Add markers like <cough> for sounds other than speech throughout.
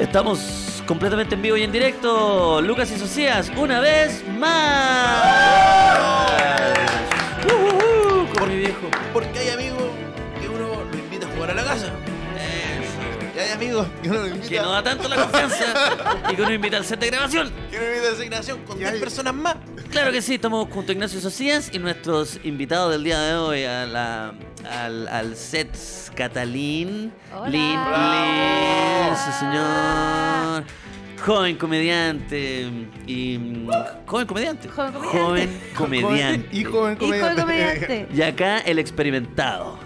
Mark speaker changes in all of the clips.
Speaker 1: Estamos completamente en vivo y en directo. Lucas y Socias, una vez más. Uh, uh, uh, como mi viejo.
Speaker 2: Porque hay amigos que uno lo invita a jugar a la casa. Y hay amigos que uno lo invita,
Speaker 1: Que no da tanto la confianza y que uno invita al set de grabación.
Speaker 2: que uno lo invita a asignación con
Speaker 3: Y
Speaker 2: 10
Speaker 3: hay-
Speaker 2: personas más.
Speaker 1: Claro que sí, estamos junto a Ignacio Socias y nuestros invitados del día de hoy a la- al, al set Catalín.
Speaker 4: Hola.
Speaker 1: Lin, Lin,
Speaker 4: Bravo.
Speaker 1: sí señor. Joven comediante y joven comediante.
Speaker 4: Joven comediante.
Speaker 1: Joven comediante.
Speaker 3: Hijo joven
Speaker 4: Hijo de
Speaker 3: comediante.
Speaker 4: comediante.
Speaker 1: Y acá el experimentado.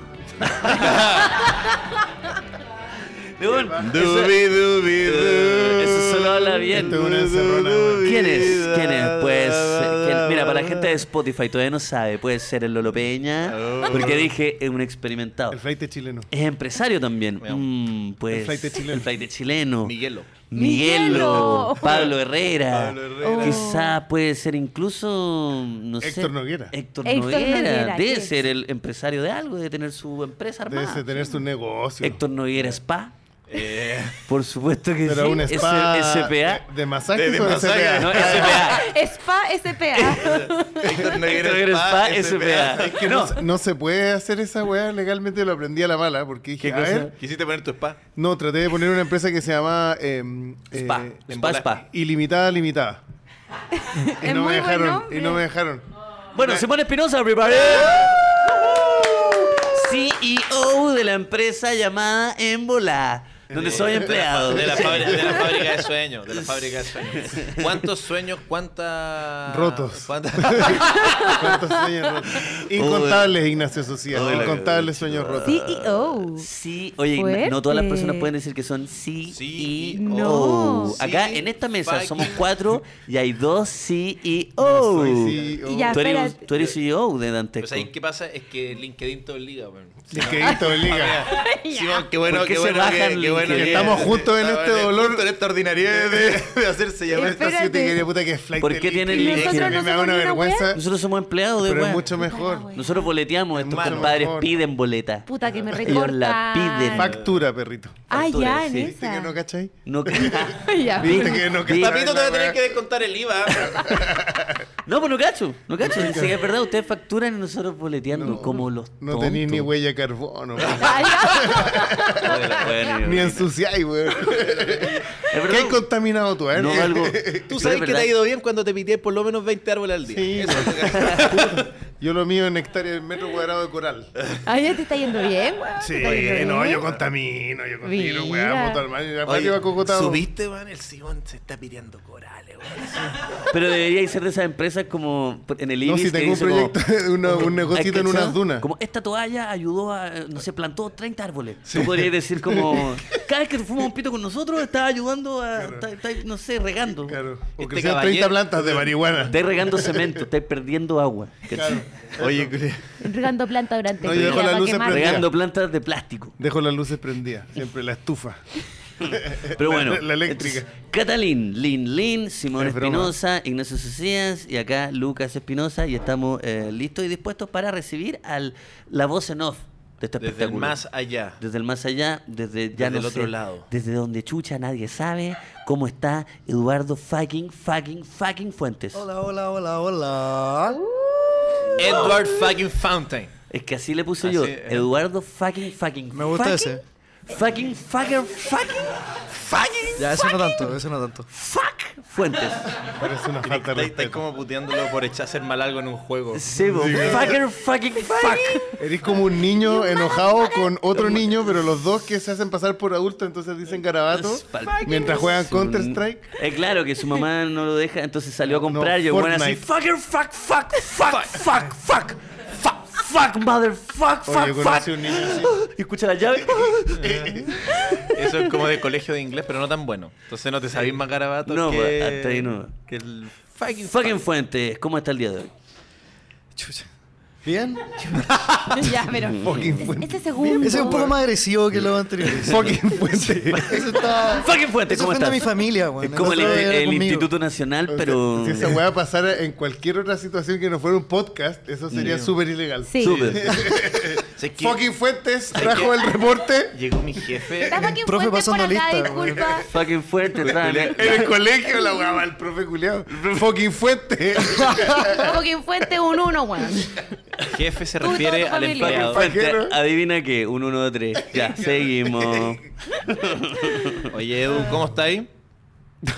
Speaker 1: León, eso,
Speaker 2: Dubi, dubi, dubi.
Speaker 1: eso solo habla bien.
Speaker 3: Esto es una encerrona, weón.
Speaker 1: ¿Quién es? ¿Quién es? Pues, eh, ¿quién? mira, para la gente de Spotify todavía no sabe, puede ser el Lolo Peña, porque dije es un experimentado.
Speaker 3: <laughs> Oh. El flight chileno.
Speaker 1: Es empresario también.
Speaker 2: Mira.
Speaker 1: Mm, pues,
Speaker 3: El flaite chileno.
Speaker 1: El flaite chileno.
Speaker 2: Miguelo.
Speaker 1: Miguelo.
Speaker 4: Miguelo.
Speaker 1: Pablo Herrera.
Speaker 3: Pablo Herrera.
Speaker 1: Quizá puede ser incluso, no sé.
Speaker 3: Héctor Noguera.
Speaker 1: Héctor,
Speaker 4: Héctor
Speaker 1: Noguera.
Speaker 4: Noguera,
Speaker 1: Debe
Speaker 4: ¿qué?
Speaker 1: ser el empresario de algo, debe tener su empresa armada.
Speaker 3: Debe tener su negocio.
Speaker 1: Héctor Noguera Spa.
Speaker 2: Eh,
Speaker 1: Por supuesto que
Speaker 3: Era
Speaker 1: sí.
Speaker 3: un spa. eh.
Speaker 1: S- SPA.
Speaker 3: De, de masajes
Speaker 2: De- de
Speaker 3: o de
Speaker 2: masajes.
Speaker 3: SPA.
Speaker 1: No, SPA.
Speaker 4: Spa
Speaker 1: <laughs>
Speaker 4: SPA.
Speaker 2: Héctor
Speaker 1: Héctor
Speaker 2: Noguera
Speaker 1: Noguera Spa,
Speaker 2: SPA.
Speaker 1: SPA.
Speaker 3: Que
Speaker 1: No.
Speaker 3: no. se- no se puede hacer esa weá legalmente, lo aprendí a la mala, porque dije,
Speaker 1: ¿Qué
Speaker 3: a
Speaker 1: cosa?
Speaker 3: ver,
Speaker 2: Quisiste poner tu spa.
Speaker 3: no, traté de poner una empresa que se llama em, eh,
Speaker 1: Spa.
Speaker 2: en
Speaker 1: Spa,
Speaker 2: bola.
Speaker 1: spa. <laughs>
Speaker 3: Ilimitada Limitada. Y
Speaker 4: Es
Speaker 3: no
Speaker 4: muy
Speaker 3: me
Speaker 4: buen
Speaker 3: dejaron, y
Speaker 4: nombre.
Speaker 3: no me dejaron.
Speaker 1: Bueno, Simón Espinosa, everybody. CEO E de la empresa llamada Embola, donde soy empleado.
Speaker 2: De la, fábrica, de la fábrica de sueños. De la fábrica
Speaker 1: <laughs>
Speaker 2: de sueños. ¿Cuántos sueños, cuántas.
Speaker 3: Rotos.
Speaker 2: cuántas-
Speaker 3: ¿Cuántos sueños
Speaker 1: <laughs>
Speaker 3: rotos? Incontables, Ignacio Socias.
Speaker 1: Uy, la que-
Speaker 3: Incontables sueños rotos.
Speaker 4: E CEO.
Speaker 1: Sí, oye, Igna- no todas las
Speaker 4: Fuerte.
Speaker 1: personas pueden decir que son CEO.
Speaker 2: Sí.
Speaker 4: No.
Speaker 1: Acá
Speaker 2: Sí,
Speaker 1: en esta mesa
Speaker 2: fucking-
Speaker 1: somos cuatro y hay dos CEO.
Speaker 3: Soy CEO.
Speaker 4: Y ya.
Speaker 1: Tú eres,
Speaker 4: Espérate.
Speaker 1: tú eres CEO de Dantesco.
Speaker 2: Pues ahí, ¿qué pasa? Es que LinkedIn todo
Speaker 1: <laughs>
Speaker 2: liga, weón.
Speaker 3: Sí, que esto obliga.
Speaker 2: Simón,
Speaker 1: ¿Por
Speaker 2: qué bueno,
Speaker 1: qué
Speaker 2: qué
Speaker 1: se
Speaker 2: bueno,
Speaker 1: bajan
Speaker 2: que, qué
Speaker 1: LinkedIn?
Speaker 2: bueno
Speaker 1: Que
Speaker 3: estamos juntos en este dolor.
Speaker 2: juntos en esta ordinariedad
Speaker 3: <laughs>
Speaker 2: de, de hacerse
Speaker 3: Llamé a
Speaker 2: llamar.
Speaker 3: esta
Speaker 4: Espérate.
Speaker 3: siete querida puta que es flight
Speaker 1: ¿Por
Speaker 3: de
Speaker 1: qué tienen
Speaker 3: LinkedIn.
Speaker 1: LinkedIn?
Speaker 3: A mí
Speaker 4: Nosotros
Speaker 3: me da
Speaker 4: no
Speaker 3: una
Speaker 4: somos pues? Ah, ni una
Speaker 3: vergüenza,
Speaker 1: Nosotros somos empleados de
Speaker 3: pero es
Speaker 1: weá.
Speaker 3: mucho mejor.
Speaker 4: wea.
Speaker 1: Nosotros boleteamos, estos
Speaker 2: mucho
Speaker 1: compadres
Speaker 3: mejor.
Speaker 1: piden boleta.
Speaker 4: Puta que
Speaker 1: <laughs>
Speaker 4: me
Speaker 1: Ellos
Speaker 4: recortan.
Speaker 1: la piden.
Speaker 3: Factura, perrito.
Speaker 4: Ah,
Speaker 1: Factura,
Speaker 4: ya, en
Speaker 1: sí.
Speaker 3: ¿Viste que no
Speaker 4: esa.
Speaker 3: cachai?
Speaker 1: No,
Speaker 4: Ya.
Speaker 3: ¿Viste que no cachai?
Speaker 2: Papito, te voy
Speaker 3: la
Speaker 2: a tener
Speaker 3: wea?
Speaker 2: que descontar el IVA.
Speaker 1: <laughs> no, pues no cacho, no cacho. Así que es verdad, ustedes facturan y nosotros boleteando como los
Speaker 3: No tenéis ni
Speaker 1: tontos.
Speaker 3: huella de
Speaker 4: <laughs>
Speaker 3: carbono.
Speaker 4: Ah, ya.
Speaker 1: Bueno,
Speaker 3: ni ensuciáis, weón.
Speaker 1: es
Speaker 3: ¿Qué
Speaker 1: verdad,
Speaker 3: has contaminado tú? eh? a ver?
Speaker 1: No valgo.
Speaker 2: Tú
Speaker 1: Pero
Speaker 2: sabes
Speaker 1: es
Speaker 2: que te
Speaker 1: verdad.
Speaker 2: ha ido bien cuando te pitees por lo menos 20 árboles al día.
Speaker 3: <laughs> Sí,
Speaker 2: Eso es lo que-
Speaker 3: Yo lo mío en hectárea del metro cuadrado de coral.
Speaker 4: Ah, ya te está yendo bien, weón.
Speaker 3: Sí,
Speaker 4: Te está yendo
Speaker 3: no,
Speaker 4: bien.
Speaker 3: yo contamino, yo contamino,
Speaker 4: Mira.
Speaker 3: weón. Puto al mar, al mar
Speaker 2: Oye,
Speaker 3: iba cocotado.
Speaker 2: Subiste, man, el Simón se está piteando corales, weón.
Speaker 1: Pero deberíais ser de esas empresas como en el
Speaker 3: No,
Speaker 1: IBIS
Speaker 3: si
Speaker 1: que
Speaker 3: tengo un
Speaker 1: dice
Speaker 3: proyecto,
Speaker 1: como,
Speaker 3: de una- un negocito en
Speaker 1: ¿cachado?
Speaker 3: unas dunas.
Speaker 1: Como esta toalla ayudó a, eh, no sé, plantó 30 árboles. Tú podrías decir
Speaker 3: <laughs>
Speaker 1: como, cada vez que te fumas un pito con nosotros, estás ayudando a, estás- estás, no sé, regando.
Speaker 3: Claro. O
Speaker 2: Este
Speaker 3: crecieron
Speaker 2: caballero-
Speaker 3: 30 plantas de marihuana.
Speaker 1: Estás regando cemento, estás perdiendo agua. ¿cachai?
Speaker 3: Claro.
Speaker 2: Oye,
Speaker 3: <laughs>
Speaker 2: culia.
Speaker 4: Regando planta durante
Speaker 3: No,
Speaker 4: el
Speaker 3: yo
Speaker 4: día
Speaker 3: dejo las
Speaker 4: para
Speaker 3: luces
Speaker 4: quemar.
Speaker 3: prendidas.
Speaker 1: Regando plantas de plástico.
Speaker 3: Dejo las luces prendidas, siempre la estufa.
Speaker 1: Pero
Speaker 3: La-
Speaker 1: bueno.
Speaker 3: <laughs> la, eléctrica.
Speaker 1: entonces, Catalín, Lin Lin, Simón
Speaker 3: Es broma.
Speaker 1: Espinosa, Ignacio Socias y acá Lucas Espinosa y estamos eh, listos y dispuestos para recibir al la voz en off de este
Speaker 2: Desde el
Speaker 1: espectáculo.
Speaker 2: más allá.
Speaker 1: desde el más allá, desde ya
Speaker 2: Desde
Speaker 1: no
Speaker 2: el otro
Speaker 1: sé,
Speaker 2: lado.
Speaker 1: desde donde chucha nadie sabe cómo está Eduardo fucking fucking fucking Fuentes.
Speaker 5: hola, hola, hola.
Speaker 2: Edward fucking Fountain.
Speaker 1: Es que así le puse
Speaker 2: Así,
Speaker 1: yo,
Speaker 2: eh.
Speaker 1: Eduardo fucking fucking.
Speaker 5: Me gusta
Speaker 1: fucking,
Speaker 5: ese.
Speaker 1: Fucking fucking fucking fucking
Speaker 5: Ya, eso no tanto, eso no tanto.
Speaker 1: fuck Fuentes. <laughs>
Speaker 3: Parece una falta de
Speaker 2: Estáis estáis
Speaker 3: respeto.
Speaker 2: como puteándolo por echar hacer mal algo en un juego.
Speaker 1: Sebo, fucker fucking fuck.
Speaker 3: Eres como un niño enojado con otro niño, pero los dos que se hacen pasar por adultos, entonces dicen garabato
Speaker 1: Es pal-
Speaker 3: mientras juegan
Speaker 1: Su-
Speaker 3: Counter-Strike.
Speaker 1: Eh, claro que su mamá no lo deja, entonces salió a
Speaker 3: No,
Speaker 1: comprar y el weón así, fucker,
Speaker 3: Fortnite.
Speaker 1: fuck, fuck, fuck, fuck, fuck, fuck, fuck, mother, fuck, fuck,
Speaker 3: Oye,
Speaker 1: fuck.
Speaker 3: conocí un niño así. Eh.
Speaker 1: Y escucha la llave.
Speaker 2: Eso es como de colegio de inglés, pero no tan bueno. Entonces no te sabís más garabato
Speaker 1: No,
Speaker 2: que...
Speaker 1: hasta ahí no.
Speaker 2: Que el fucking...
Speaker 1: Fucking Fuentes, ¿cómo está el día de hoy?
Speaker 5: Chucha. ¿Bien?
Speaker 4: <laughs> ya, pero.
Speaker 3: <laughs> Fucking fuente.
Speaker 4: Este segundo.
Speaker 5: Ese es un poco más agresivo que los anteriores.
Speaker 3: Fucking fuente.
Speaker 5: Eso está.
Speaker 1: Fucking Fuentes,
Speaker 5: Eso
Speaker 1: ¿cómo
Speaker 5: ofende
Speaker 1: estás?
Speaker 5: a mi familia, weón.
Speaker 1: Es como el,
Speaker 5: Eso era
Speaker 1: el
Speaker 5: conmigo.
Speaker 1: Instituto Nacional,
Speaker 3: O sea,
Speaker 1: pero...
Speaker 3: si esa weá pasara en cualquier otra situación que no fuera un podcast, eso sería súper ilegal.
Speaker 4: Sí.
Speaker 1: Súper.
Speaker 2: Sé que
Speaker 3: Fucking Fuentes trajo el
Speaker 1: <laughs>
Speaker 3: reporte
Speaker 2: llegó mi jefe.
Speaker 4: Está fucking
Speaker 5: Profe,
Speaker 4: fuerte por
Speaker 5: pasando
Speaker 4: acá,
Speaker 5: lista,
Speaker 4: disculpa.
Speaker 1: <laughs> Fucking fuerte, eh. tráeme.
Speaker 3: en el colegio, la guapa, el profe culiado. Fucking Fuentes.
Speaker 4: Fucking fuente un
Speaker 1: <laughs>
Speaker 4: uno, weón.
Speaker 2: Jefe se
Speaker 4: Tú y toda
Speaker 2: refiere
Speaker 4: tu
Speaker 2: al
Speaker 4: familia.
Speaker 2: empleado.
Speaker 1: Fuente,
Speaker 3: Pajero.
Speaker 1: adivina qué, un 1 de 3. Ya, seguimos.
Speaker 2: Oye, Edu, ¿cómo está <laughs> ahí? no,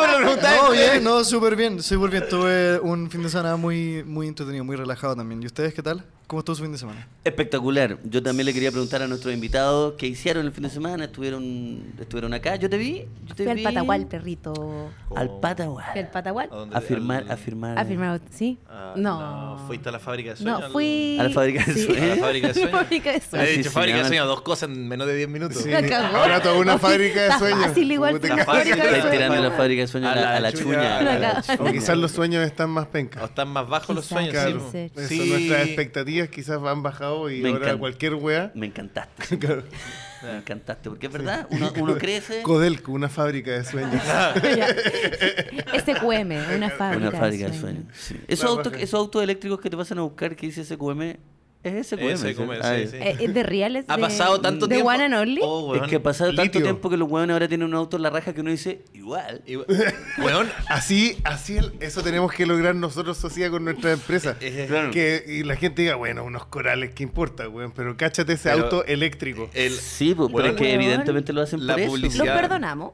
Speaker 2: pero preguntáis.
Speaker 5: No, bien, no, súper bien, súper bien. Tuve un fin de semana muy, muy entretenido, muy relajado también. ¿Y ustedes qué tal? ¿Cómo estuvo su fin de semana?
Speaker 1: Espectacular. Yo también le quería preguntar a nuestros invitados qué hicieron el fin de semana. Estuvieron, estuvieron acá. Yo te vi. Yo te
Speaker 4: Fui al
Speaker 1: vi.
Speaker 4: Patagual, perrito.
Speaker 1: Al Patagual.
Speaker 4: Fui al Patagual.
Speaker 1: A firmar, a firmar.
Speaker 4: ¿Ha firmado? ¿Sí?
Speaker 2: Ah,
Speaker 4: no.
Speaker 2: ¿Fuiste a la fábrica de sueños?
Speaker 4: No, fui...
Speaker 1: A la fábrica de
Speaker 4: Sí. <laughs>
Speaker 1: sueños.
Speaker 2: A la fábrica de sueños.
Speaker 1: <laughs>
Speaker 4: Fábrica de
Speaker 2: Le
Speaker 4: sueños.
Speaker 2: he
Speaker 1: Sí,
Speaker 2: dicho fábrica de
Speaker 1: señor.
Speaker 2: sueños, dos cosas en menos de 10 minutos.
Speaker 3: Sí.
Speaker 4: La cagó.
Speaker 3: Ahora toda una
Speaker 4: Oye,
Speaker 3: fábrica de
Speaker 4: está
Speaker 3: sueños.
Speaker 4: fácil igual
Speaker 3: Puta,
Speaker 4: que
Speaker 3: qué
Speaker 4: la fábrica
Speaker 2: fácil.
Speaker 4: de
Speaker 1: Estáis
Speaker 4: sueños.
Speaker 1: tirando la fábrica de sueños a, la- a la chuña. a la
Speaker 4: Acá.
Speaker 3: O quizás los sueños están más pencas.
Speaker 2: O están más bajos los
Speaker 4: Quizás,
Speaker 2: sueños.
Speaker 3: Claro.
Speaker 4: puede
Speaker 2: sí.
Speaker 4: ser.
Speaker 3: Eso,
Speaker 2: Sí.
Speaker 3: Nuestras expectativas quizás han bajado y
Speaker 1: Me
Speaker 3: ahora
Speaker 1: encanta.
Speaker 3: cualquier
Speaker 2: <laughs>
Speaker 3: wea.
Speaker 1: Me encantaste. Me encantaste. Porque es verdad, uno, <laughs> uno crece.
Speaker 3: Codelco, una fábrica
Speaker 2: <laughs>
Speaker 3: de sueños.
Speaker 4: Ya. SQM,
Speaker 3: <laughs>
Speaker 4: una fábrica,
Speaker 1: Una fábrica de
Speaker 4: sueños.
Speaker 1: sueños. Sí. Esos,
Speaker 3: La
Speaker 1: autos,
Speaker 3: raja.
Speaker 1: esos autos eléctricos que te pasan a buscar que dice SQM, es SQM.
Speaker 2: SQM,
Speaker 1: Ah,
Speaker 2: sí,
Speaker 1: es.
Speaker 2: sí.
Speaker 4: Eh, eh, ¿De reales?
Speaker 2: Ha
Speaker 4: de-
Speaker 2: pasado tanto
Speaker 4: de
Speaker 2: tiempo.
Speaker 4: One and Only?
Speaker 2: Oh, weón.
Speaker 1: Es que ha pasado tanto
Speaker 3: Litio.
Speaker 1: tiempo que los hueones ahora tienen un auto en la raja que uno dice, igual.
Speaker 2: Y- Weón,
Speaker 3: Así, así el- eso tenemos que lograr nosotros, sociedad, con nuestra empresa.
Speaker 2: <laughs> eh,
Speaker 1: Claro.
Speaker 3: Que y la gente diga, bueno, unos corales, ¿qué importa, weón? Pero cáchate ese
Speaker 2: Pero- eh,
Speaker 3: auto eléctrico.
Speaker 2: el-
Speaker 1: sí, po, pero
Speaker 2: Weón.
Speaker 1: es que evidentemente lo hacen
Speaker 2: La
Speaker 1: por eso.
Speaker 2: publicidad.
Speaker 4: ¿Los
Speaker 2: Ya.
Speaker 4: perdonamos?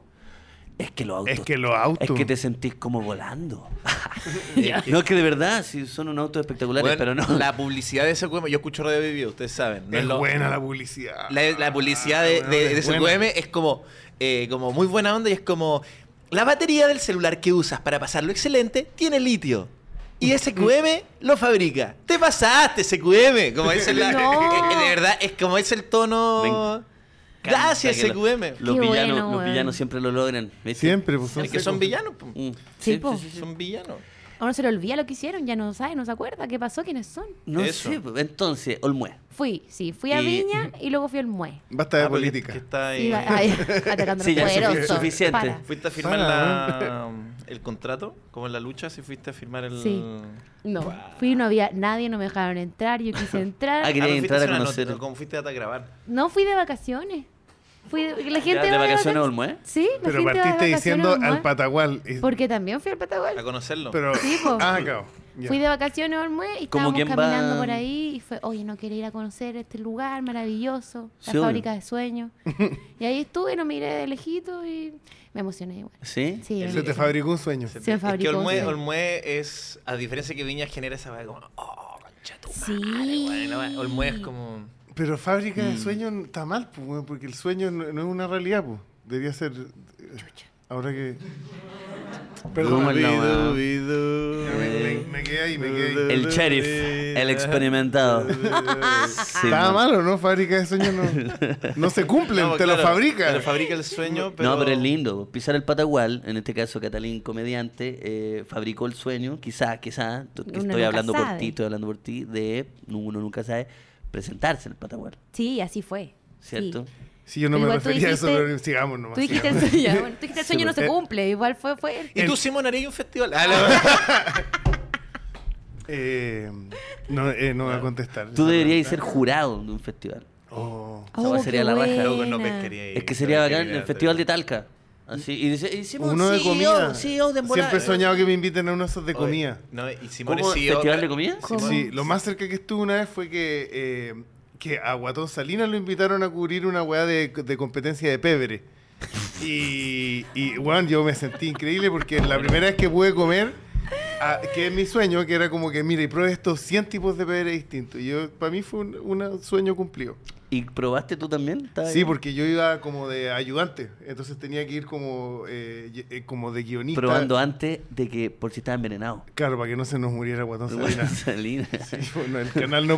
Speaker 1: Es que los autos.
Speaker 3: Es que los autos.
Speaker 1: es que te sentís como volando.
Speaker 2: Es
Speaker 1: <laughs>
Speaker 2: que-
Speaker 1: no, es que de verdad, sí, son unos autos espectaculares,
Speaker 2: weón,
Speaker 1: pero no. <laughs>
Speaker 2: La publicidad de SQM, yo escucho Radio Vivido, ustedes saben. no
Speaker 3: es
Speaker 2: lo-
Speaker 3: buena la publicidad.
Speaker 2: La, la publicidad de,
Speaker 1: Ah,
Speaker 3: Weón,
Speaker 2: de, de
Speaker 3: es buena.
Speaker 2: SQM es como, eh, como muy buena onda y es como la batería del celular que usas para pasarlo excelente tiene litio.
Speaker 1: <laughs>
Speaker 2: Y SQM lo fabrica. Te pasaste, SQM. Como es el,
Speaker 4: <laughs> No.
Speaker 2: eh, de verdad, es como es el tono.
Speaker 1: Me encanta
Speaker 2: Gracias,
Speaker 1: que lo-
Speaker 2: SQM.
Speaker 1: Los, villanos,
Speaker 4: Qué bueno,
Speaker 1: los
Speaker 4: weón.
Speaker 1: villanos siempre lo logran. ¿viste?
Speaker 3: Siempre, pues
Speaker 2: Es que
Speaker 3: secos.
Speaker 2: son villanos. po.
Speaker 1: Mm.
Speaker 4: Sí, po.
Speaker 2: Son villanos. Ah,
Speaker 4: A uno se le olvida lo que hicieron, ya no sabe, no se acuerda qué pasó, quiénes son.
Speaker 1: No
Speaker 2: Eso.
Speaker 1: sé, po. entonces, Olmué.
Speaker 4: Fui, sí, fui a
Speaker 1: Y-
Speaker 4: Viña y luego fui al Mue.
Speaker 3: Basta de
Speaker 2: Ah, porque-
Speaker 3: política.
Speaker 2: que está ahí.
Speaker 4: Sí, va-
Speaker 1: <laughs>
Speaker 4: ay, atacando
Speaker 1: Sí,
Speaker 4: a
Speaker 1: ya
Speaker 4: los
Speaker 1: es sufic-
Speaker 4: poderosos.
Speaker 1: suficiente.
Speaker 4: Para.
Speaker 2: <laughs> ¿Fuiste a firmar
Speaker 1: Ah,
Speaker 3: Para,
Speaker 2: la- um, el contrato? Como en la lucha, si fuiste a firmar el. Ah,
Speaker 4: Sí. No, fui, no había nadie, no me dejaron entrar, yo
Speaker 1: <laughs>
Speaker 4: quise
Speaker 1: Ah,
Speaker 4: entrar.
Speaker 1: Quería
Speaker 2: pero
Speaker 1: entrar
Speaker 2: fuiste
Speaker 1: a
Speaker 2: una
Speaker 1: conocer.
Speaker 2: nota, Como fuiste a grabar.
Speaker 4: No fui de vacaciones. Fui de, la gente
Speaker 1: ¿De
Speaker 4: va
Speaker 1: vacaciones a
Speaker 4: vacac-
Speaker 1: Olmué?
Speaker 4: Sí, la
Speaker 3: Pero
Speaker 4: gente va de
Speaker 3: partiste
Speaker 4: vacaciones
Speaker 3: diciendo
Speaker 4: Olmué.
Speaker 3: al Patagual. y-
Speaker 4: Porque también fui al Patagual.
Speaker 2: A conocerlo.
Speaker 3: Pero,
Speaker 4: Sí, po.
Speaker 3: ah, cabo. Ya.
Speaker 4: Fui de vacaciones a Olmué y
Speaker 1: ¿Cómo
Speaker 4: estábamos
Speaker 1: quién va?
Speaker 4: caminando por ahí y fue, oye, no quiero ir a conocer este lugar maravilloso, la
Speaker 1: Sí, obvio.
Speaker 4: fábrica
Speaker 1: <laughs>
Speaker 4: de sueños. y ahí estuve, no miré de lejito y me emocioné igual.
Speaker 1: ¿Sí?
Speaker 4: Sí, me
Speaker 3: Se te
Speaker 4: emocioné.
Speaker 3: fabricó un sueño.
Speaker 4: Se
Speaker 2: es que
Speaker 4: fabricó,
Speaker 2: Olmué,
Speaker 4: sí.
Speaker 2: Olmué es, a diferencia que Viña genera esa vaga como, oh, concha tu madre,
Speaker 4: Sí.
Speaker 2: weón, la weá. Olmué es como,
Speaker 3: Pero fábrica
Speaker 1: Mm.
Speaker 3: de sueños está mal, pues, weón, porque el sueño no, no es una realidad, pues. Debería ser. eh, Ahora que. Perdón,
Speaker 1: ¿Cómo es la weá?
Speaker 3: olvido, olvido. me, me- me quedé ahí, me quedé ahí.
Speaker 1: El sheriff, el experimentado. Sí,
Speaker 3: Estaba
Speaker 1: man.
Speaker 3: malo, ¿no? Fábrica de sueños no, no se cumplen,
Speaker 2: <laughs> No,
Speaker 3: te
Speaker 2: claro,
Speaker 3: lo fabrica.
Speaker 2: Te lo fabrica el sueño, pero...
Speaker 1: No, pero es lindo. Pisar el patagual, en este caso Catalín, comediante, eh, fabricó el sueño, quizás, quizás,
Speaker 4: Uno
Speaker 1: estoy
Speaker 4: nunca
Speaker 1: hablando por
Speaker 4: sabe.
Speaker 1: ti, estoy hablando por ti, de, uno nunca sabe, presentarse en el patagual,
Speaker 4: Sí, así fue. Sí.
Speaker 1: ¿cierto?
Speaker 3: Si yo no me
Speaker 4: Igual tú
Speaker 3: refería a eso,
Speaker 4: dijiste-
Speaker 3: pero sigamos nomás.
Speaker 4: Tú dijiste el
Speaker 3: sigamos.
Speaker 4: sueño, bueno,
Speaker 1: <laughs>
Speaker 4: tú dijiste el sueño no se
Speaker 3: eh.
Speaker 4: cumple, igual fue, fue él.
Speaker 2: Y tú Simón un festival. Ah, la-
Speaker 3: <laughs> Eh, no, eh, no voy a contestar.
Speaker 1: Tú deberías ser jurado de un festival.
Speaker 3: Oh.
Speaker 1: Esa weá sería
Speaker 4: qué
Speaker 1: la raja.
Speaker 2: <laughs>
Speaker 4: buena.
Speaker 2: Loco, no pesquería ahí.
Speaker 1: Es que sería bacán
Speaker 2: Pesquería,
Speaker 1: el festival de Talca. Así, y dice, hicimos E
Speaker 3: Uno de comida.
Speaker 4: E
Speaker 1: Sí, oh, de volada.
Speaker 3: Siempre he soñado que me inviten a unos de comida.
Speaker 2: No, y Simón
Speaker 1: ¿Cómo?
Speaker 2: es CEO.
Speaker 1: ¿Festival de comida?
Speaker 4: ¿Cómo?
Speaker 3: Sí, lo más cerca que estuve una vez fue que, eh, que a Guatón Salinas lo invitaron a cubrir una weá de, de competencia de pebre. Y, y bueno, yo me sentí increíble porque la primera vez que pude comer, ah, que es mi sueño, que era como que, mira, y probé estos 100 tipos de pebre distintos. Y yo, para mí fue un una- un sueño cumplido.
Speaker 1: ¿Y probaste tú también? ¿Estás
Speaker 3: Sí,
Speaker 1: ahí?
Speaker 3: porque yo iba como de ayudante, entonces tenía que ir como, eh, y- eh, como de guionista.
Speaker 1: Probando antes de que, por si estaba envenenado.
Speaker 3: Claro, para que no se nos muriera
Speaker 1: <laughs>
Speaker 3: Guatón Salinas.
Speaker 1: Salinas.
Speaker 3: <laughs> Sí, bueno, el canal no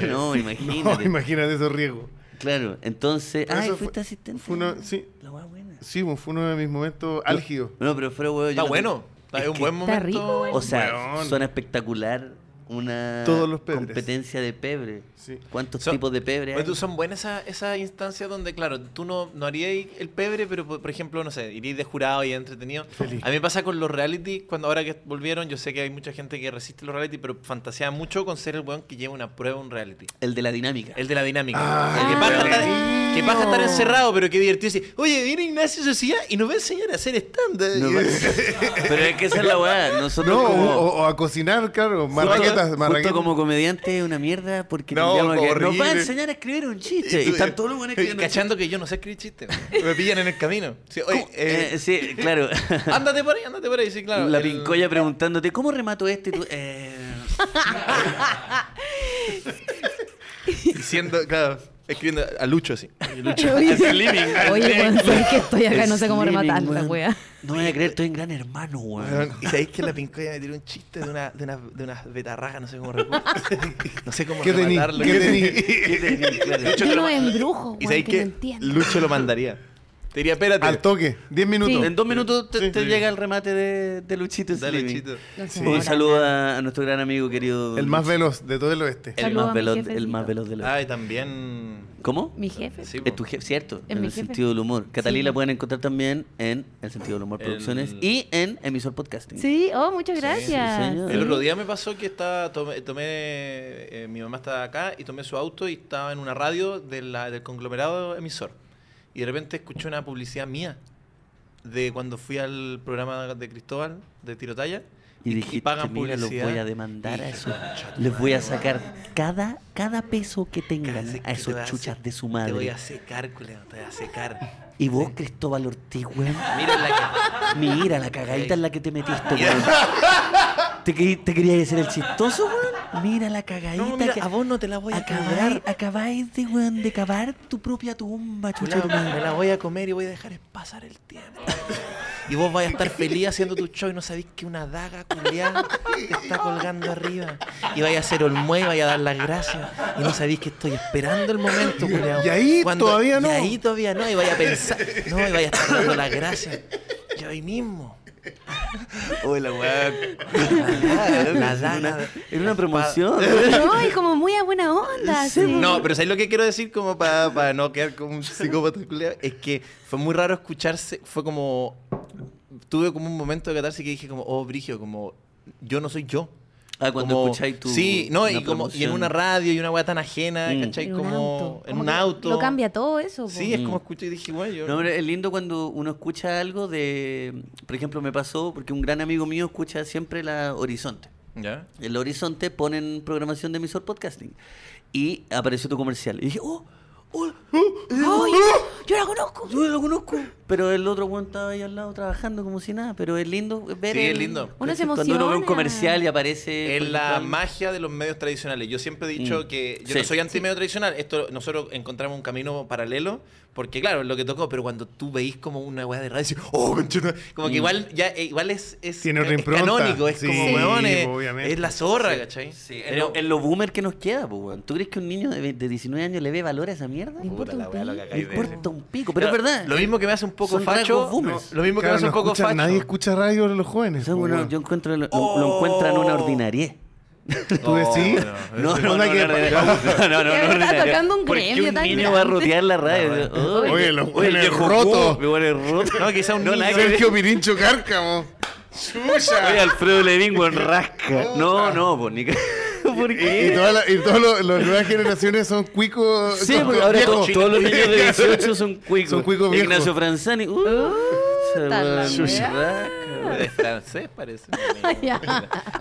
Speaker 1: <laughs> No, imagínate.
Speaker 3: No, imagínate esos riesgos.
Speaker 1: Claro, entonces.
Speaker 3: Pero
Speaker 1: ay,
Speaker 3: eso fue-
Speaker 1: fuiste asistente.
Speaker 3: fue una- sí.
Speaker 1: La weá buena.
Speaker 3: Sí, bueno, fue uno de mis momentos álgidos.
Speaker 1: No, pero fuera huevo. yo
Speaker 2: Está
Speaker 1: no-
Speaker 2: bueno. Está-
Speaker 1: Es
Speaker 2: Es un
Speaker 1: que-
Speaker 2: buen
Speaker 4: Está
Speaker 2: momento.
Speaker 4: rico,
Speaker 1: O sea,
Speaker 3: Weón.
Speaker 1: suena espectacular. una
Speaker 3: Todos los pebres.
Speaker 1: competencia de pebre.
Speaker 3: Sí.
Speaker 1: ¿Cuántos
Speaker 2: Son-
Speaker 1: tipos de pebre hay?
Speaker 2: Oye, tú, son buenas esas esas instancias donde, claro, tú no, no harías el pebre, pero por por ejemplo, no sé, irías de jurado y entretenido. A mí me pasa con los reality, cuando ahora que volvieron, yo sé que hay mucha gente que resiste los reality, pero fantasea mucho con ser el weón que lleva una prueba a un reality.
Speaker 1: El de la dinámica.
Speaker 3: <laughs>
Speaker 2: El de la dinámica.
Speaker 3: Ah,
Speaker 2: el que pasa a
Speaker 3: entretenido.
Speaker 2: estar, que pasa a estar encerrado, pero que divertido. Dice, Oye, viene Ignacio Sociedad y nos va a enseñar a hacer stand-up.
Speaker 1: No,
Speaker 2: Y-
Speaker 1: <laughs> pero es que esa es la weá. Nosotros
Speaker 3: No,
Speaker 1: como,
Speaker 3: o, o a cocinar, claro.
Speaker 1: justo
Speaker 3: Marraquetas, marraquetas.
Speaker 1: como comediante es una mierda porque
Speaker 3: No,
Speaker 1: tendríamos que- nos va a
Speaker 3: horrible.
Speaker 1: enseñar a escribir un chiste. Y están todos los buenos escribiendo
Speaker 2: Cachando que yo no sé escribir chistes. weón. Me pillan en el camino. Sí, oye,
Speaker 1: ¿Cómo?
Speaker 2: eh,
Speaker 1: Eh, sí, claro.
Speaker 2: ándate por ahí, ándate por ahí. Sí, claro.
Speaker 1: la
Speaker 2: el- eh,
Speaker 1: pincoya preguntándote, ¿cómo remato este? Y tú, eh,
Speaker 2: Diciendo, claro, escribiendo a Lucho
Speaker 3: <laughs>
Speaker 2: así.
Speaker 4: <laughs> Oye,
Speaker 2: Slimming.
Speaker 4: <laughs> <laughs> Oye, weón, sabes que estoy acá, no sé cómo
Speaker 1: Slimming,
Speaker 4: rematar la
Speaker 1: weón.
Speaker 4: wea.
Speaker 1: No me voy a creer, estoy en gran hermano, weón.
Speaker 2: Y sabéis que la pincoya me tiró un chiste de una, de una, de unas betarragas, no sé cómo recuerdo. <laughs> No sé cómo
Speaker 3: ¿Qué tení?
Speaker 2: relatarlo.
Speaker 3: ¿Qué
Speaker 2: <laughs>
Speaker 3: tení?
Speaker 1: ¿Qué tenés? Claro.
Speaker 2: Lucho
Speaker 4: Yo
Speaker 2: te lo
Speaker 4: no
Speaker 2: manda-
Speaker 4: embrujo, weón,
Speaker 2: Y sabéis
Speaker 4: que
Speaker 2: que
Speaker 4: no entiendo.
Speaker 2: Lucho lo mandaría. Te diría, espérate.
Speaker 3: Al toque, 10 minutos.
Speaker 1: En dos minutos te,
Speaker 3: Sí,
Speaker 1: te
Speaker 3: sí.
Speaker 1: llega el remate de, de Luchito.
Speaker 2: Dale,
Speaker 1: Slimming.
Speaker 2: Luchito.
Speaker 4: No sé,
Speaker 1: Un
Speaker 4: ahora.
Speaker 1: saludo a, a nuestro gran amigo querido.
Speaker 3: El más veloz de todo el oeste.
Speaker 1: el
Speaker 4: Saludo
Speaker 1: más
Speaker 4: a mi
Speaker 1: veloz,
Speaker 4: jefe,
Speaker 1: el más
Speaker 4: Luchito.
Speaker 1: veloz de los.
Speaker 2: Ay, Ah, también.
Speaker 1: ¿Cómo?
Speaker 4: Mi jefe.
Speaker 2: Sí,
Speaker 1: Es
Speaker 2: po.
Speaker 1: tu jefe, cierto.
Speaker 4: Es
Speaker 1: en
Speaker 4: mi
Speaker 1: el
Speaker 4: jefe.
Speaker 1: sentido del humor. Catalí
Speaker 4: Sí.
Speaker 1: la pueden encontrar también en El sentido del humor
Speaker 2: El-
Speaker 1: producciones y en Emisor Podcasting.
Speaker 4: Sí, oh, muchas
Speaker 1: sí,
Speaker 4: gracias.
Speaker 1: señor.
Speaker 2: El otro día me pasó que estaba, tomé, tomé, eh, mi mamá estaba acá y tomé su auto y estaba en una radio de la- del conglomerado emisor. Y de repente escuché una publicidad mía de cuando fui al programa de Cristóbal de Tirotalla.
Speaker 1: Y dijiste,
Speaker 2: pagan
Speaker 1: mira, los
Speaker 2: publicidad".
Speaker 1: voy a demandar a
Speaker 2: Y-
Speaker 1: esos. Les voy a sacar cada, cada peso que tengan
Speaker 2: Casi que
Speaker 1: a
Speaker 2: te voy
Speaker 1: esos chuchas
Speaker 2: hacer-
Speaker 1: de su
Speaker 2: Te voy
Speaker 1: madre.
Speaker 2: a secar, culero, te voy a secar.
Speaker 1: Y vos, Cristóbal Ortiz, weón.
Speaker 2: Mira
Speaker 1: <laughs>
Speaker 2: la
Speaker 1: Mira la cagadita en la que te metiste, weón. ¿Te, querías te quería decir el chistoso, weón? Mira la cagadita
Speaker 2: No, mira,
Speaker 1: que...
Speaker 2: a vos no te la voy a
Speaker 1: acabáis,
Speaker 2: cagar.
Speaker 1: acabáis de, weón, de cavar tu propia tumba,
Speaker 2: Me
Speaker 1: chucha
Speaker 2: la,
Speaker 1: tu madre.
Speaker 2: me la voy a comer y voy a dejar pasar el tiempo. Y vos vas a estar feliz haciendo tu show y no sabés que una daga culiada te está colgando arriba. Y vaya a hacer olmue y vaya a dar las gracias. Y no sabés que estoy esperando el momento, culiao.
Speaker 3: Y ahí todavía no.
Speaker 2: Y ahí todavía no. Y vaya a pensar. No, y vaya a estar dando las gracias. Y hoy mismo.
Speaker 1: Hola, weón. <laughs>
Speaker 2: La daga.
Speaker 1: Era una promoción.
Speaker 2: <laughs>
Speaker 4: No, y como muy a buena onda.
Speaker 1: Sí,
Speaker 4: sí.
Speaker 2: No, pero ¿sabes lo que quiero decir? Como para no quedar como un
Speaker 4: <laughs>
Speaker 2: psicópata culiao, Es que fue muy raro escucharse. Fue como. Tuve como un momento de catarsis que dije, como, oh, Brigio, como. Yo no soy yo.
Speaker 1: Ah, cuando
Speaker 2: Como-
Speaker 1: escucháis tu.
Speaker 2: Sí, no, y,
Speaker 1: una
Speaker 2: como, y en
Speaker 1: promoción.
Speaker 2: una radio y una weá tan ajena,
Speaker 1: Mm.
Speaker 2: ¿cachai?
Speaker 4: En un
Speaker 2: Como.
Speaker 4: auto.
Speaker 2: En
Speaker 4: Como
Speaker 2: un
Speaker 4: que
Speaker 2: auto.
Speaker 4: Lo cambia todo eso. po.
Speaker 2: Sí, es
Speaker 1: Mm.
Speaker 2: como escuché y dije, bueno, yo.
Speaker 1: No, pero es lindo cuando uno escucha algo de. Por ejemplo, me pasó porque un gran amigo mío escucha siempre la Horizonte.
Speaker 2: ¿Ya?
Speaker 1: En el Horizonte ponen programación de emisor podcasting. Y apareció tu comercial. Y dije, oh,
Speaker 2: <gasps>
Speaker 1: oh,
Speaker 4: Ay,
Speaker 1: oh,
Speaker 2: ¡Ah!
Speaker 4: yo la conozco.
Speaker 1: yo lo conozco. Pero el otro weón estaba ahí al lado trabajando como si nada. Pero es lindo ver.
Speaker 2: Sí, es
Speaker 1: el-
Speaker 2: lindo. Uno
Speaker 1: ¿cachai?
Speaker 4: se
Speaker 1: Cuando uno ve un
Speaker 4: emociona.
Speaker 1: comercial y aparece.
Speaker 2: Es
Speaker 1: por
Speaker 2: la
Speaker 1: ejemplo,
Speaker 2: magia de los medios tradicionales. Yo siempre he dicho
Speaker 1: pues, Mm.
Speaker 2: que yo
Speaker 1: Sí.
Speaker 2: no soy anti-medio tradicional. Esto nosotros encontramos un camino paralelo, porque claro, es lo que tocó, pero cuando tú veis como una weá de radio, <laughs> dices, oh, conchita", como que
Speaker 1: Mm.
Speaker 2: igual ya eh, igual es, es,
Speaker 3: Tiene otra
Speaker 2: es
Speaker 3: impronta.
Speaker 2: canónico, es
Speaker 3: Sí,
Speaker 2: como
Speaker 3: Sí.
Speaker 2: weón, es-
Speaker 3: obviamente.
Speaker 2: es la zorra, ¿cachai?
Speaker 1: Sí, es lo, es lo boomer que nos queda, pues, weón. ¿Tú crees que un niño de, ve- de 19 años le ve valor a esa mierda?
Speaker 4: Le importa
Speaker 2: la
Speaker 4: un
Speaker 2: weá, lo que
Speaker 1: Le
Speaker 4: pico.
Speaker 2: acabáis de decir.
Speaker 1: importa un pico, pero es verdad.
Speaker 2: Lo mismo que me hace un poco
Speaker 1: Son
Speaker 2: facho.
Speaker 1: rasgos boomers.
Speaker 2: no, lo mismo que me
Speaker 3: Claro,
Speaker 2: hace
Speaker 3: no
Speaker 2: un poco
Speaker 3: escuchan-
Speaker 2: facho.
Speaker 3: Nadie escucha radio de los jóvenes.
Speaker 1: O sea,
Speaker 3: po,
Speaker 1: bueno,
Speaker 3: weón.
Speaker 1: yo encuentro, lo,
Speaker 2: Oh.
Speaker 1: lo encuentran una ordinariedad.
Speaker 3: ¿Tú decís?
Speaker 1: No,
Speaker 3: no,
Speaker 1: no, no, no, no,
Speaker 3: no,
Speaker 1: no, no,
Speaker 4: Ya me está
Speaker 1: ordinaria.
Speaker 4: atacando un
Speaker 1: ¿Por qué
Speaker 4: gremio
Speaker 1: un
Speaker 4: tan
Speaker 1: niño va a
Speaker 4: grande?
Speaker 1: rotear la radio? Oye,
Speaker 3: Oye, los hueones
Speaker 1: viejo
Speaker 3: rotos.
Speaker 1: cubo, hueones rotos.
Speaker 2: No,
Speaker 3: <laughs>
Speaker 2: quizá un niño.
Speaker 1: nada <laughs> que ver.
Speaker 3: Sergio Pirincho Cárcamo.
Speaker 1: Oye,
Speaker 3: ¡Suya!
Speaker 1: Alfredo Levin, en rasca. No, no, pues ni ca- <laughs> ¿Por
Speaker 3: Y,
Speaker 1: qué?
Speaker 3: todas las y todas lo-
Speaker 1: <laughs>
Speaker 3: las nuevas generaciones son cuicos.
Speaker 1: Sí,
Speaker 3: son
Speaker 1: porque ahora to-
Speaker 3: viejos.
Speaker 1: todos los niños de 18 son cuicos.
Speaker 3: Son cuicos viejos.
Speaker 1: Ignacio Franzani. Uh, se
Speaker 4: la
Speaker 1: va-
Speaker 4: chucha.
Speaker 1: rasca.
Speaker 2: De francés parece.
Speaker 4: Ya.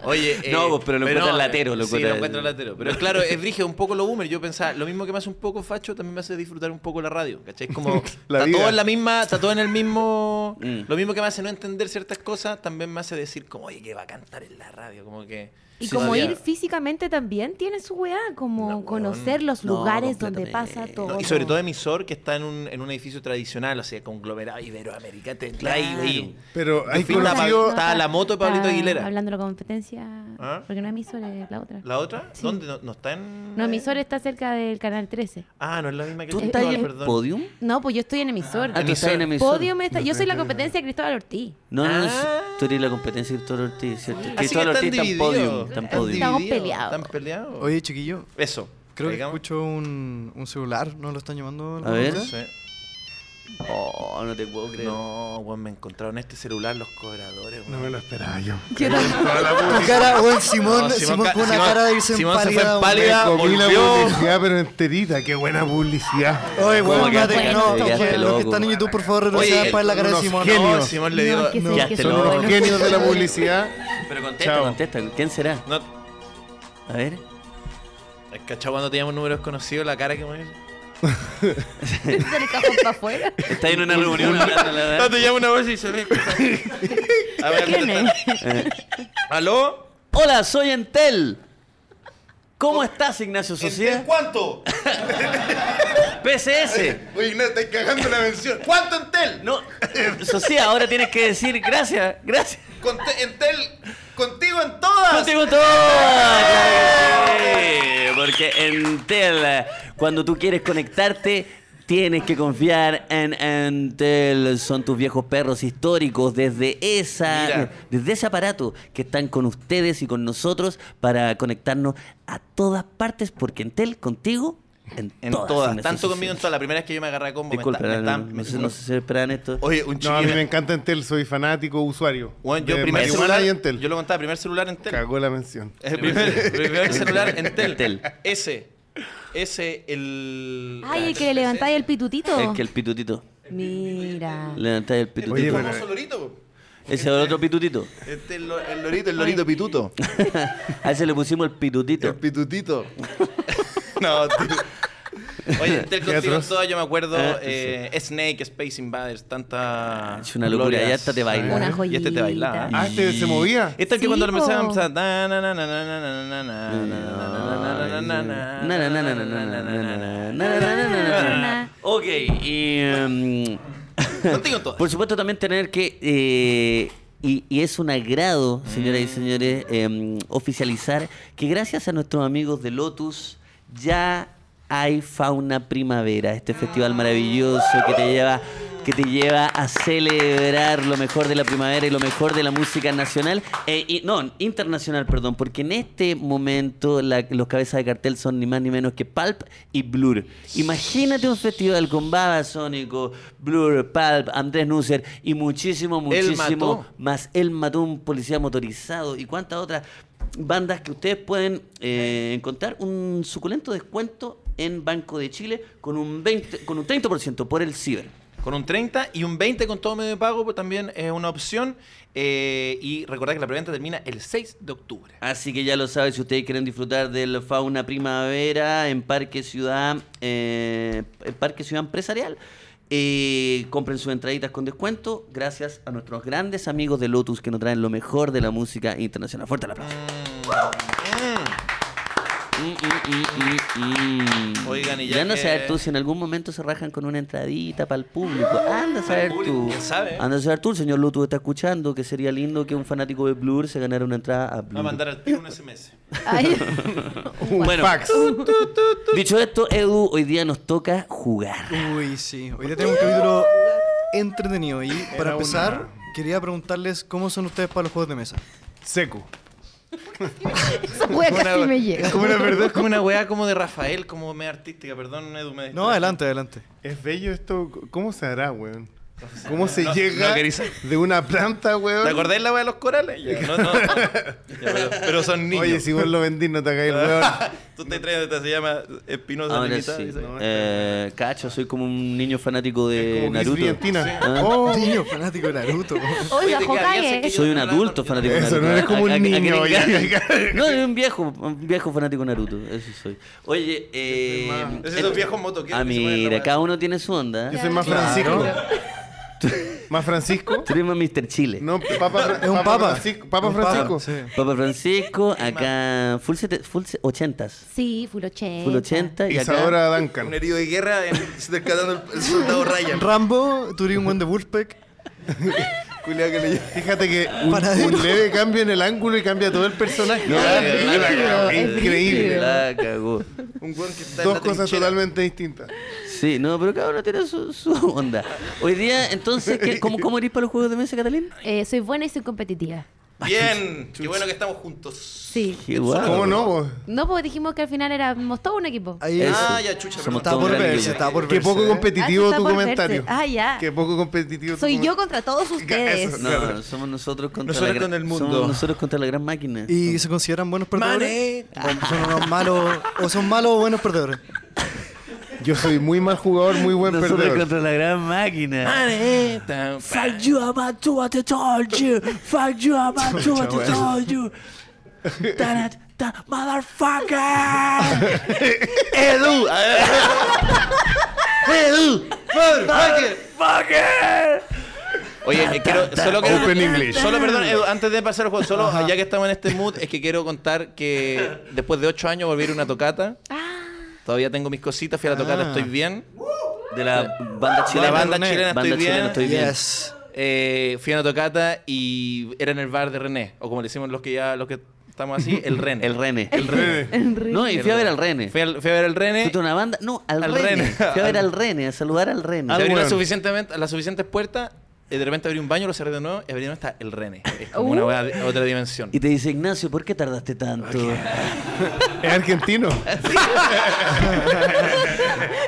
Speaker 2: Oye,
Speaker 1: <laughs>
Speaker 2: eh,
Speaker 1: No, pues, pero lo encuentras latero, lo
Speaker 2: Sí,
Speaker 1: encuentras-
Speaker 2: lo encuentras latero. Pero claro, es brígido, un poco lo boomer. Yo pensaba, lo mismo que me hace un poco facho, también me hace disfrutar un poco la radio. ¿Cachai?
Speaker 1: <laughs>
Speaker 2: Es como,
Speaker 3: La
Speaker 2: está
Speaker 3: vida.
Speaker 2: todo en la misma, está todo en el mismo...
Speaker 1: Mm.
Speaker 2: Lo mismo que me hace no entender ciertas cosas, también me hace decir como, oye, que va a cantar en la radio, como que...
Speaker 4: <laughs> Y
Speaker 2: Sí,
Speaker 4: como
Speaker 2: todavía-
Speaker 4: ir físicamente también tiene su weá, como
Speaker 2: No, weón.
Speaker 4: conocer los
Speaker 1: No,
Speaker 4: lugares donde
Speaker 1: completamente.
Speaker 4: pasa
Speaker 1: No,
Speaker 4: todo.
Speaker 2: No, y sobre todo emisor que está en un, en un edificio tradicional, o sea, conglomerado iberoamericano, te entras y-
Speaker 1: Claro.
Speaker 2: y-
Speaker 3: Pero hay
Speaker 2: Pinta
Speaker 3: conocer
Speaker 2: Pa-
Speaker 3: sido-
Speaker 2: estaba la moto de Pablito
Speaker 4: está
Speaker 2: Aguilera.
Speaker 4: Hablando de la competencia,
Speaker 2: ¿Ah?
Speaker 4: porque no emisora es la otra.
Speaker 2: ¿La otra?
Speaker 4: Sí.
Speaker 2: ¿Dónde? ¿No, no está en...?
Speaker 4: No, emisora está cerca del canal 13.
Speaker 2: Ah, no es la misma que
Speaker 1: ¿Tú
Speaker 2: el
Speaker 1: estás
Speaker 2: Cristóbal,
Speaker 1: en
Speaker 2: perdón.
Speaker 1: Podium?
Speaker 4: No, pues yo estoy en emisor.
Speaker 1: Ah, tú estás en emisor.
Speaker 4: Podio me está... Yo soy la competencia de Cristóbal Ortiz.
Speaker 1: No, no, no,
Speaker 2: Ah.
Speaker 1: tú eres la competencia de Cristóbal Ortiz, ¿cierto?
Speaker 2: Así que
Speaker 1: Cristóbal
Speaker 2: están
Speaker 1: Ortiz está en
Speaker 2: divididos,
Speaker 1: Podium, está en
Speaker 2: están
Speaker 1: Podium.
Speaker 4: Estamos
Speaker 2: divididos,
Speaker 4: peleados.
Speaker 2: Están peleados.
Speaker 5: Oye, chiquillo,
Speaker 2: Eso.
Speaker 5: creo que
Speaker 2: digamos.
Speaker 5: escucho un, un celular. ¿No lo están llamando?
Speaker 1: A ver.
Speaker 5: ¿No?
Speaker 2: Sí.
Speaker 1: Oh, no te puedo creer.
Speaker 2: No, weón, me encontraron este celular los cobradores,
Speaker 3: No
Speaker 2: weón.
Speaker 3: me lo esperaba yo.
Speaker 4: <laughs> Yo también.
Speaker 3: Toda la
Speaker 5: Tu
Speaker 3: publicidad.
Speaker 5: cara, weón, Simón,
Speaker 2: No, Simón
Speaker 5: Simón
Speaker 2: ca-
Speaker 5: con una
Speaker 2: Simón-
Speaker 5: cara de irse en
Speaker 2: Simón se fue en
Speaker 5: pálida. weón.
Speaker 2: pálida.
Speaker 3: Me comí la
Speaker 2: Volvió.
Speaker 3: publicidad, pero enterita. Qué buena publicidad.
Speaker 5: Oye,
Speaker 1: Como
Speaker 5: weón,
Speaker 1: que
Speaker 5: mate,
Speaker 4: te-
Speaker 5: no,
Speaker 4: te
Speaker 5: que
Speaker 1: quedaste
Speaker 5: los
Speaker 1: loco.
Speaker 5: que están en YouTube, por favor, no
Speaker 2: Oye,
Speaker 5: se van para la cara de
Speaker 3: unos
Speaker 5: Simón.
Speaker 3: genios.
Speaker 2: No, Simón le dio...
Speaker 4: No, es que
Speaker 1: No,
Speaker 4: soy-
Speaker 1: ya
Speaker 4: es que
Speaker 1: te
Speaker 4: soy
Speaker 3: Son
Speaker 1: lo-
Speaker 3: unos
Speaker 4: bueno.
Speaker 3: genios de la publicidad.
Speaker 1: Pero contesta,
Speaker 3: Chao.
Speaker 1: contesta. ¿Quién será?
Speaker 2: No,
Speaker 1: A ver.
Speaker 2: ¿Has cachado cuando te llama un número desconocido la cara que me
Speaker 4: Del cajón
Speaker 2: <laughs>
Speaker 4: para afuera.
Speaker 1: Está en una reunión. <laughs> hablando, la verdad.
Speaker 2: te llama una voz y se ve. A ver,
Speaker 4: ¿Quién es?
Speaker 1: Eh,
Speaker 2: ¿Aló?
Speaker 1: Hola, soy Entel. ¿Cómo estás, Ignacio Sociedad?
Speaker 2: ¿Cuánto?
Speaker 1: <laughs> PCS.
Speaker 3: Oye, Ignacio, estás cagando la mención. ¿Cuánto Entel?
Speaker 1: No, Sociedad, ahora tienes que decir gracias, gracias.
Speaker 3: Entel, contigo en todas.
Speaker 1: Contigo todo. Claro que sí, Porque Entel, cuando tú quieres conectarte, tienes que confiar en Entel. Son tus viejos perros históricos desde esa,
Speaker 2: Mira.
Speaker 1: desde ese aparato que están con ustedes y con nosotros para conectarnos a todas partes. Porque Entel contigo en,
Speaker 2: En
Speaker 1: todas.
Speaker 2: todas,
Speaker 1: Ignacio
Speaker 2: tanto conmigo en
Speaker 1: Sociedad.
Speaker 2: todas. La primera vez que yo me agarré a combo, me
Speaker 1: Disculpa,
Speaker 2: está- me
Speaker 1: no, no,
Speaker 2: está-
Speaker 1: no
Speaker 2: me-
Speaker 1: sé- no sé si esperaban esto.
Speaker 2: Oye, un
Speaker 3: No, a mí
Speaker 2: chiquillo.
Speaker 3: me encanta Entel, soy fanático, usuario.
Speaker 2: Bueno, yo
Speaker 3: De
Speaker 2: primer
Speaker 3: marihuana
Speaker 2: celular,
Speaker 3: y Entel.
Speaker 2: yo lo contaba, primer celular Entel.
Speaker 3: Cagó la mención.
Speaker 2: El primer, primer celular Entel.
Speaker 1: Entel.
Speaker 2: Ese. Ese, el...
Speaker 4: Ay, el que le levantáis el pitutito.
Speaker 1: Es que el pitutito.
Speaker 4: Mira.
Speaker 1: Levantáis el pitutito.
Speaker 3: Oye,
Speaker 2: El
Speaker 3: pero-
Speaker 2: famoso lorito, po.
Speaker 1: Ese es el otro
Speaker 2: <laughs>
Speaker 1: pitutito.
Speaker 2: Este es lo- el lorito, el lorito pituto.
Speaker 1: A ese le pusimos el pitutito.
Speaker 2: El pitutito. no, tío. Oye, Entel
Speaker 3: Qué
Speaker 2: contigo en
Speaker 3: atroz.
Speaker 2: todo, yo me acuerdo.
Speaker 1: Ah,
Speaker 2: eh, Snake, Space Invaders, tanta.
Speaker 1: Es una locura,
Speaker 2: glorias.
Speaker 1: ya hasta te baila.
Speaker 4: Una
Speaker 2: Y este te
Speaker 4: joyita.
Speaker 2: bailaba.
Speaker 3: Ah, este se movía.
Speaker 2: Esta es que
Speaker 4: Sí,
Speaker 2: cuando lo empezaban a
Speaker 4: po.
Speaker 2: empezar. na, na, na, na, na, na, na, na, na, na, na, na, na, na, na, na, na, na, na, na, na, na, na, na, na, na.
Speaker 1: Ok, y... em,
Speaker 2: Contigo en todas.
Speaker 1: por supuesto también tener que... eh, y, y es un agrado, señoras y señores, em, oficializar que gracias a nuestros amigos de Lotus ya hay fauna primavera, este festival maravilloso que te lleva que te lleva a celebrar lo mejor de la primavera y lo mejor de la música nacional, eh, y- no, internacional, perdón, porque en este momento la- los cabezas de cartel son ni más ni menos que Pulp y Blur. Imagínate un festival con Baba Sónico, Blur, Pulp, Andrés Nusser y muchísimo,
Speaker 2: Él
Speaker 1: muchísimo
Speaker 2: mató.
Speaker 1: más El Mató, un policía motorizado y cuántas otras bandas que ustedes pueden eh, encontrar un suculento descuento en Banco de Chile con un 20, con un 30% por el ciber.
Speaker 2: Con un 30 y un 20 con todo medio de pago, pues también es una opción. Eh, y recordad que la preventa termina el 6 de octubre.
Speaker 1: Así que ya lo saben, si ustedes quieren disfrutar del fauna primavera en Parque Ciudad, eh, en Parque Ciudad Empresarial, eh, compren sus entraditas con descuento gracias a nuestros grandes amigos de Lotus que nos traen lo mejor de la música internacional. Fuerte la aplauso. Mm, mm, mm, mm, mm.
Speaker 2: Oigan, y ya
Speaker 1: no
Speaker 2: que-
Speaker 1: sabes tú si en algún momento se rajan con una entradita para el público. Anda a saber
Speaker 2: público,
Speaker 1: tú.
Speaker 2: quién sabe.
Speaker 1: Anda a saber tú, el señor Lotus está escuchando que sería lindo que un fanático de Blur se ganara una entrada a Blur.
Speaker 2: Va a mandar al tiro un SMS.
Speaker 4: <laughs> Ay.
Speaker 2: Uh,
Speaker 3: Un
Speaker 1: Bueno.
Speaker 3: fax.
Speaker 1: Dicho esto, Edu, hoy día nos toca jugar.
Speaker 5: Uy, sí. Hoy día tenemos un capítulo entretenido. Y
Speaker 3: una.
Speaker 5: para empezar, quería preguntarles cómo son ustedes para los juegos de mesa.
Speaker 3: Seco.
Speaker 4: Esa wea casi me llega.
Speaker 2: Es como una, verdad, es como una weá como de Rafael, como media artística. Perdón, Edu, me
Speaker 5: No,
Speaker 2: distraje.
Speaker 5: adelante, adelante.
Speaker 3: Es bello esto. ¿Cómo se hará, weón? ¿Cómo se
Speaker 2: No,
Speaker 3: llega
Speaker 2: no querís saber.
Speaker 3: de una planta, weón?
Speaker 2: ¿Te acordáis la weá de los corales? Ya, no,
Speaker 3: <laughs>
Speaker 2: no, no. Ya, pero, pero son niños.
Speaker 3: Oye, si vos lo vendís, no te hagáis el weón.
Speaker 2: <laughs> Tú te traes, te se llama Espinosa
Speaker 1: Ahora
Speaker 2: Limitada,
Speaker 1: Ah, sí.
Speaker 2: dice.
Speaker 3: no,
Speaker 1: Eh, cacho, soy como un niño fanático
Speaker 2: Eh,
Speaker 1: de
Speaker 3: Como Chris
Speaker 1: Naruto.
Speaker 3: Brillantina.
Speaker 1: Ah.
Speaker 3: Oh,
Speaker 5: Niño fanático de Naruto.
Speaker 4: Oiga,
Speaker 2: Oye, te queda bien,
Speaker 4: Hokage.
Speaker 2: sé
Speaker 1: Soy un adulto fanático de
Speaker 3: Eso,
Speaker 1: Naruto.
Speaker 3: no eres como un
Speaker 1: ¿A- a- a- a-
Speaker 3: niño,
Speaker 1: a-
Speaker 3: oye.
Speaker 1: <laughs> No, soy un viejo, un viejo fanático de Naruto. Eso soy. Oye, eh,
Speaker 2: Ese es esos viejos motoqueros
Speaker 1: Ah,
Speaker 2: que se ponen la
Speaker 1: mira,
Speaker 2: weá.
Speaker 1: cada uno tiene su onda. ¿eh?
Speaker 3: yo soy más
Speaker 5: Claro.
Speaker 3: Francisco. ¿Más Francisco?
Speaker 1: Tú eres más Mr. Chile.
Speaker 3: No, Papa, Fra-
Speaker 5: Es un
Speaker 3: Papa
Speaker 5: papa.
Speaker 3: Francisco. Papa
Speaker 5: Un
Speaker 3: Francisco.
Speaker 5: sí.
Speaker 1: Papa Francisco, acá full, sete- full se- ochentas.
Speaker 4: Sí, full 80.
Speaker 1: Full ochenta y acá...
Speaker 3: Isadora
Speaker 2: Un
Speaker 3: Duncan.
Speaker 2: herido de guerra en, se está rescatando el, el soldado Ryan.
Speaker 5: Rambo, tú eres un buen de Wolfpack.
Speaker 3: Culeado que le- Fíjate que un,
Speaker 5: Panadero.
Speaker 3: un leve cambio en el ángulo y cambia todo el personaje.
Speaker 1: No, es
Speaker 4: brígido, es
Speaker 3: Increíble.
Speaker 4: brígido.
Speaker 1: La cagó.
Speaker 2: Un weón que está en
Speaker 3: Dos
Speaker 2: la
Speaker 3: cosas
Speaker 2: trinchera.
Speaker 3: totalmente distintas.
Speaker 1: Sí, no, pero cada uno tiene su, su <laughs> onda. Hoy día, entonces, ¿qué- ¿cómo, ¿cómo eres para los juegos de mesa, Catalín?
Speaker 4: Eh, soy buena y soy competitiva.
Speaker 2: Bien, qué bueno que estamos juntos.
Speaker 4: Sí.
Speaker 1: Qué guau.
Speaker 3: ¿Cómo no? vos?
Speaker 4: No, porque dijimos que al final éramos todo un equipo.
Speaker 5: Ahí
Speaker 1: Eso.
Speaker 2: Ah, ya, chucha,
Speaker 1: Somos
Speaker 5: está
Speaker 1: todo un
Speaker 5: por
Speaker 1: gran
Speaker 5: verse,
Speaker 1: equipo.
Speaker 5: está por verse.
Speaker 3: Qué poco
Speaker 5: ¿eh?
Speaker 4: Ah,
Speaker 3: competitivo
Speaker 4: está
Speaker 3: tu
Speaker 4: por verse.
Speaker 3: competitivo.
Speaker 4: Ah, ya.
Speaker 3: Qué poco competitivo tu
Speaker 4: Soy yo
Speaker 3: comentario.
Speaker 4: contra todos ustedes. <laughs>
Speaker 3: Eso.
Speaker 1: No, no, somos nosotros contra
Speaker 2: Nosotros
Speaker 1: la gran-
Speaker 2: con el mundo.
Speaker 1: somos nosotros contra la gran máquina.
Speaker 5: ¿Y se consideran buenos perdedores?
Speaker 2: Mane.
Speaker 5: ¿O son unos malos, o son malos o buenos perdedores?
Speaker 3: Yo soy muy mal jugador, muy buen
Speaker 1: nosotros
Speaker 3: perdedor.
Speaker 1: contra la gran máquina.
Speaker 2: Fuck
Speaker 1: you, I'm not do what I told you. Fuck you, I'm not do what I told you. That, that motherfucker.
Speaker 2: <laughs> Edu. A ver. Edu. Motherfucker. Oye, eh, quiero solo quiero-
Speaker 3: Open English.
Speaker 2: Solo perdón, Edu, antes de pasar al juego, solo ya que estamos en este mood, es que quiero contar que después de ocho años volví a ir a una tocata. Todavía tengo mis cositas, fui a la tocata,
Speaker 5: Ah.
Speaker 2: estoy bien.
Speaker 1: De la banda chilena.
Speaker 2: banda chilena
Speaker 1: Banda
Speaker 2: estoy bien.
Speaker 1: chilena estoy bien.
Speaker 5: Yes.
Speaker 2: Eh, fui a una tocata y era en el bar de René, o como le decimos los que ya los que estamos así,
Speaker 1: <laughs>
Speaker 2: el René.
Speaker 1: El Rene.
Speaker 2: El René.
Speaker 1: No, y fui a ver al Rene.
Speaker 2: Fui, al- fui a ver el René.
Speaker 1: Fuiste a una banda. No, al,
Speaker 2: Al Ah,
Speaker 1: Rene.
Speaker 2: Rene.
Speaker 1: Fui a
Speaker 2: <laughs>
Speaker 1: ver al Rene, a saludar al Rene.
Speaker 2: Se
Speaker 3: Al-
Speaker 2: abrieron
Speaker 3: bueno.
Speaker 2: las suficientemente, las suficientes puertas, y de repente abrí un baño, lo cerré de nuevo y abrieron hasta el René. Es como una
Speaker 4: Uh.
Speaker 2: weá de otra dimensión. <laughs>
Speaker 1: Y te dice, Ignacio, ¿por qué tardaste tanto? <laughs>
Speaker 3: Es argentino.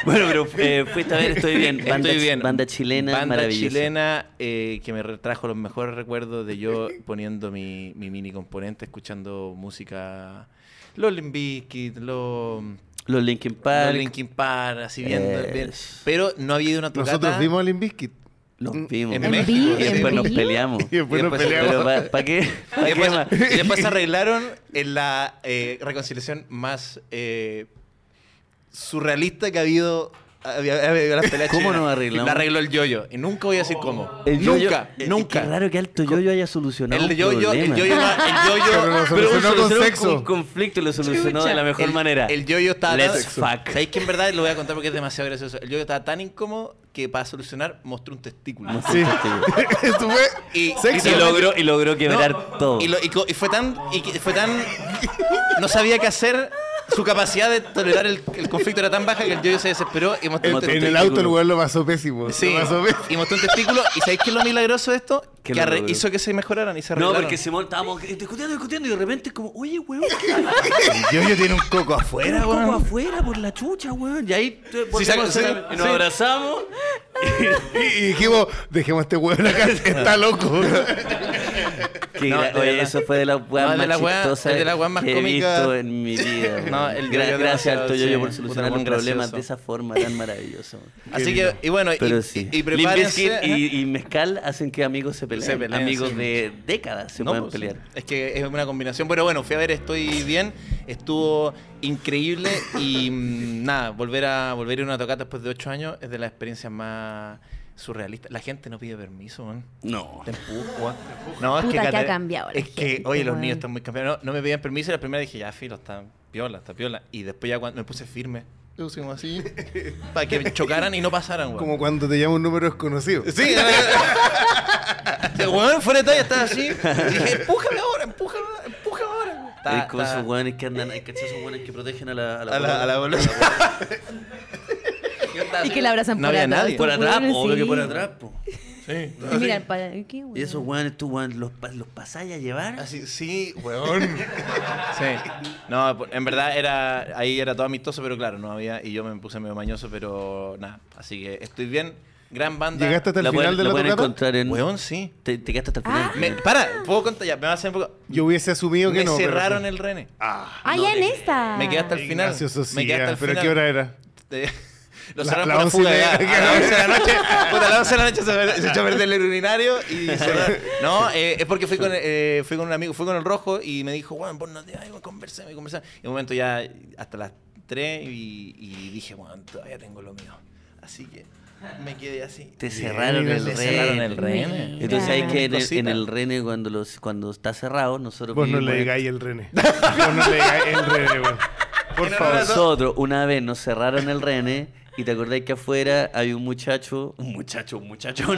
Speaker 1: Bueno, pero eh, fuiste a ver, estoy bien. <laughs> Banda,
Speaker 2: Estoy bien.
Speaker 1: Banda chilena,
Speaker 2: Banda
Speaker 1: maravillosa.
Speaker 2: chilena eh, que me retrajo los mejores recuerdos de yo poniendo mi, mi mini componente, escuchando música. Los Limbiskit, los,
Speaker 1: Los Linkin Park.
Speaker 2: los Linkin Park, así viendo. bien.
Speaker 1: Es.
Speaker 2: Pero no había ido a una tocata.
Speaker 3: Nosotros vimos a Limbiskit.
Speaker 1: Los vimos.
Speaker 2: Mm, En
Speaker 1: Y
Speaker 2: México,
Speaker 1: después
Speaker 2: en
Speaker 1: nos
Speaker 4: vivo.
Speaker 1: peleamos.
Speaker 3: Y después
Speaker 2: Y
Speaker 3: nos
Speaker 2: después-
Speaker 1: Pero
Speaker 3: peleamos.
Speaker 1: ¿para
Speaker 2: <laughs>
Speaker 1: qué?
Speaker 2: Y
Speaker 1: ¿Para qué
Speaker 2: después,
Speaker 1: más?
Speaker 2: y después se arreglaron en la eh, reconciliación más eh, surrealista que ha habido. Había, había habido en las peleas
Speaker 1: ¿Cómo
Speaker 2: chilenas.
Speaker 1: nos arreglamos?
Speaker 2: La arregló el yoyo. Y nunca voy a decir cómo.
Speaker 1: El yo-yo-
Speaker 2: nunca,
Speaker 1: eh,
Speaker 2: nunca.
Speaker 1: Qué raro que Alto Yoyo haya solucionado
Speaker 2: El
Speaker 1: un
Speaker 2: yo-yo, el
Speaker 1: problema.
Speaker 2: yo-yo, va- el yo-yo-
Speaker 3: Pero lo
Speaker 2: pero
Speaker 3: solucionó
Speaker 2: un-
Speaker 3: con
Speaker 1: Solucionó
Speaker 3: sexo.
Speaker 1: Un conflicto y lo solucionó
Speaker 4: Chucha.
Speaker 1: de la mejor
Speaker 2: el-
Speaker 1: manera.
Speaker 2: El yo-yo estaba
Speaker 1: Let's
Speaker 2: tan.
Speaker 1: fuck.
Speaker 2: ¿Sabéis que en verdad lo voy a contar porque es demasiado gracioso? El yo-yo estaba tan incómodo que para solucionar mostró un testículo.
Speaker 1: Mostró
Speaker 3: Sí.
Speaker 1: un testículo.
Speaker 3: <laughs> Eso fue
Speaker 2: Y,
Speaker 1: Y
Speaker 2: y
Speaker 1: logró, y logró
Speaker 2: No,
Speaker 1: quebrar todo.
Speaker 2: Y, lo- y co- y fue tan. Y que- fue tan. No sabía qué hacer. Su capacidad de tolerar el, el conflicto era tan baja que el yo se desesperó y mostró
Speaker 1: Mostró
Speaker 2: un
Speaker 3: en, en
Speaker 1: un
Speaker 2: testículo.
Speaker 3: el auto el
Speaker 1: testículo.
Speaker 3: weón lo pasó pésimo.
Speaker 2: Sí,
Speaker 3: Lo pasó pésimo.
Speaker 2: y mostró un testículo. ¿Y sabéis qué es lo milagroso de esto?
Speaker 1: Que
Speaker 2: Que,
Speaker 1: lo
Speaker 2: arre-
Speaker 1: logró.
Speaker 2: hizo que se mejoraran y se
Speaker 1: no,
Speaker 2: arreglaron.
Speaker 1: porque Simón estábamos discutiendo, discutiendo y de repente es como, oye, weón,
Speaker 2: el yo tiene un coco
Speaker 1: era
Speaker 2: afuera,
Speaker 1: un poco
Speaker 2: weón.
Speaker 1: afuera por la chucha, weón. Y ahí eh, volvimos
Speaker 2: saca-
Speaker 1: a hacer-
Speaker 2: sí,
Speaker 1: y nos
Speaker 2: sí.
Speaker 1: abrazamos.
Speaker 3: <laughs> Y, y dijimos, dejemos a este weón
Speaker 2: <laughs>
Speaker 3: acá, está loco.
Speaker 1: Que
Speaker 2: No,
Speaker 1: gra-
Speaker 2: de
Speaker 1: oye,
Speaker 2: verdad.
Speaker 1: eso fue de las
Speaker 2: No,
Speaker 1: weas
Speaker 2: de
Speaker 1: más
Speaker 2: la wea-
Speaker 1: chistosas
Speaker 2: es de las weas más
Speaker 1: que he
Speaker 2: cómicas.
Speaker 1: visto en mi vida. weón.
Speaker 2: No, el
Speaker 1: Gra-
Speaker 2: yo-yo
Speaker 1: gracias al
Speaker 2: demasiado,
Speaker 1: Toyoyo
Speaker 2: sí.
Speaker 1: por solucionar un
Speaker 2: Puta, muy
Speaker 1: problema
Speaker 2: gracioso.
Speaker 1: de esa forma tan maravillosa. weón.
Speaker 2: Así
Speaker 3: Qué
Speaker 2: que,
Speaker 3: lindo.
Speaker 2: y bueno, y,
Speaker 1: Pero sí.
Speaker 2: y, y
Speaker 1: Limp Bizkit
Speaker 2: prepárense. ¿eh?
Speaker 1: y, y Mezcal hacen que amigos se peleen.
Speaker 2: Se peleen,
Speaker 1: amigos
Speaker 2: sí.
Speaker 1: de décadas se
Speaker 2: No,
Speaker 1: pueden
Speaker 2: pues,
Speaker 1: pelear.
Speaker 2: Es que es una combinación. Pero bueno, fui a ver, estoy bien. Estuvo increíble y mm, nada, volver a volver a ir a una tocata después de ocho años es de las experiencias más surrealistas. La gente no pide permiso, man.
Speaker 1: No.
Speaker 2: Te empujo. No,
Speaker 4: Puta, que ha
Speaker 2: Catare-
Speaker 4: cambiado la
Speaker 2: Es que,
Speaker 4: gente,
Speaker 2: oye, los
Speaker 4: weón.
Speaker 2: niños están muy cambiados. No, no me pedían permiso y la primera dije, ya, filo, está piola, está piola. Y después ya cuando me puse firme. Yo soy como así. <laughs> Para que chocaran y no pasaran, weón.
Speaker 3: Como cuando te llama un número desconocido.
Speaker 2: <laughs> Sí, el weón fuera de talla estaba así. Dije, empújame ahora, empújame, empújame ahora.
Speaker 1: es como esos weones que andan, ¿cachai? Esos weones que protegen a la, a la
Speaker 2: a la, a la bolosa. <laughs> Yo estaba
Speaker 4: Y
Speaker 2: así.
Speaker 4: que la abrazan
Speaker 2: no
Speaker 4: por
Speaker 2: había
Speaker 4: atrás.
Speaker 2: nadie.
Speaker 1: Por atrás,
Speaker 4: Weones,
Speaker 1: obvio que
Speaker 4: sí.
Speaker 1: por atrás, po.
Speaker 2: Sí.
Speaker 4: Y miran para. ¿Qué, weón?
Speaker 1: Y esos weones, tú, weón, los, pa- los pasás a llevar.
Speaker 2: Así, sí, weón.
Speaker 3: Weón.
Speaker 2: Sí. No, por- en verdad era ahí era todo amistoso, pero claro, no había. Y yo me puse medio mañoso, pero nada. Así que estoy bien. Gran banda.
Speaker 3: Llegaste hasta el
Speaker 1: La pueden-
Speaker 3: final de
Speaker 1: la
Speaker 3: la
Speaker 1: pueden
Speaker 3: tocata.
Speaker 1: encontrar en.
Speaker 2: Weón, sí.
Speaker 1: Te, te quedaste hasta el
Speaker 4: Ah.
Speaker 1: final.
Speaker 2: Me- para, puedo contar ya. Me va a hacer un poco.
Speaker 3: Yo hubiese asumido que
Speaker 2: Me
Speaker 3: no. pero-
Speaker 2: cerraron el rene.
Speaker 4: Ah, ya en esta.
Speaker 2: Me quedé hasta el final.
Speaker 3: Ignacio
Speaker 2: me quedé
Speaker 3: Socias,
Speaker 2: hasta el
Speaker 3: pero
Speaker 2: final.
Speaker 3: ¿qué hora era?
Speaker 2: <laughs> Te- Lo
Speaker 3: La-
Speaker 2: cerraron
Speaker 3: la
Speaker 2: por la
Speaker 3: once y
Speaker 2: fuga de
Speaker 3: media.
Speaker 2: gas. A las 11 de la <laughs> noche, puta, a las 11 de la noche se, ver- se echó a perder el urinario y cerraron. No, eh, es porque fui con, eh, fui con un amigo, fui con el rojo y me dijo, bueno, vos no te ay, conversemos y conversemos. Y en un momento ya hasta las 3 y, y dije, bueno, todavía tengo lo mío. Así que me quedé así.
Speaker 1: Te cerraron
Speaker 3: Bien,
Speaker 1: el
Speaker 2: Le
Speaker 1: rey.
Speaker 2: cerraron el rene.
Speaker 4: Mira.
Speaker 1: Entonces hay que en el,
Speaker 2: Cosita.
Speaker 1: en el rene cuando los cuando está cerrado nosotros
Speaker 3: Vos no
Speaker 1: vivimos
Speaker 3: le
Speaker 1: en-
Speaker 3: digáis
Speaker 2: <laughs>
Speaker 3: el René. Vos no le digáis el René, weón. Por
Speaker 2: En honor a
Speaker 3: favor.
Speaker 1: nosotros una vez nos cerraron el rene Y te acordáis que afuera había un muchacho, un muchacho, un
Speaker 3: <laughs>
Speaker 1: muchachón,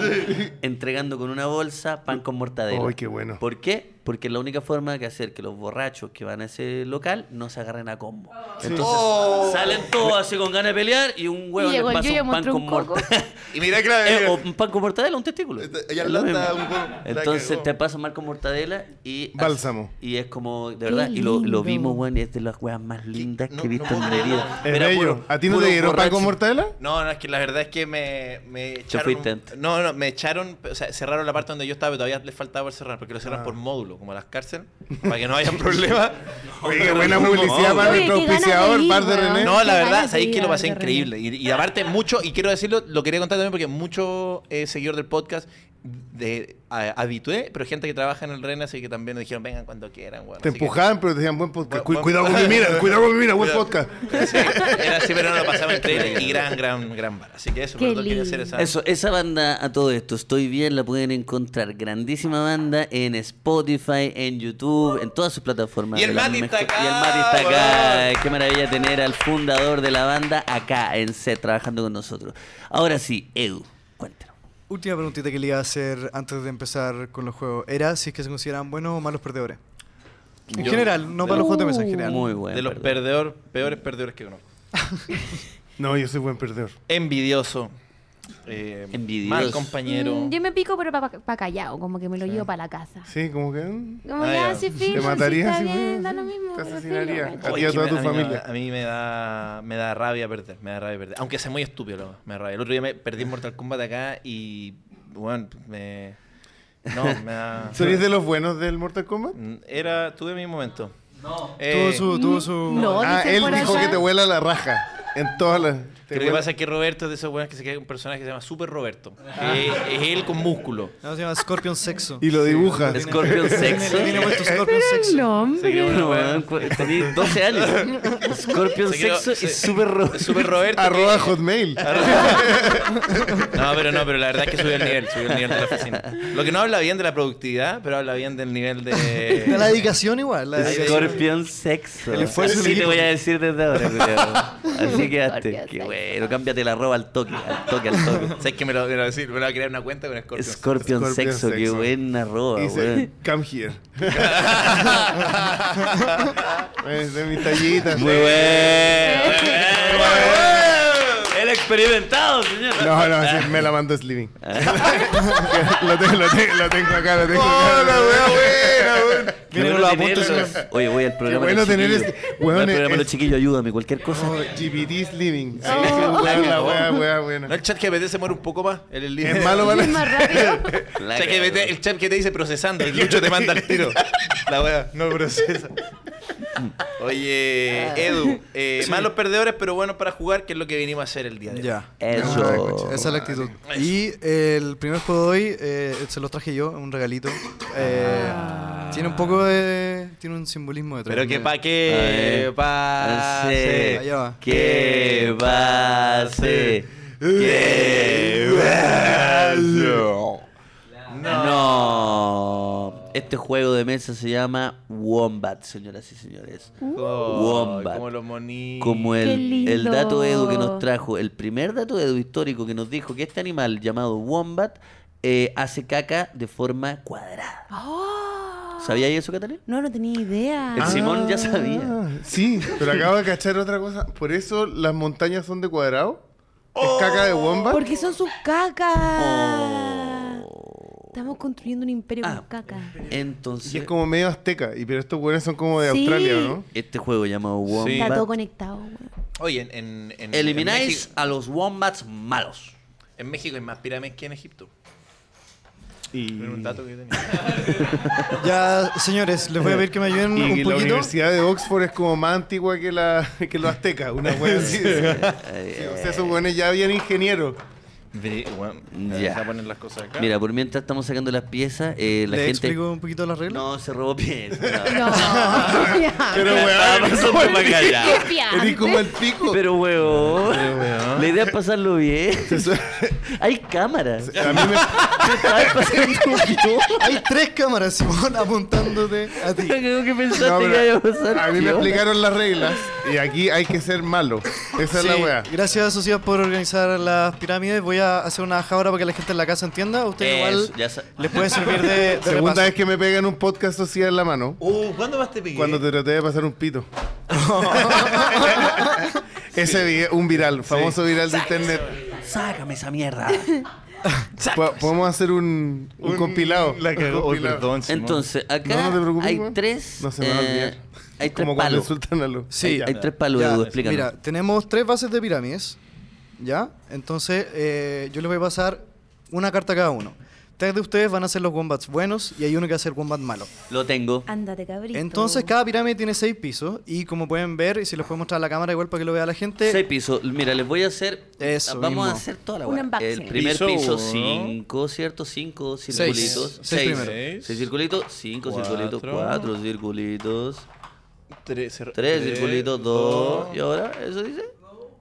Speaker 1: entregando con una bolsa pan con mortadela.
Speaker 3: Ay, qué bueno.
Speaker 1: ¿Por qué? Porque es la única forma que hacer que los borrachos que van a ese local no se agarren a combo. Entonces
Speaker 3: Oh.
Speaker 1: salen todos así con ganas de pelear y un huevo les
Speaker 4: llegó el
Speaker 1: pasa
Speaker 4: Yuyo,
Speaker 1: un pan
Speaker 4: mostró
Speaker 1: con
Speaker 4: un coco.
Speaker 1: mortadela. <laughs>
Speaker 2: Y mira que la
Speaker 1: Eh, o un pan con mortadela, un testículo.
Speaker 2: Esta-
Speaker 1: Es
Speaker 2: Este, ella
Speaker 1: lo
Speaker 2: hablando
Speaker 1: mismo.
Speaker 2: un poco- la
Speaker 1: Entonces
Speaker 2: cagó.
Speaker 1: te pasa mal con mortadela y.
Speaker 3: Bálsamo.
Speaker 1: Y es como, de verdad, y lo,
Speaker 4: lindo.
Speaker 1: lo vimos, weón, y es de las weas más lindas
Speaker 2: no-
Speaker 1: que he
Speaker 2: no
Speaker 1: visto
Speaker 2: puedo
Speaker 1: en mi
Speaker 2: creerlo.
Speaker 1: vida.
Speaker 3: Es
Speaker 1: Era
Speaker 3: bello.
Speaker 1: puro-
Speaker 3: ¿A ti no
Speaker 1: puro
Speaker 3: te dieron pan
Speaker 1: borracho.
Speaker 3: con mortadela?
Speaker 2: No, no, es que la verdad es que me, me echaron.
Speaker 1: fuiste
Speaker 2: un-
Speaker 1: antes.
Speaker 2: no, no, me echaron, o sea, cerraron la parte donde yo estaba, pero todavía les faltaba por cerrar, porque lo cerran
Speaker 3: Ah.
Speaker 2: por módulo, como a las cárceles, para que no haya <laughs> problemas.
Speaker 3: <laughs> Oye, qué buena publicidad para
Speaker 4: Oye,
Speaker 3: nuestro
Speaker 4: qué ganas de
Speaker 3: auspiciador,
Speaker 4: ir,
Speaker 3: Bar de
Speaker 4: weón.
Speaker 3: René.
Speaker 2: No, la
Speaker 4: Qué
Speaker 2: verdad,
Speaker 4: ganas de
Speaker 2: sabéis que
Speaker 4: ir
Speaker 2: lo
Speaker 4: a
Speaker 2: pasé
Speaker 4: verlo.
Speaker 2: increíble. Y, y aparte, mucho, y quiero decirlo, lo quería contar también porque mucho eh, seguidor del podcast de a- habitué, pero gente que trabaja en el René, así que también me dijeron, vengan cuando quieran, weón.
Speaker 3: Te
Speaker 2: Así que-
Speaker 3: empujaban, pero te decían buen
Speaker 2: Buen-
Speaker 3: podcast. Cu-
Speaker 2: buen-
Speaker 3: Cuidado con mi
Speaker 2: <laughs>
Speaker 3: mira, cuidado con mi mira, buen
Speaker 2: Cuidado.
Speaker 3: podcast.
Speaker 2: Sí, era así, pero no lo pasaba
Speaker 3: <laughs>
Speaker 2: increíble. Y gran, gran, gran bar. Así que eso,
Speaker 4: Qué
Speaker 2: por lo tanto, quería hacer
Speaker 4: lindo.
Speaker 2: esa.
Speaker 1: Eso, esa banda a todo esto, estoy bien, la pueden encontrar. Grandísima banda en Spotify, en YouTube, en todas sus plataformas.
Speaker 2: Y el
Speaker 1: de las
Speaker 2: Mati está
Speaker 1: mejor-
Speaker 2: acá,
Speaker 1: Y el Mati está acá.
Speaker 2: weón.
Speaker 1: Qué maravilla tener al fundador de la banda acá en set trabajando con nosotros. Ahora sí, Edu, cuéntanos.
Speaker 5: Última preguntita que le iba a hacer antes de empezar con los juegos. Era si es que se consideran buenos o malos perdedores. En
Speaker 2: Yo-
Speaker 5: general, no para los juegos de mesa, en general.
Speaker 1: Muy bueno.
Speaker 2: de los perdedor, peores perdedores que conozco.
Speaker 3: No, yo soy buen perdedor.
Speaker 2: Envidioso. eh,
Speaker 1: Envidioso.
Speaker 2: Mal compañero.
Speaker 4: Mm, yo me pico, pero para callado, como que me lo llevo para la casa.
Speaker 3: Sí, como que. mm,
Speaker 4: Como
Speaker 2: Ah,
Speaker 4: ya,
Speaker 2: ya.
Speaker 4: sí, filo,
Speaker 3: Te
Speaker 4: sí,
Speaker 3: mataría
Speaker 4: está
Speaker 3: si
Speaker 4: bien,
Speaker 3: me-
Speaker 4: da lo mismo.
Speaker 3: te
Speaker 4: pero
Speaker 3: asesinaría.
Speaker 4: filo,
Speaker 3: A
Speaker 2: Oye,
Speaker 3: ti y a
Speaker 2: que
Speaker 3: toda
Speaker 2: me-
Speaker 3: tu
Speaker 2: mí me
Speaker 3: familia.
Speaker 2: da- a mí me da, me da rabia perder, me da rabia perder. Aunque sea muy estúpido, loco, me da rabia. El otro día me perdí en Mortal Kombat acá y, bueno, me... No, me
Speaker 3: <laughs>
Speaker 2: da... Mm,
Speaker 3: ¿Tú eres de los buenos del Mortal Kombat?
Speaker 2: Era, tuve mi momento. Eh, No.
Speaker 5: Tuvo su, tuvo su.
Speaker 4: No.
Speaker 3: Ah,
Speaker 4: dicen
Speaker 3: él
Speaker 4: por
Speaker 3: dijo
Speaker 4: allá.
Speaker 3: que te vuela la raja. En todas las. te
Speaker 2: Lo que
Speaker 3: vuela-
Speaker 2: pasa es que Roberto es de esos weones que se crea un personaje que se llama Super Roberto. Eh, es él con músculo.
Speaker 5: No, se llama Scorpion Sexo.
Speaker 3: <laughs> Y lo dibuja.
Speaker 5: tiene-
Speaker 1: Scorpion Sexo.
Speaker 5: Tiene, tiene puesto Scorpion
Speaker 4: El
Speaker 5: Sexo.
Speaker 2: Se
Speaker 4: hombre.
Speaker 2: creó una weá-
Speaker 1: Tenía 12
Speaker 2: <laughs>
Speaker 1: años. Scorpion
Speaker 2: Se creó-
Speaker 1: Sexo
Speaker 2: se-
Speaker 1: y Super Ro- <laughs>
Speaker 2: Super Roberto. que-
Speaker 3: Arroba Hotmail.
Speaker 2: No, pero no, pero la verdad es que subió el nivel, subió el nivel de la oficina. Lo que no habla bien de la productividad, pero habla bien del nivel de...
Speaker 5: De la
Speaker 2: <laughs>
Speaker 5: dedicación igual. La dedicación.
Speaker 1: Scorpion sexo.
Speaker 5: El esfuerzo
Speaker 1: Así
Speaker 5: del
Speaker 1: te
Speaker 5: equipo.
Speaker 1: voy a decir desde ahora,
Speaker 2: <laughs>
Speaker 1: culiao. Así quedaste.
Speaker 4: Scorpion
Speaker 1: Qué
Speaker 4: sexo.
Speaker 1: bueno, cámbiate la ropa al toque, al toque, al toque.
Speaker 2: ¿Sabes que me lo, me lo decir? Me lo voy a crear una cuenta con Scorpio.
Speaker 1: Scorpion,
Speaker 3: Scorpion
Speaker 1: sexo, qué
Speaker 3: sexo.
Speaker 1: buena roba,
Speaker 3: <laughs> Dice,
Speaker 1: weón.
Speaker 2: <laughs>
Speaker 3: come here. Es de mis tallitas.
Speaker 1: Muy bueno. muy bueno. El experimentado, señor.
Speaker 3: <laughs> No, no, sí, me la mando
Speaker 2: <laughs>
Speaker 3: Sleeping. lo, tengo, lo, tengo, lo tengo acá, lo tengo acá.
Speaker 1: Qué
Speaker 5: Miren los apuntes,
Speaker 1: tenerlo.
Speaker 5: señor.
Speaker 1: Oye, voy al programa. de
Speaker 3: bueno
Speaker 1: los
Speaker 3: tener
Speaker 1: chiquillos.
Speaker 3: este-
Speaker 1: Voy
Speaker 3: weón,
Speaker 1: al programa de los
Speaker 3: es-
Speaker 1: chiquillos, ayúdame, cualquier cosa.
Speaker 3: Oh, GPT Sleeping.
Speaker 4: Oh.
Speaker 2: <laughs>
Speaker 3: la wea, wea, buena.
Speaker 2: No, el chat GPT se muere un poco más. El, el
Speaker 3: Es malo para <laughs>
Speaker 4: Es más rápido.
Speaker 1: La
Speaker 2: O sea, que
Speaker 1: cagó.
Speaker 2: vete- el chat que te dice procesando, el Lucho te manda al tiro. La wea, no procesa. Oye, Edu, eh, malos perdedores, pero buenos para jugar, que es lo que vinimos a hacer el día de hoy.
Speaker 5: Ya.
Speaker 1: Eso.
Speaker 5: Esa es la actitud. Y eh, el primer juego de hoy eh, se lo traje yo, un regalito. Eh, Tiene un poco de. Tiene un simbolismo detrás.
Speaker 2: Pero que pa'
Speaker 1: A
Speaker 2: qué
Speaker 1: ver.
Speaker 2: pase.
Speaker 5: Allá va.
Speaker 1: ¿Qué pase? ¿Qué
Speaker 2: Oh,
Speaker 1: No. Este juego de mesa se llama Wombat, señoras y señores.
Speaker 2: Oh,
Speaker 1: Wombat.
Speaker 2: Como los monitos.
Speaker 1: Como
Speaker 4: Uh. Qué
Speaker 1: el, el
Speaker 4: lindo.
Speaker 1: dato Edu que nos trajo, el primer dato Edu histórico que nos dijo que este animal llamado Wombat eh, hace caca de forma cuadrada.
Speaker 4: Oh.
Speaker 1: ¿Sabía eso, Catalina?
Speaker 4: No, no tenía idea.
Speaker 1: El
Speaker 3: Ah,
Speaker 1: Simón ya sabía.
Speaker 3: Sí, pero acabo de cachar otra cosa. Por eso las montañas son de cuadrado.
Speaker 1: Oh.
Speaker 3: Es caca de bomba.
Speaker 4: Porque son sus cacas.
Speaker 1: Oh.
Speaker 4: Estamos construyendo un imperio
Speaker 1: Ah.
Speaker 4: con cacas.
Speaker 3: Y es
Speaker 1: Entonces,
Speaker 3: como medio azteca. Y pero estos güeyes son como de
Speaker 4: Sí.
Speaker 3: Australia, ¿no?
Speaker 1: este juego llamado
Speaker 2: Sí.
Speaker 4: Está
Speaker 1: Wombat.
Speaker 4: todo conectado, güey.
Speaker 2: Oye, en, en, en- en
Speaker 1: Elimináis
Speaker 2: México,
Speaker 1: a los Wombats malos.
Speaker 2: en México hay más pirámides que en Egipto.
Speaker 3: Y,
Speaker 2: Era un dato que yo tenía.
Speaker 5: Ya, señores, les voy a pedir que me
Speaker 3: <laughs>
Speaker 5: ayuden
Speaker 3: y
Speaker 5: un
Speaker 3: la
Speaker 5: poquito.
Speaker 3: Universidad de Oxford es como más antigua que la que los aztecas. Una wea así.
Speaker 1: <laughs>
Speaker 3: Sí, o sea, esos güeyes ya habían ingenieros.
Speaker 2: Ve, bueno,
Speaker 1: Ya.
Speaker 2: Vamos a poner las cosas acá.
Speaker 1: Mira, por mientras estamos sacando las piezas, eh, la
Speaker 5: ¿Le
Speaker 1: gente.
Speaker 5: explico un poquito las reglas?
Speaker 1: No, se robó piezas.
Speaker 4: <laughs> No.
Speaker 3: Pero
Speaker 1: Estaba
Speaker 2: <laughs>
Speaker 3: weón,
Speaker 1: pasando para allá.
Speaker 4: Qué piante.
Speaker 3: eres como el pico.
Speaker 1: Pero weón.
Speaker 2: weón.
Speaker 1: La idea es pasarlo
Speaker 3: <laughs>
Speaker 1: bien.
Speaker 3: Se su-
Speaker 1: Hay cámaras.
Speaker 3: A mí me-
Speaker 1: Estaba pasando bien.
Speaker 5: Hay tres cámaras, Simón, apuntándote a
Speaker 1: <laughs>
Speaker 5: ti.
Speaker 1: Yo creo que
Speaker 3: No,
Speaker 1: pensaste
Speaker 3: pero
Speaker 1: que iba a pasar.
Speaker 3: a mí me
Speaker 1: piola.
Speaker 3: explicaron las reglas Y aquí hay que ser malo. Esa es la
Speaker 5: Sí,
Speaker 3: weá.
Speaker 5: Gracias, Sociedad, por organizar las pirámides. Voy a hacer una hoja ahora para que la gente en la casa entienda. Usted
Speaker 1: Eso,
Speaker 5: igual
Speaker 1: ya sa-
Speaker 5: les puede servir de, de
Speaker 3: Segunda
Speaker 5: repaso.
Speaker 3: vez que me pegan un podcast social en la mano.
Speaker 2: Uh, ¿Cuándo más te pegué?
Speaker 3: Cuando te traté de pasar un pito. Ese video, un viral, famoso viral de internet.
Speaker 1: Sácame esa <laughs> mierda.
Speaker 3: Po- Podemos hacer un, un compilado.
Speaker 6: La
Speaker 3: Un
Speaker 6: cagó. Oy,
Speaker 3: compilado.
Speaker 6: perdón, Simón.
Speaker 1: Entonces, acá
Speaker 3: No, no te preocupes,
Speaker 1: hay
Speaker 3: weón.
Speaker 1: tres.
Speaker 3: No se me va a
Speaker 1: eh,
Speaker 3: olvidar.
Speaker 1: hay tres
Speaker 3: Como cuando
Speaker 1: palos.
Speaker 3: insultan a los.
Speaker 5: Sí,
Speaker 1: Hay tres palos,
Speaker 5: Ya,
Speaker 1: Edu, explícanos.
Speaker 5: Mira, tenemos tres bases de pirámides, ¿ya? Entonces, eh, yo les voy a pasar una carta a cada uno. Tres de ustedes van a ser los wombats buenos y hay uno que va a ser wombat malo.
Speaker 1: Lo tengo.
Speaker 4: Ah,
Speaker 7: Ándate, cabrito.
Speaker 5: Entonces, cada pirámide tiene seis pisos y como pueden ver, y si los puedo mostrar a la cámara igual para que lo vea la gente,
Speaker 1: Seis pisos. Mira, les voy a hacer.
Speaker 5: Eso
Speaker 1: Vamos a
Speaker 5: mismo.
Speaker 1: hacer toda la
Speaker 4: Un
Speaker 1: weá.
Speaker 4: unboxing.
Speaker 1: El primer
Speaker 6: Piso
Speaker 1: piso,
Speaker 6: uno.
Speaker 1: cinco, ¿cierto? Cinco circulitos.
Speaker 5: Seis primero.
Speaker 1: Seis, circulitos, cinco circulitos,
Speaker 6: Cuatro.
Speaker 1: cuatro circulitos,
Speaker 6: Tres,
Speaker 1: tres circulitos, dos. ¿Y ahora eso dice?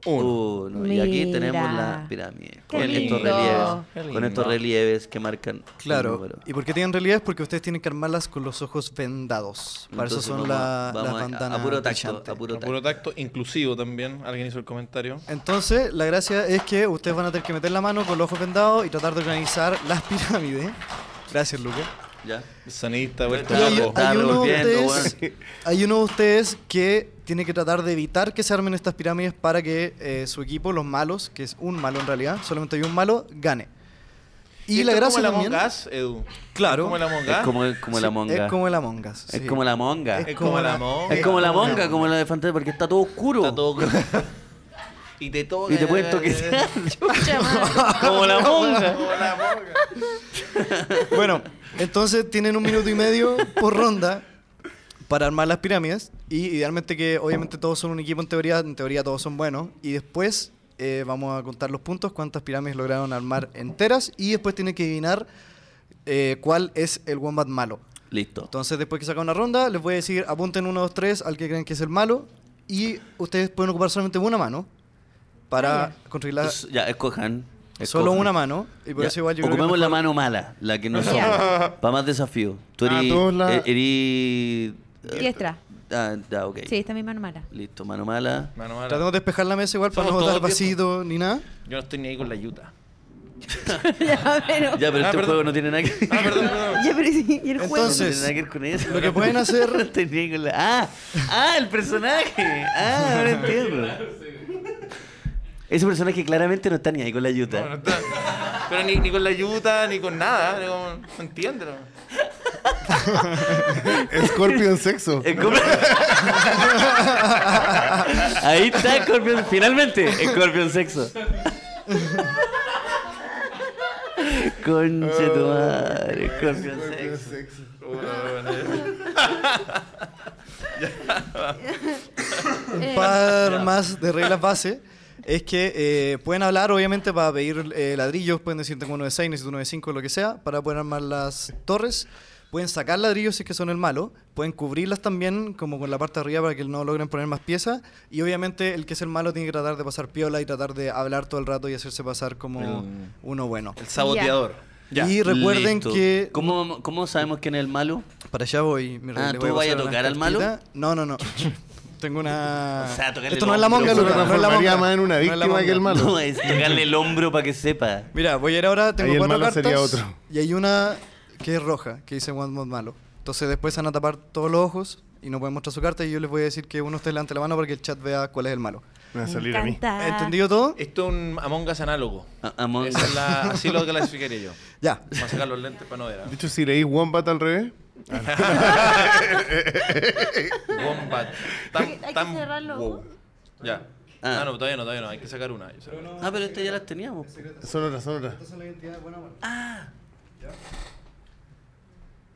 Speaker 1: Uno. Y aquí
Speaker 4: Mira.
Speaker 1: tenemos la pirámide.
Speaker 7: Qué
Speaker 1: Con
Speaker 7: lindo.
Speaker 1: estos
Speaker 6: Qué
Speaker 1: relieves.
Speaker 6: lindo.
Speaker 1: Con estos relieves que marcan. el
Speaker 5: Claro,
Speaker 1: número.
Speaker 5: y porque tienen realidad es porque ustedes tienen que armarlas con los ojos vendados. Para
Speaker 1: Entonces
Speaker 5: eso son
Speaker 1: vamos-
Speaker 5: la- las
Speaker 1: vamos a-
Speaker 5: bandanas.
Speaker 1: a puro tacto,
Speaker 5: brillantes.
Speaker 1: a puro
Speaker 6: Con
Speaker 1: tacto.
Speaker 6: Puro tacto, inclusivo también. Alguien hizo el comentario.
Speaker 5: Entonces, la gracia es que ustedes van a tener que meter la mano con los ojos vendados y tratar de organizar las <laughs> pirámides. Gracias, Lucas.
Speaker 1: Ya.
Speaker 6: El sanista, vuelto
Speaker 5: Y hay,
Speaker 1: Claro,
Speaker 6: loco.
Speaker 1: está
Speaker 5: hay uno de
Speaker 1: revolviendo,
Speaker 5: ustedes, <laughs> hay uno de ustedes que tiene que tratar de evitar que se armen estas pirámides para que eh, su equipo, los malos, que es un malo en realidad, solamente hay un malo, gane. Y
Speaker 6: Esto
Speaker 5: la
Speaker 6: es
Speaker 5: gracia
Speaker 6: como el
Speaker 5: también...
Speaker 6: Among Us, Edu.
Speaker 5: Claro.
Speaker 6: Es Como el Among
Speaker 1: Es
Speaker 6: Us.
Speaker 1: como, es como
Speaker 5: Sí,
Speaker 1: la monga.
Speaker 5: Es como el Among Us,
Speaker 1: Es
Speaker 5: sí.
Speaker 1: como la monga.
Speaker 5: Es
Speaker 6: Es como
Speaker 5: como
Speaker 6: el
Speaker 5: la-
Speaker 6: Among
Speaker 1: Es como la monga, como la de Fantasy, porque está todo oscuro.
Speaker 6: <laughs>
Speaker 2: Está todo- y te toca.
Speaker 1: Y te cuento que
Speaker 4: Chucha, madre.
Speaker 1: <laughs> como la monga.
Speaker 5: Bueno, entonces tienen un minuto y medio por ronda para armar las pirámides y idealmente que obviamente todos son un equipo en teoría, en teoría todos son buenos y después eh, vamos a contar los puntos, cuántas pirámides lograron armar enteras y después tienen que adivinar eh, cuál es el wombat malo.
Speaker 1: Listo.
Speaker 5: Entonces después que saca una ronda les voy a decir apunten 1, 2, 3 al que creen que es el malo y ustedes pueden ocupar solamente una mano para construir la...
Speaker 1: Pues, Ya, escojan.
Speaker 5: Solo
Speaker 1: escojan.
Speaker 5: una mano y por
Speaker 1: Ya,
Speaker 5: eso igual yo creo que
Speaker 1: Ocupemos la
Speaker 5: mejor-
Speaker 1: mano mala, la que no
Speaker 5: <laughs>
Speaker 1: somos. Para más desafío. Tú
Speaker 3: Ah,
Speaker 1: eres. eh,
Speaker 3: todos la-
Speaker 7: Diestra.
Speaker 1: Ah, ya, ok.
Speaker 7: Sí, está mi mano
Speaker 1: <laughs>
Speaker 7: mala.
Speaker 1: Listo, mano mala.
Speaker 6: Mano, mano,
Speaker 5: Tratemos de despejar la mesa igual para no
Speaker 6: Somos
Speaker 5: botar
Speaker 6: todos
Speaker 5: vacío ni nada.
Speaker 6: Yo no estoy ni ahí con la yuta.
Speaker 7: ya, pero.
Speaker 1: Ya, pero
Speaker 6: Ah,
Speaker 1: este
Speaker 6: perdón.
Speaker 1: juego <laughs> no tiene nada
Speaker 5: <laughs>
Speaker 1: que ver.
Speaker 6: Ah, perdón, <laughs> perdón.
Speaker 7: Ya, pero sí, y el juego.
Speaker 1: No tiene
Speaker 5: Entonces,
Speaker 1: nada que ver con eso.
Speaker 5: lo que pueden hacer-
Speaker 1: No <laughs> tenía con la- Ah, ah, el personaje. Ah, ahora
Speaker 6: <laughs>
Speaker 1: entiendo. Ese personaje claramente no está ni ahí con la yuta.
Speaker 6: No, no está. Pero ni, ni con la yuta, ni con nada. No, no entiendo. no.
Speaker 3: Scorpion
Speaker 1: <laughs>
Speaker 3: sexo.
Speaker 1: El Scorpio- Ahí está Scorpion, finalmente, Scorpion sexo. Conche tu madre, Scorpion
Speaker 3: Scorpion
Speaker 1: sexo.
Speaker 3: sexo.
Speaker 5: un par más de reglas base es que eh, pueden hablar, obviamente, para pedir eh, ladrillos. Pueden decir tengo uno de 6, necesito uno de 5, lo que sea, para poder armar las torres. Pueden sacar ladrillos si es que son el malo. Pueden cubrirlas también, como con la parte de arriba, para que no logren poner más piezas. Y obviamente, el que es el malo tiene que tratar de pasar piola y tratar de hablar todo el rato y hacerse pasar como
Speaker 6: El-
Speaker 5: uno bueno.
Speaker 6: El saboteador.
Speaker 5: Ya. Y recuerden
Speaker 1: Listo.
Speaker 5: que-
Speaker 1: ¿Cómo, ¿Cómo sabemos quién es el malo?
Speaker 5: Para allá voy. mi rey,
Speaker 1: Ah,
Speaker 5: le
Speaker 1: ¿tú
Speaker 5: voy
Speaker 1: vayas a
Speaker 5: pasar
Speaker 1: tocar
Speaker 5: una
Speaker 1: al malo?
Speaker 5: cartita.
Speaker 1: <laughs>
Speaker 5: No, no, no. Tengo una.
Speaker 1: O sea, tocarle
Speaker 5: Esto
Speaker 1: el
Speaker 5: no es la monga,
Speaker 1: hombro.
Speaker 5: Lucas. No es la
Speaker 3: Transformaría
Speaker 5: monga.
Speaker 3: más en una
Speaker 5: No es la
Speaker 3: víctima que el
Speaker 5: monga.
Speaker 3: Malo.
Speaker 1: No, es tocarle el hombro para que sepa.
Speaker 5: Mira, voy a ir ahora, tengo
Speaker 3: Ahí el
Speaker 5: cuatro
Speaker 3: malo
Speaker 5: cartas.
Speaker 3: sería otro.
Speaker 5: Y hay una que es roja, que dice One Mod Malo. Entonces después se van a tapar todos los ojos y no pueden mostrar su carta y yo les voy a decir que uno esté delante de la mano para que el chat vea cuál es el malo.
Speaker 3: Me va a
Speaker 7: Me
Speaker 3: salir a mí.
Speaker 4: Ah.
Speaker 7: encanta.
Speaker 5: ¿Entendido todo?
Speaker 1: Eh,
Speaker 6: Esto es un Among Us análogo.
Speaker 1: A- Among
Speaker 6: Esa
Speaker 1: Us.
Speaker 6: es la, así lo clasificaría yo.
Speaker 5: Ya.
Speaker 6: Vamos a sacar los lentes para no <laughs> ver. ¿ah?
Speaker 3: De hecho, si leí Wombat al revés,
Speaker 6: Wombat.
Speaker 7: Hay que- hay que cerrar los ojos.
Speaker 6: Ya.
Speaker 1: Ah.
Speaker 6: Ah, no, todavía no, todavía no. Hay que sacar una. Yo sé.
Speaker 1: Ah, pero estas ya las teníamos.
Speaker 3: son otras, son otras.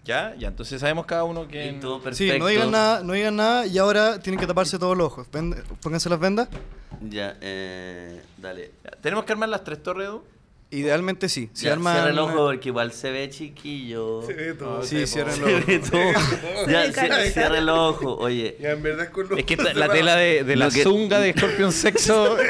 Speaker 6: Ya, ya. Entonces sabemos cada uno quién.
Speaker 1: Listo, perfecto.
Speaker 5: Sí, no digan nada, no digan nada y ahora tienen que taparse todos los ojos. Ven- pónganse las vendas.
Speaker 1: Ya, eh, dale.
Speaker 6: Ya, Tenemos que armar las tres torres,
Speaker 5: <laughs>
Speaker 6: Edu.
Speaker 5: Idealmente sí. Si
Speaker 1: Ya,
Speaker 5: arman-
Speaker 1: Cierra el ojo porque igual se ve chiquillo. Se ve
Speaker 6: No,
Speaker 5: Sí,
Speaker 6: sé, po.
Speaker 5: cierren los
Speaker 1: Se
Speaker 5: ojos.
Speaker 1: ve todo. Ya, cier- cierra el ojo. Oye,
Speaker 3: <laughs> Ya, en verdad es con los
Speaker 6: Es que esta- la tela de, de la
Speaker 1: No, que-
Speaker 5: <laughs>
Speaker 2: eh,
Speaker 6: zunga de Scorpion Sexo.
Speaker 1: <laughs>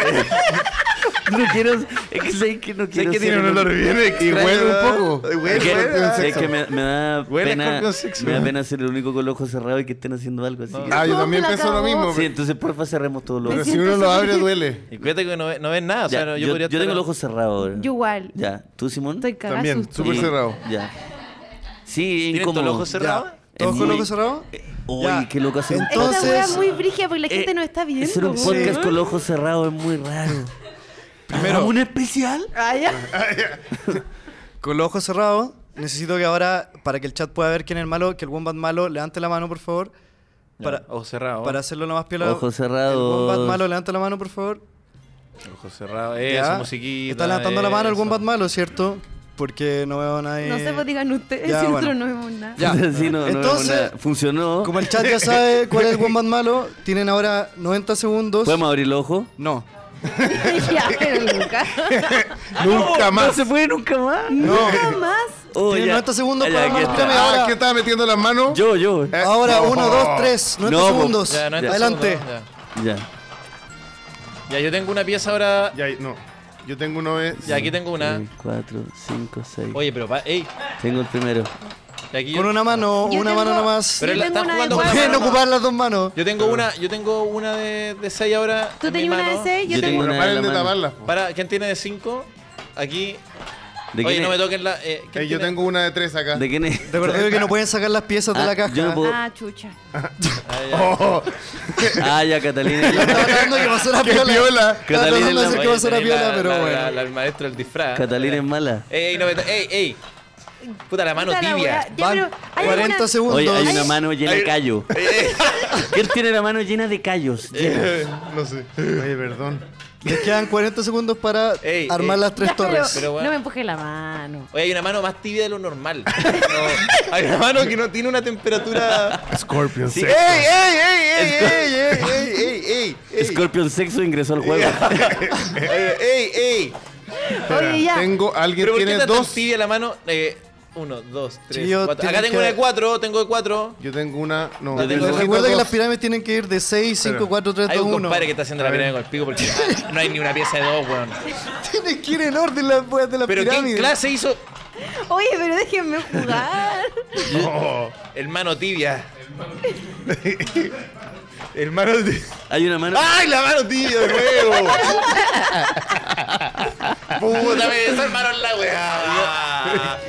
Speaker 1: No quiero. Es que sé que no quiero.
Speaker 2: que
Speaker 1: ser
Speaker 2: tiene un
Speaker 1: el-
Speaker 2: olor bien
Speaker 3: Y
Speaker 2: extraño,
Speaker 3: huele
Speaker 2: ¿verdad?
Speaker 3: un poco.
Speaker 2: Huele,
Speaker 1: Es que-
Speaker 2: huele,
Speaker 3: Scorpion
Speaker 2: ah.
Speaker 1: es que me, me da
Speaker 2: Huele a
Speaker 1: pena.
Speaker 2: Scorpion Sexo.
Speaker 1: Me da pena ser el único con los ojos cerrados y que estén haciendo algo así.
Speaker 3: Ah, yo
Speaker 7: No,
Speaker 3: también
Speaker 7: la
Speaker 3: pienso lo
Speaker 7: cagó.
Speaker 3: mismo.
Speaker 1: Sí, entonces porfa cerremos todos los
Speaker 3: Pero
Speaker 1: ojos.
Speaker 3: si uno lo
Speaker 2: <laughs>
Speaker 3: abre, duele.
Speaker 2: Y cuídate que no, ve- no ves nada. O sea,
Speaker 1: Ya,
Speaker 2: no, yo,
Speaker 1: yo, yo
Speaker 2: podría estar-
Speaker 1: tengo los ojos cerrados ahora.
Speaker 4: Yo igual.
Speaker 1: Ya. ¿Tú, Simón?
Speaker 4: Estoy cagada de
Speaker 3: También,
Speaker 4: susto.
Speaker 3: súper
Speaker 1: Sí,
Speaker 3: cerrado.
Speaker 1: Ya. Sí,
Speaker 2: ¿Tienen
Speaker 1: incómodo.
Speaker 2: todos los ojos cerrados?
Speaker 5: Ya. eh, ¿Todos
Speaker 1: Es
Speaker 5: con los
Speaker 1: muy-
Speaker 5: ojos cerrados?
Speaker 1: Uy,
Speaker 5: Ya.
Speaker 1: qué loco hacer un
Speaker 5: Entonces-
Speaker 4: Esta wea es muy brígida porque la gente
Speaker 1: Eh,
Speaker 4: no está viendo.
Speaker 1: Hacer un
Speaker 4: po.
Speaker 1: podcast
Speaker 5: Sí.
Speaker 1: con los ojos cerrados es muy raro.
Speaker 5: Primero-
Speaker 1: ¿Un especial?
Speaker 4: Ah, ya.
Speaker 5: Con los ojos cerrados, necesito que ahora, para que el chat pueda ver quién es el malo, que el Wombat malo levante la mano, por favor. Para,
Speaker 2: Ojos cerrados.
Speaker 5: para hacerlo lo más piola.
Speaker 1: Ojos cerrados.
Speaker 5: El Wombat malo levanta la mano, por favor.
Speaker 2: Ojos cerrados. Eso,
Speaker 5: Ya.
Speaker 2: eh, musiquita.
Speaker 5: Está levantando la mano el
Speaker 2: eso.
Speaker 5: Wombat malo, ¿cierto? Porque no veo a nadie.
Speaker 4: No sé, pues digan ustedes,
Speaker 5: Eh, ya,
Speaker 4: si
Speaker 5: bueno.
Speaker 4: nosotros no vemos nada.
Speaker 5: Ya.
Speaker 1: <laughs> Sí, no, no,
Speaker 5: Entonces-
Speaker 1: no, no, funcionó.
Speaker 5: Como el chat ya sabe cuál es el Wombat malo, tienen ahora 90 segundos.
Speaker 1: ¿Podemos abrir el ojo?
Speaker 5: No.
Speaker 4: <laughs> ya, pero nunca.
Speaker 3: Nunca
Speaker 1: No
Speaker 3: más.
Speaker 1: se puede nunca más.
Speaker 5: No.
Speaker 4: Nada más.
Speaker 1: Oh,
Speaker 5: Tienen
Speaker 1: ya.
Speaker 5: 90 segundos
Speaker 1: Ya,
Speaker 5: para
Speaker 1: ya, aquí
Speaker 5: mostrarme
Speaker 1: está.
Speaker 5: ahora.
Speaker 3: Ah, que estaba metiendo las manos.
Speaker 1: Yo, yo.
Speaker 3: Eh,
Speaker 5: Ahora,
Speaker 3: no.
Speaker 5: 1, 2, 3, 90
Speaker 1: No, pues. po.
Speaker 5: segundos.
Speaker 2: Ya, no entra
Speaker 5: Adelante.
Speaker 2: segundo,
Speaker 1: Ya.
Speaker 2: ya. Ya, yo tengo una pieza ahora.
Speaker 3: Ya, no. Yo tengo uno de.
Speaker 2: Ya, aquí tengo una.
Speaker 1: 4, 5, 6.
Speaker 2: Oye, pero pa- ey,
Speaker 1: Tengo el primero.
Speaker 2: y aquí yo,
Speaker 5: Con una mano,
Speaker 4: Yo
Speaker 5: una
Speaker 4: tengo-
Speaker 5: mano nomás.
Speaker 2: Pero
Speaker 4: yo
Speaker 2: la-
Speaker 4: tengo
Speaker 2: están
Speaker 4: una
Speaker 2: jugando
Speaker 4: de
Speaker 2: con la
Speaker 5: Pueden
Speaker 2: mano,
Speaker 5: ocupar las dos manos.
Speaker 2: yo tengo una, yo tengo una de, de seis ahora.
Speaker 4: Tú
Speaker 2: en mi
Speaker 4: tenías una de
Speaker 2: mano.
Speaker 4: 6, yo,
Speaker 1: Yo
Speaker 4: tengo
Speaker 1: tengo
Speaker 3: Pero
Speaker 1: una
Speaker 4: una.
Speaker 1: de
Speaker 3: paren
Speaker 1: la
Speaker 3: de
Speaker 1: mano.
Speaker 3: taparlas. po.
Speaker 2: Para, ¿quién tiene de cinco? Aquí.
Speaker 1: ¿De
Speaker 2: Oye,
Speaker 1: quién
Speaker 2: no me
Speaker 1: es?
Speaker 2: toquen la. eh, ¿quién
Speaker 3: Eh, yo
Speaker 2: tiene?
Speaker 3: tengo una de tres acá.
Speaker 1: ¿De quién es?
Speaker 5: Recuerdo que no pueden sacar las piezas de
Speaker 1: Ah,
Speaker 5: la caja.
Speaker 1: yo no puedo-
Speaker 4: Ah, chucha.
Speaker 2: Ah, ya.
Speaker 3: Oh, <laughs>
Speaker 1: <laughs> Ah, ya, Catalina.
Speaker 5: Yo <laughs> <laughs> estaba tratando de que pasara
Speaker 3: ¡Qué
Speaker 5: piola.
Speaker 3: piola!
Speaker 5: <laughs> Estaba
Speaker 1: Catalina
Speaker 5: tratando de
Speaker 1: en la-
Speaker 5: hacer que pasara
Speaker 2: Tenéis la-
Speaker 5: piola, pero
Speaker 2: la-
Speaker 5: bueno.
Speaker 2: la- la- el maestro del disfraz.
Speaker 1: Catalina es mala.
Speaker 2: Ey, no me to- ey, ey. Puta, la mano
Speaker 4: Puta la
Speaker 2: tibia.
Speaker 4: wea. Ya,
Speaker 5: Van
Speaker 4: pero hay
Speaker 5: 40
Speaker 4: alguna-
Speaker 5: segundos.
Speaker 1: Oye, hay una mano llena de callo. ¿Quién tiene la mano llena de callos?
Speaker 3: No sé. Oye, perdón.
Speaker 5: Les quedan 40 segundos para
Speaker 2: <laughs> Ey,
Speaker 5: armar
Speaker 2: ey.
Speaker 5: las tres
Speaker 4: Ya, pero
Speaker 5: torres.
Speaker 2: Pero bueno.
Speaker 4: No me empuje la mano.
Speaker 2: <laughs> Oye, hay una mano más tibia de lo normal. No, hay una mano que no tiene una temperatura.
Speaker 3: Scorpion
Speaker 2: ¡Ey,
Speaker 3: sí.
Speaker 2: ey, ey, ey, ey, ey, ey, ey, ey!
Speaker 1: Scorpion Sexo ingresó al juego.
Speaker 2: ey, ey, ey.
Speaker 4: Oye, ya.
Speaker 3: Tengo alguien
Speaker 2: ¿Pero por qué
Speaker 3: tiene
Speaker 2: está tan
Speaker 3: dos.
Speaker 2: tibia la mano? Eh, uno, dos, tres,
Speaker 5: Tío,
Speaker 2: cuatro.
Speaker 5: tienen
Speaker 2: Acá tengo
Speaker 5: que-
Speaker 2: una de cuatro, tengo de cuatro.
Speaker 3: Yo tengo una. No,
Speaker 1: Yo tengo
Speaker 3: yo
Speaker 1: una.
Speaker 5: Recuerda que
Speaker 3: dos.
Speaker 5: las pirámides tienen que ir de 6, 5,
Speaker 3: Espera.
Speaker 5: 4, 3,
Speaker 2: Hay
Speaker 5: 2,
Speaker 2: un
Speaker 5: 1.
Speaker 2: compadre que está haciendo la pirámide con el pico porque ah, no hay ni una pieza de dos, weón.
Speaker 5: <laughs> Tienen que ir en orden las weas de las
Speaker 2: Pero ¿quién
Speaker 5: pirámides.
Speaker 2: clase hizo
Speaker 4: Oye, pero déjenme
Speaker 5: <laughs>
Speaker 4: jugar.
Speaker 2: el mano tibia?
Speaker 3: <laughs> El mano de.
Speaker 1: <laughs> Hay una mano.
Speaker 2: ¡Ay, la mano tibia de <laughs> nuevo! Puta, me desarmaron la weá.
Speaker 5: Ya,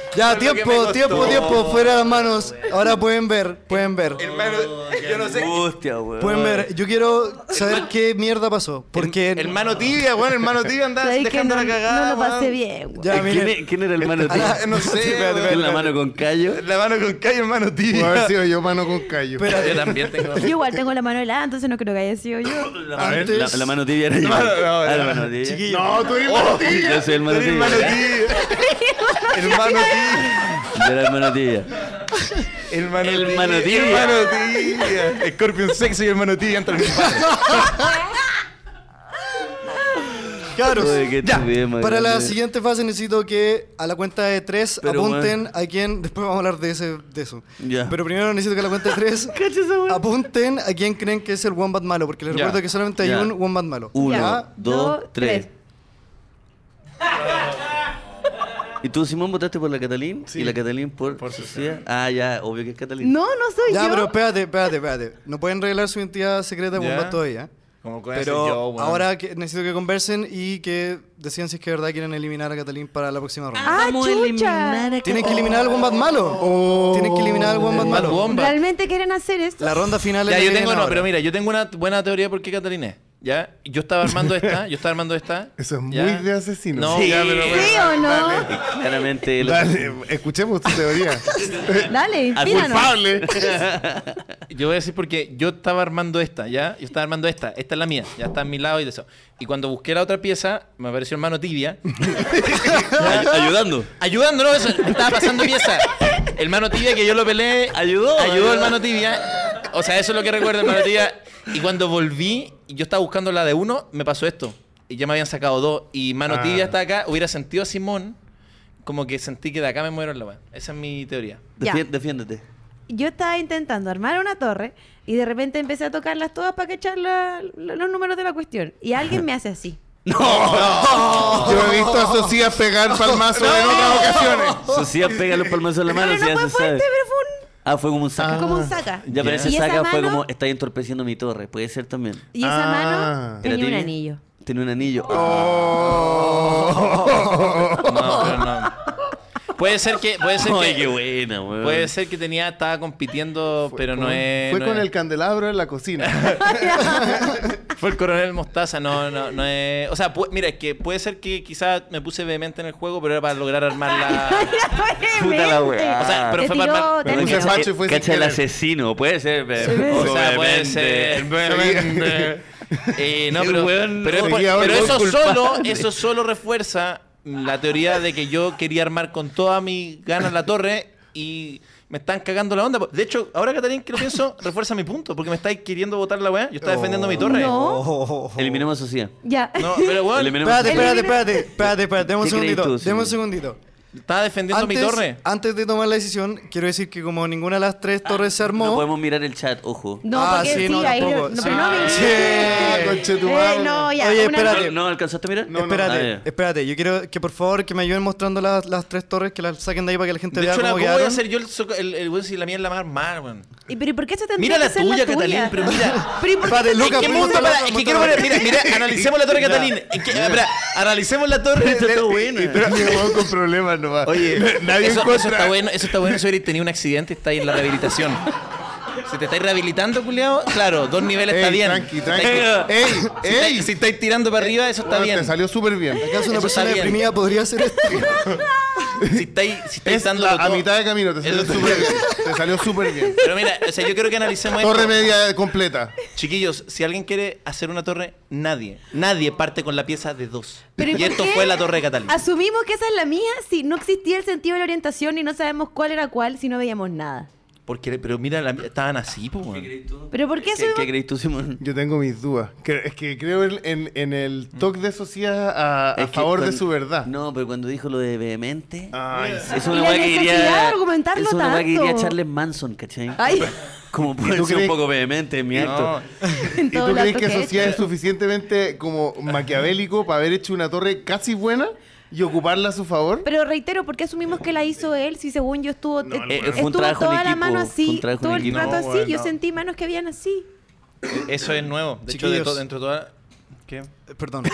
Speaker 2: Con Ah. lo que me
Speaker 5: tiempo,
Speaker 2: costó.
Speaker 5: tiempo, tiempo. Fuera las manos. Ahora pueden ver, pueden ver.
Speaker 2: Hermano, yo no sé.
Speaker 1: Hostia, Oh, weón.
Speaker 5: Pueden ver. Yo quiero saber qué mierda pasó. Porque.
Speaker 2: El mano tibia, weón, el mano tibia andaba
Speaker 4: Sabéis que
Speaker 2: dejando
Speaker 4: no,
Speaker 2: la cagada.
Speaker 4: no lo pasé
Speaker 2: weón.
Speaker 4: bien, güey.
Speaker 5: Ya,
Speaker 1: ¿Quién,
Speaker 5: miren.
Speaker 1: e- quién era el mano?
Speaker 5: Ah,
Speaker 2: no sé,
Speaker 1: ¿Con
Speaker 5: espérate,
Speaker 1: la
Speaker 5: espérate.
Speaker 1: mano con callo?
Speaker 2: La mano con callo, el mano
Speaker 3: Pudo
Speaker 2: tibia. <laughs>
Speaker 3: haber sido yo mano con callo.
Speaker 5: Espérate.
Speaker 2: Yo también tengo.
Speaker 4: Yo igual tengo la mano helada, entonces no creo que haya sido yo.
Speaker 1: La,
Speaker 5: ver.
Speaker 1: la- la mano tibia era yo.
Speaker 2: mano- no,
Speaker 1: Ah, la
Speaker 2: no.
Speaker 1: mano tibia.
Speaker 5: Chiquillo.
Speaker 3: No, tú eres mano
Speaker 2: <laughs>
Speaker 3: tibia.
Speaker 1: Yo soy el mano
Speaker 2: Oh, Hermano
Speaker 1: tibia.
Speaker 2: tibia. Hermano tibia.
Speaker 1: Yo era el mano tibia.
Speaker 2: Hermano
Speaker 1: El mano tibia.
Speaker 2: Hermano tibia. Scorpion sexy y hermano tibia entre mis padres. <laughs>
Speaker 5: Cabros,
Speaker 1: Oye, qué
Speaker 5: ya.
Speaker 1: estupidez, madre
Speaker 5: Para la
Speaker 1: mía.
Speaker 5: siguiente fase necesito que a la cuenta de tres
Speaker 1: Pero,
Speaker 5: apunten a quien. <laughs> Después vamos a hablar de, ese, de eso.
Speaker 1: Ya.
Speaker 5: Pero primero necesito que a la cuenta
Speaker 2: <laughs>
Speaker 5: de tres apunten a quien creen que es el Wombat malo. Porque les
Speaker 2: Ya.
Speaker 5: recuerdo que solamente hay
Speaker 1: Ya.
Speaker 5: un Wombat malo.
Speaker 1: Uno,
Speaker 5: Ya.
Speaker 1: dos,
Speaker 4: Dos,
Speaker 1: tres.
Speaker 4: tres.
Speaker 1: ¿Y tú, Simón, votaste por la Catalín?
Speaker 3: Sí.
Speaker 1: ¿Y la Catalín por, por Sofía? Ah, ya, obvio que es Catalín.
Speaker 4: No, no soy
Speaker 5: Ya,
Speaker 4: yo.
Speaker 5: pero espérate, espérate, espérate. No pueden revelar su identidad secreta de
Speaker 2: Ya.
Speaker 5: Wombat todavía.
Speaker 2: Como con
Speaker 5: Pero
Speaker 2: yo, weón.
Speaker 5: ahora que- necesito que conversen y que decidan si es que de verdad quieren eliminar a Catalín para la próxima ronda.
Speaker 4: Ah,
Speaker 1: Vamos a
Speaker 4: chucha.
Speaker 1: eliminar a
Speaker 5: Tienen que eliminar al Wombat malo.
Speaker 2: Oh.
Speaker 5: Tienen que eliminar al Wombat
Speaker 2: Bad
Speaker 5: malo.
Speaker 2: Wombat.
Speaker 4: ¿Realmente quieren hacer esto?
Speaker 5: La ronda final es
Speaker 2: Ya,
Speaker 5: la
Speaker 2: yo
Speaker 5: que
Speaker 2: tengo,
Speaker 5: viene
Speaker 2: no,
Speaker 5: ahora.
Speaker 2: pero mira, yo tengo una buena teoría por qué Catalina es, ¿Ya? Yo estaba armando esta, yo estaba armando esta.
Speaker 3: Eso es muy
Speaker 2: ¿ya?
Speaker 3: de asesino.
Speaker 2: No,
Speaker 1: Sí.
Speaker 2: ya, pero bueno.
Speaker 4: ¿Sí o no?
Speaker 3: <laughs>
Speaker 1: Claramente, la-
Speaker 3: Dale, escuchemos tu teoría.
Speaker 4: Dale, inspíranos.
Speaker 3: Culpable.
Speaker 2: Yo voy a decir porque yo estaba armando esta, ¿ya? Yo estaba armando esta, esta es la mía, ya está a mi lado y eso. Y cuando busqué la otra pieza, me apareció el mano tibia.
Speaker 1: Ay- ayudando.
Speaker 2: Ayudando, ¿no? Eso, me estaba pasando pieza. El mano tibia que yo lo peleé.
Speaker 1: Ayudó,
Speaker 2: Ayudó
Speaker 1: ayudó.
Speaker 2: el mano tibia. O sea, eso es lo que recuerdo, el mano tibia. Y cuando volví, yo estaba buscando la de uno, me pasó esto. Y ya me habían sacado dos. Y mano
Speaker 3: Ah.
Speaker 2: tibia está acá. Hubiera sentido a Simón como que sentí que de acá me muero en la weá. Esa es mi teoría.
Speaker 4: Ya.
Speaker 1: Defi- defiéndete.
Speaker 4: Yo estaba intentando armar una torre
Speaker 2: <laughs>
Speaker 4: y de repente empecé a tocarlas todas para que echar la- la- los números de la cuestión. Y alguien me hace así.
Speaker 3: Yo he visto a Socias pegar palmazos en otras ocasiones.
Speaker 1: Socia pega los palmazos en la mano,
Speaker 4: Pero
Speaker 1: si ya
Speaker 4: no
Speaker 1: se
Speaker 4: fue fuerte,
Speaker 1: sabe.
Speaker 4: pero fue un-
Speaker 1: Ah, fue como un saca.
Speaker 4: como un saca.
Speaker 1: Ya, pero ese
Speaker 4: Y esa
Speaker 1: saca fue
Speaker 4: mano-
Speaker 1: como, está entorpeciendo mi torre. Puede ser también.
Speaker 4: Y esa
Speaker 3: Ah.
Speaker 4: mano
Speaker 1: ¿Era
Speaker 4: tenía un
Speaker 1: tibia?
Speaker 2: <laughs>
Speaker 4: anillo.
Speaker 1: Tiene un anillo.
Speaker 3: Oh.
Speaker 1: Ah.
Speaker 2: No, pero
Speaker 1: <laughs>
Speaker 2: no. Puede ser que. Puede ser
Speaker 1: Ay,
Speaker 2: que,
Speaker 1: qué buena, weón.
Speaker 2: puede ser que tenía, estaba compitiendo, <laughs> pero no
Speaker 3: Con-
Speaker 2: es.
Speaker 3: Fue
Speaker 2: no
Speaker 3: con
Speaker 2: es-
Speaker 3: el candelabro en la cocina.
Speaker 2: <laughs> Ah.
Speaker 4: <laughs>
Speaker 2: Fue el coronel Mostaza, no, no, no es. O sea, pu- mira, es que puede ser que quizás me puse vehemente en el juego, pero era para lograr armar
Speaker 3: <laughs>
Speaker 2: la.
Speaker 1: Puta la weá.
Speaker 2: O sea, pero
Speaker 4: Te
Speaker 2: fue para
Speaker 4: tiró
Speaker 2: armar.
Speaker 4: término.
Speaker 3: Puse facho y fue sin
Speaker 1: Cacha el
Speaker 3: querer.
Speaker 1: asesino, puede ser.
Speaker 2: O sea, puede
Speaker 1: obviamente.
Speaker 2: ser.
Speaker 3: Obviamente.
Speaker 2: <laughs> Eh, no,
Speaker 1: El
Speaker 2: pero,
Speaker 1: weón
Speaker 2: pero-
Speaker 1: no-
Speaker 2: pero
Speaker 3: Seguía
Speaker 2: eso
Speaker 1: el
Speaker 2: solo,
Speaker 1: culpable.
Speaker 2: eso solo refuerza la teoría de que yo quería armar con toda mi gana la torre y me están cagando la onda. De hecho, ahora Catalín que lo pienso, refuerza mi punto, porque me estáis queriendo botar la weá. Yo estaba defendiendo mi torre.
Speaker 4: No.
Speaker 5: Oh.
Speaker 1: Eliminemos a Socia.
Speaker 4: Ya.
Speaker 2: No, pero weón,
Speaker 1: Eliminemos a
Speaker 5: Espérate,
Speaker 1: Socia.
Speaker 5: espérate, espérate, espérate, espérate, deme un
Speaker 1: ¿Qué crees
Speaker 5: segundito,
Speaker 1: tú,
Speaker 5: deme
Speaker 1: Simón?
Speaker 5: un segundito.
Speaker 2: estaba defendiendo mi torre. Ah,
Speaker 5: antes de tomar la decisión, quiero decir que como ninguna de las tres torres se armó,
Speaker 1: No podemos mirar el chat, ojo.
Speaker 4: <laughs> No,
Speaker 5: Ah,
Speaker 4: porque
Speaker 5: sí,
Speaker 4: sí,
Speaker 5: no,
Speaker 4: ahí no,
Speaker 5: tampoco.
Speaker 4: no,
Speaker 5: Sí. Ah,
Speaker 4: pero no me-
Speaker 5: Sí.
Speaker 4: Eh,
Speaker 3: Conchetumare.
Speaker 4: no, ya,
Speaker 5: Oye,
Speaker 4: una-
Speaker 5: espérate.
Speaker 1: ¿No, no alcanzaste a mirar?
Speaker 3: No, no.
Speaker 5: espérate,
Speaker 1: Ah, ya.
Speaker 5: espérate, yo quiero que por favor que me ayuden mostrando las, las tres torres, que las saquen de ahí para que la gente
Speaker 2: De
Speaker 5: vea
Speaker 2: hecho, la-
Speaker 5: cómo
Speaker 2: ¿cómo voy a
Speaker 5: quedaron.
Speaker 2: hacer yo el, soco- el, el weón si la mía es la más mal, weón?
Speaker 4: ¿Y pero por qué se tendría
Speaker 2: Mira
Speaker 4: que
Speaker 2: la
Speaker 4: ser
Speaker 2: tuya,
Speaker 4: la tuya,
Speaker 2: Catalín, pero mira.
Speaker 4: <laughs> Pero ¿y por qué
Speaker 5: Espérate,
Speaker 4: tendría
Speaker 2: ¿Qué
Speaker 4: que
Speaker 5: Lucas, Pero
Speaker 4: ser-
Speaker 2: mundo
Speaker 5: monta
Speaker 2: para-
Speaker 5: la-
Speaker 2: es que
Speaker 5: monta
Speaker 2: quiero
Speaker 5: la-
Speaker 2: poner- Mira, mira, analicemos la
Speaker 3: <laughs>
Speaker 2: torre Catalín. Es que- espera, analicemos la torre.
Speaker 1: Está
Speaker 2: <laughs>
Speaker 1: todo bueno.
Speaker 3: Pero llegó con problemas nomás. Oye, <laughs> nadie
Speaker 2: eso, eso
Speaker 3: encuentra.
Speaker 2: está bueno, eso está bueno. Eso eres tenido un accidente, está ahí en la rehabilitación. Si te estáis rehabilitando, culiao, claro, dos niveles está
Speaker 3: Ey,
Speaker 2: bien.
Speaker 3: tranqui,
Speaker 2: Si
Speaker 3: tranqui.
Speaker 2: estáis-
Speaker 3: Ey,
Speaker 2: si
Speaker 3: ey.
Speaker 2: estáis- Si estáis tirando para arriba, eso está
Speaker 3: Bueno,
Speaker 2: bien.
Speaker 3: Te salió súper bien.
Speaker 5: ¿Acaso una
Speaker 2: Eso está
Speaker 5: persona
Speaker 2: bien.
Speaker 5: deprimida podría hacer esto?
Speaker 2: <laughs> Si estáis, si estáis
Speaker 3: Es
Speaker 2: dándolo
Speaker 3: la- a
Speaker 2: todo.
Speaker 3: mitad de camino, te salió
Speaker 2: Eso-
Speaker 3: súper bien. Te salió súper
Speaker 2: <laughs>
Speaker 3: bien.
Speaker 2: Pero mira, o sea, yo quiero que analicemos esto.
Speaker 3: Torre media completa.
Speaker 2: Chiquillos, si alguien quiere hacer una torre, nadie, nadie parte con la pieza de dos.
Speaker 4: pero
Speaker 2: y
Speaker 4: por
Speaker 2: esto
Speaker 4: qué
Speaker 2: fue la torre de Catalina.
Speaker 4: Asumimos que esa es la mía si no existía el sentido de la orientación y no sabemos cuál era cuál si no veíamos nada.
Speaker 2: Porque, pero mira, la- estaban así, pues. weón.
Speaker 4: Pero ¿por qué
Speaker 1: ¿Qué,
Speaker 4: asumimos?
Speaker 1: ¿Qué crees tú, Simón?
Speaker 3: Yo tengo mis dudas. Cre- Es que creo en, en- en el toque de sociedad a, a
Speaker 1: Es que
Speaker 3: favor de
Speaker 1: cuando-
Speaker 3: su verdad.
Speaker 1: No, pero cuando dijo lo de vehemente.
Speaker 3: Ay, sí.
Speaker 1: Es
Speaker 4: Y
Speaker 1: una
Speaker 4: la
Speaker 1: weá que
Speaker 4: necesidad
Speaker 1: diría.
Speaker 4: de argumentarlo
Speaker 1: es una weá que
Speaker 4: tanto.
Speaker 1: diría Charles Manson, ¿cachai?
Speaker 4: <laughs> Ay,
Speaker 1: Como puede
Speaker 3: tú
Speaker 1: ser un
Speaker 3: crees-
Speaker 1: poco vehemente en mi acto.
Speaker 4: en <laughs>
Speaker 3: ¿Y
Speaker 4: todo
Speaker 3: tú crees
Speaker 4: lado
Speaker 3: que
Speaker 4: he
Speaker 3: sociedad es
Speaker 4: hecho.
Speaker 3: suficientemente como maquiavélico para haber hecho una torre casi buena y ocuparla a su favor?
Speaker 4: Pero reitero, ¿por qué asumimos que la hizo él si según yo estuvo,
Speaker 3: No, el
Speaker 1: Eh,
Speaker 4: estuvo
Speaker 1: fue un trabajo en
Speaker 4: toda la
Speaker 1: equipo,
Speaker 4: mano
Speaker 1: fue
Speaker 4: así,
Speaker 1: un trabajo en
Speaker 4: todo el
Speaker 1: equipo.
Speaker 4: rato
Speaker 1: No,
Speaker 4: así?
Speaker 2: bueno,
Speaker 4: yo
Speaker 2: no.
Speaker 4: sentí manos que habían así.
Speaker 2: Eso es nuevo. De hecho, de
Speaker 5: Chiquillos.
Speaker 2: to- dentro de toda. ¿Qué?
Speaker 5: Perdón.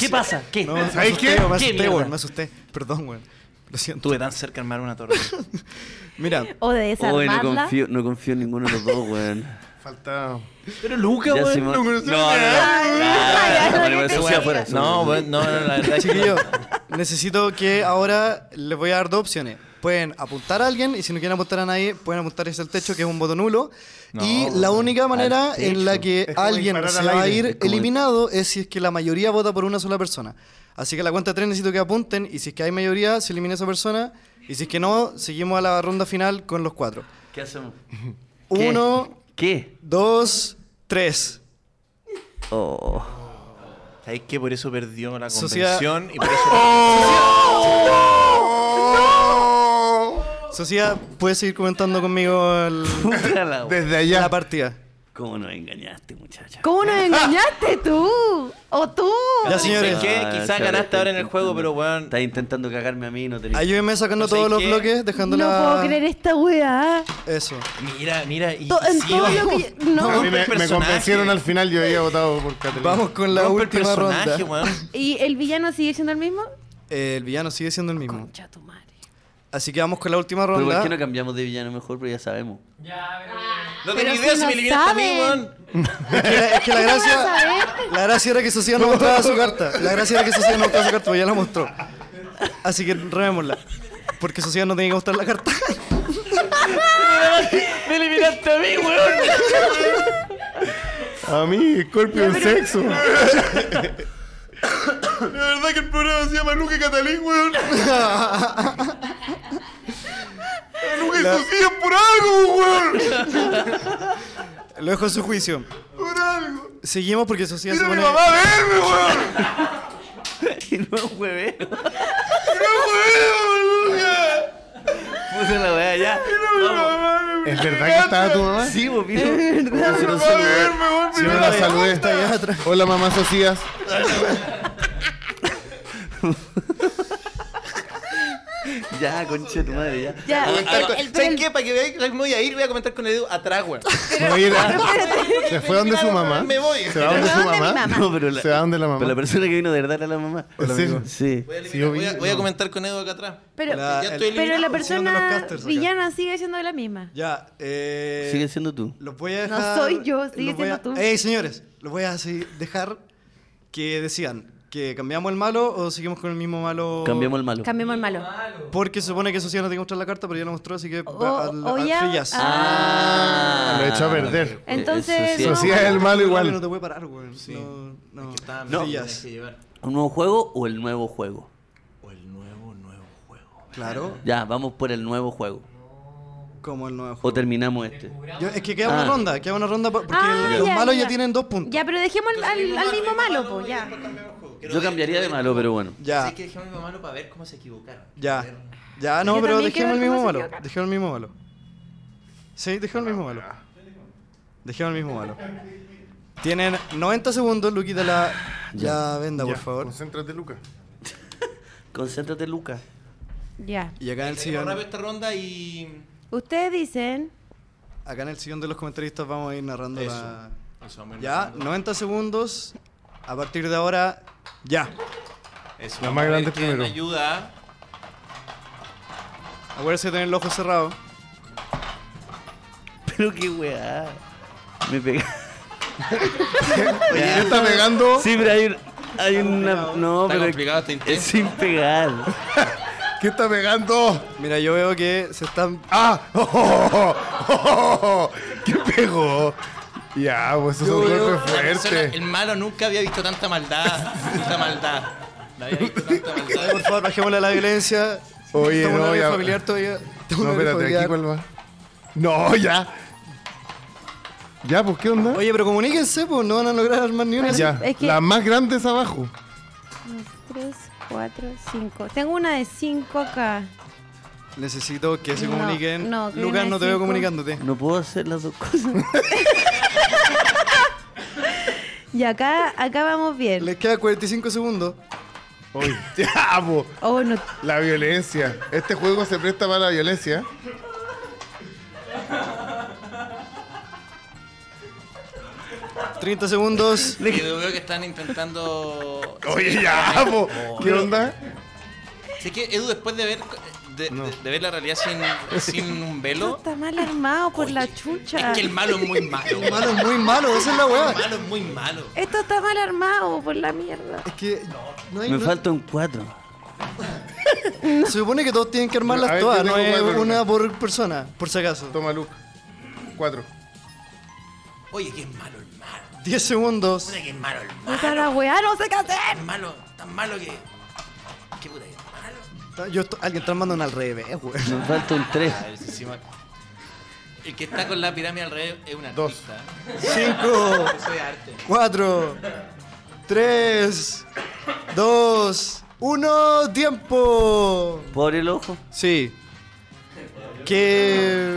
Speaker 1: ¿Qué pasa? ¿Qué?
Speaker 5: No, me
Speaker 3: ¿Sabes
Speaker 5: asusté,
Speaker 3: qué?
Speaker 5: Me
Speaker 1: ¿Qué
Speaker 5: asusté,
Speaker 1: mierda?
Speaker 5: weón, me asusté. Perdón, weón. Lo siento.
Speaker 2: Estuve tan cerca de armar una
Speaker 5: <laughs>
Speaker 2: torre.
Speaker 5: Mira,
Speaker 4: O de
Speaker 1: Uy,
Speaker 4: desarmarla.
Speaker 1: no Oh, confío, no confío en ninguno de los dos, weón.
Speaker 3: Falta.
Speaker 2: Pero Luca,
Speaker 1: Ya, Simón. No, no, no. Ah,
Speaker 4: Ay,
Speaker 1: bueno,
Speaker 4: ay,
Speaker 1: eso
Speaker 4: ay,
Speaker 1: sí
Speaker 4: ay,
Speaker 1: afuera,
Speaker 4: ay.
Speaker 1: eso
Speaker 2: No,
Speaker 1: sí.
Speaker 2: bueno, no, no, la verdad es que.
Speaker 5: Chiquillos, necesito que ahora les voy a dar dos opciones. Pueden apuntar a alguien y si no quieren apuntar a nadie, pueden apuntar hacia el techo, que es un voto nulo. y la única manera
Speaker 1: al
Speaker 5: en la que
Speaker 3: Es como
Speaker 5: alguien
Speaker 3: disparar
Speaker 5: se
Speaker 3: al
Speaker 5: va a
Speaker 3: aire.
Speaker 5: ir
Speaker 1: Es como-
Speaker 5: eliminado es si es que la mayoría vota por una sola persona. Así que a la cuenta de tres necesito que apunten y si es que hay mayoría, se elimina esa persona. Y si es que no, seguimos a la ronda final con los cuatro.
Speaker 1: ¿Qué hacemos?
Speaker 5: Uno,
Speaker 1: ¿Qué?
Speaker 5: dos, tres.
Speaker 1: Oh.
Speaker 2: ¿Sabéis que por eso perdió la
Speaker 5: Sociedad-
Speaker 2: convención? Y
Speaker 4: ah,
Speaker 2: por
Speaker 4: oh,
Speaker 2: eso.
Speaker 5: Socia, puedes seguir comentando conmigo el-
Speaker 1: Puta la wea.
Speaker 3: Desde allá.
Speaker 5: la partida.
Speaker 1: ¿Cómo nos engañaste, muchacha?
Speaker 4: ¿Cómo nos engañaste tú? ¿O tú?
Speaker 5: Ya, señores.
Speaker 2: ¿Sabes qué? Quizás
Speaker 1: ah, Charles,
Speaker 2: ganaste
Speaker 1: está
Speaker 2: ahora en el juego,
Speaker 1: intentando-
Speaker 2: pero weón.
Speaker 1: Está intentando cagarme a mí, no tenés.
Speaker 5: Ayúdenme sacando
Speaker 2: No sé
Speaker 5: todos los
Speaker 2: qué.
Speaker 5: bloques, dejando
Speaker 4: No
Speaker 5: la-
Speaker 4: puedo creer esta weá.
Speaker 5: Eso.
Speaker 2: Mira, mira. Y,
Speaker 4: To- en
Speaker 2: sí,
Speaker 4: todo
Speaker 2: weón.
Speaker 4: lo
Speaker 2: <laughs>
Speaker 4: que yo- no.
Speaker 3: A mí me, me
Speaker 2: personaje.
Speaker 3: convencieron al final, yo había votado por Catalina.
Speaker 5: Vamos con la
Speaker 2: Rompe el
Speaker 5: última ronda.
Speaker 2: personaje, weón.
Speaker 4: ¿Y el villano sigue siendo el mismo?
Speaker 5: Eh, el villano sigue siendo el mismo.
Speaker 4: Concha tu madre.
Speaker 5: Así que vamos con la última
Speaker 1: Pero
Speaker 5: ronda.
Speaker 1: ¿por qué no cambiamos de villano mejor? Pero ya sabemos.
Speaker 2: No
Speaker 4: Pero
Speaker 2: tenía
Speaker 4: si
Speaker 2: idea si
Speaker 4: no
Speaker 2: me eliminaste a mí,
Speaker 4: saben.
Speaker 2: weón. <laughs>
Speaker 5: Es que la, es
Speaker 4: <laughs>
Speaker 5: que la
Speaker 4: vas
Speaker 5: gracia.
Speaker 4: a
Speaker 5: La gracia era que Socia no mostraba su carta. La gracia era que Socia no mostraba su carta, pues ya la mostró. Así que remémosla. Porque Socia no tenía que mostrar la carta. <laughs>
Speaker 1: ¡Me eliminaste a mí, weón!
Speaker 3: A mí, Scorpio en
Speaker 4: <laughs>
Speaker 3: sexo.
Speaker 8: La verdad que el programa se llama Luca y Catalín,
Speaker 3: <laughs>
Speaker 8: weón. Luca y Sofía por algo, weón.
Speaker 5: Lo dejo en su juicio.
Speaker 8: Por algo.
Speaker 5: Seguimos porque Socia se
Speaker 8: Mira a mi
Speaker 5: pone.
Speaker 8: mamá a verme, weón.
Speaker 1: y no es un hueveo.
Speaker 8: ¡No, weón, Luca!
Speaker 1: Puse la wea ya.
Speaker 8: Mira a mi
Speaker 1: Vamos.
Speaker 8: mamá,
Speaker 3: ¿Es verdad que estaba tu mamá?
Speaker 1: Sí, pues, vos
Speaker 4: <laughs>
Speaker 1: vieron. Como si no se lo-
Speaker 3: Si no la saludé. Hola, mamá Socias.
Speaker 1: Ya, concha de tu madre, ya.
Speaker 7: Ya,
Speaker 5: Ah,
Speaker 2: Comentar con-
Speaker 7: el- el-
Speaker 2: ¿Sabes
Speaker 7: el-
Speaker 2: qué? Para que veáis, me voy a ir, voy a comentar con el dedo atrás, güey.
Speaker 3: Me voy a ir a- ¿Se fue donde su mamá?
Speaker 2: Me voy.
Speaker 3: ¿Se va donde
Speaker 7: Me
Speaker 3: su
Speaker 7: voy donde mi
Speaker 3: mamá?
Speaker 7: mamá.
Speaker 1: No, pero la,
Speaker 3: ¿Se va donde la mamá?
Speaker 1: pero la persona que vino de verdad era la mamá.
Speaker 3: ¿En serio?
Speaker 1: Sí.
Speaker 2: Voy a, eliminar-
Speaker 3: Sí, yo vi,
Speaker 2: voy a- voy a
Speaker 3: no.
Speaker 2: comentar con Edu acá atrás.
Speaker 7: Pero,
Speaker 1: Ah,
Speaker 5: La-
Speaker 2: Ya
Speaker 5: el-
Speaker 2: estoy
Speaker 7: pero la
Speaker 2: eliminado.
Speaker 5: Siendo los
Speaker 7: persona
Speaker 5: casters acá.
Speaker 7: villana sigue siendo la misma.
Speaker 5: Ya, eh.
Speaker 1: Sigue siendo tú.
Speaker 5: Los voy a
Speaker 7: No
Speaker 5: dejar.
Speaker 7: soy yo, sigue
Speaker 5: los voy
Speaker 7: siendo
Speaker 5: a-
Speaker 7: tú.
Speaker 5: Ey, señores, los voy a así dejar que decían que cambiamos el malo o seguimos con el mismo malo.
Speaker 1: Cambiamos el malo.
Speaker 7: Cambiemos el malo.
Speaker 5: Porque se supone que eso sí no te que mostrar la carta, pero ya la mostró, así que.
Speaker 7: O-
Speaker 5: va al-
Speaker 7: o
Speaker 5: al
Speaker 7: ya-
Speaker 5: free jazz.
Speaker 7: ah,
Speaker 1: Ah.
Speaker 3: Lo echó a perder.
Speaker 7: Entonces,
Speaker 1: Eso sí.
Speaker 7: no.
Speaker 3: Socias es el malo
Speaker 5: No, no
Speaker 3: igual.
Speaker 5: te voy a parar, güey. No, no.
Speaker 1: No.
Speaker 5: Free jazz.
Speaker 1: ¿Un nuevo juego o el nuevo juego?
Speaker 5: Claro,
Speaker 1: Ya, vamos por el nuevo juego.
Speaker 5: como el nuevo
Speaker 1: O
Speaker 5: juego.
Speaker 1: terminamos este.
Speaker 5: Yo- es que queda
Speaker 1: Ah.
Speaker 5: una ronda, queda una ronda pa- porque
Speaker 7: Ah,
Speaker 5: el- los
Speaker 7: ya,
Speaker 5: malos ya,
Speaker 7: ya.
Speaker 5: tienen dos puntos.
Speaker 7: Ya, pero dejemos al, al- al mismo malo, pues, ya.
Speaker 1: Yo cambiaría de malo, pero bueno.
Speaker 5: Ya,
Speaker 2: Así que dejé a mi mamá para ver cómo se equivocaron.
Speaker 5: ya. Ya, no,
Speaker 7: Yo
Speaker 5: pero
Speaker 7: también quiero
Speaker 5: dejemos el
Speaker 7: ver
Speaker 5: mismo
Speaker 7: cómo se
Speaker 5: malo.
Speaker 7: equivocaron.
Speaker 5: Dejemos el mismo malo. Sí, dejemos el mismo malo. Dejemos el mismo malo. Tienen 90 segundos, Luqui, de la, la venda, por
Speaker 3: Ya,
Speaker 5: favor.
Speaker 3: Concéntrate, Lucas.
Speaker 1: Concéntrate, Luca. <laughs>
Speaker 7: Ya.
Speaker 5: Y acá en, el
Speaker 2: Seguimos
Speaker 5: sillón,
Speaker 2: rápido esta ronda y.
Speaker 7: Ustedes dicen.
Speaker 5: acá en el sillón de los comentaristas vamos a ir narrando
Speaker 2: Eso.
Speaker 5: la...
Speaker 2: Eso, bueno,
Speaker 5: Ya, 90 segundos. A partir de ahora, ya.
Speaker 2: Eso,
Speaker 3: La
Speaker 2: vamos
Speaker 3: más
Speaker 2: a ver
Speaker 3: grande
Speaker 2: quién
Speaker 3: primero.
Speaker 2: Ayuda.
Speaker 5: Acuérdense de tener el ojo cerrado.
Speaker 1: Pero qué weá. Me pega.
Speaker 3: ¿Quién está pegando?
Speaker 1: Sí, pero hay, un- hay una. No,
Speaker 2: Está
Speaker 1: pero.
Speaker 2: complicado, este está
Speaker 1: es
Speaker 2: intenso.
Speaker 1: sin pegar.
Speaker 3: ¿Quién está pegando?
Speaker 5: Mira, yo veo que se están...
Speaker 3: ¡Ah! ¡Oh, oh, oh, oh, oh! qué pegó? Ya, pues eso es un golpe
Speaker 2: La persona-
Speaker 3: fuerte.
Speaker 2: el malo nunca había visto tanta maldad. tanta maldad. No había visto tanta
Speaker 5: Ya, Por
Speaker 3: <laughs>
Speaker 2: maldad.
Speaker 5: favor, bajémosle la violencia.
Speaker 3: Oye,
Speaker 5: Estamos en
Speaker 3: no,
Speaker 5: horario
Speaker 3: ya-
Speaker 5: familiar todavía. Estamos
Speaker 3: No,
Speaker 5: en horario
Speaker 3: espérate, aquí
Speaker 5: familiar.
Speaker 3: cuál va. No, ya. Ya, pues qué onda.
Speaker 5: Oye, pero comuníquense, pues no van a lograr armar ni una.
Speaker 3: ya,
Speaker 7: es que-
Speaker 3: la más grande es abajo.
Speaker 7: Dos, tres, cuatro, cinco. Tengo una de cinco acá.
Speaker 5: Necesito que se
Speaker 7: No,
Speaker 5: comuniquen.
Speaker 7: no, que
Speaker 5: Lucas,
Speaker 7: una
Speaker 5: no te
Speaker 7: de
Speaker 5: veo
Speaker 7: cinco.
Speaker 5: comunicándote.
Speaker 1: No puedo hacer las dos cosas.
Speaker 7: Y acá, acá vamos bien.
Speaker 5: Les queda 45 segundos.
Speaker 3: Oye, <laughs> ya, pues.
Speaker 7: Oh, no.
Speaker 3: La violencia. Este juego se presta para la violencia.
Speaker 5: Vale. 30 segundos.
Speaker 2: Y yo veo que están intentando. Oh.
Speaker 3: Oye, <laughs> ya, po. ¿Qué onda?
Speaker 2: Sé que Edu, después de ver, de, de- de ver la realidad sin, sin un
Speaker 7: <laughs> Esto
Speaker 2: velo,
Speaker 7: está mal armado por la
Speaker 2: es
Speaker 7: chucha.
Speaker 2: que el malo es muy malo.
Speaker 5: <laughs> El malo es muy malo, esa es la
Speaker 2: El
Speaker 5: weá.
Speaker 2: malo es muy malo.
Speaker 7: Esto está mal armado por la mierda.
Speaker 5: Es que no hay.
Speaker 1: Me
Speaker 5: no-
Speaker 1: falta un cuatro.
Speaker 5: Se supone que todos tienen que
Speaker 3: A
Speaker 5: armarlas
Speaker 3: ver, yo
Speaker 5: todas, no
Speaker 3: tengo
Speaker 5: es
Speaker 3: cuatro,
Speaker 5: una
Speaker 3: Lucas.
Speaker 5: por persona, por si acaso.
Speaker 3: Toma, Luke. Cuatro.
Speaker 2: Oye, que es malo el malo.
Speaker 5: 10 segundos.
Speaker 2: Puta que es malo el
Speaker 5: Ah,
Speaker 2: malo.
Speaker 7: Puta la weá, no sé qué hacer. <laughs>
Speaker 2: Tan malo, tan malo que. Qué puta que es malo.
Speaker 5: Yo estoy- alguien está armando un al revés, weón.
Speaker 1: Me falta un tres.
Speaker 2: A ver, si encima- El que está con la pirámide al revés es un
Speaker 3: Dos.
Speaker 2: artista.
Speaker 5: 5,
Speaker 2: Eso es arte.
Speaker 5: 4, 3, 2, 1, tiempo.
Speaker 1: ¿Puedo abrir el ojo?
Speaker 5: Sí. <laughs> Que.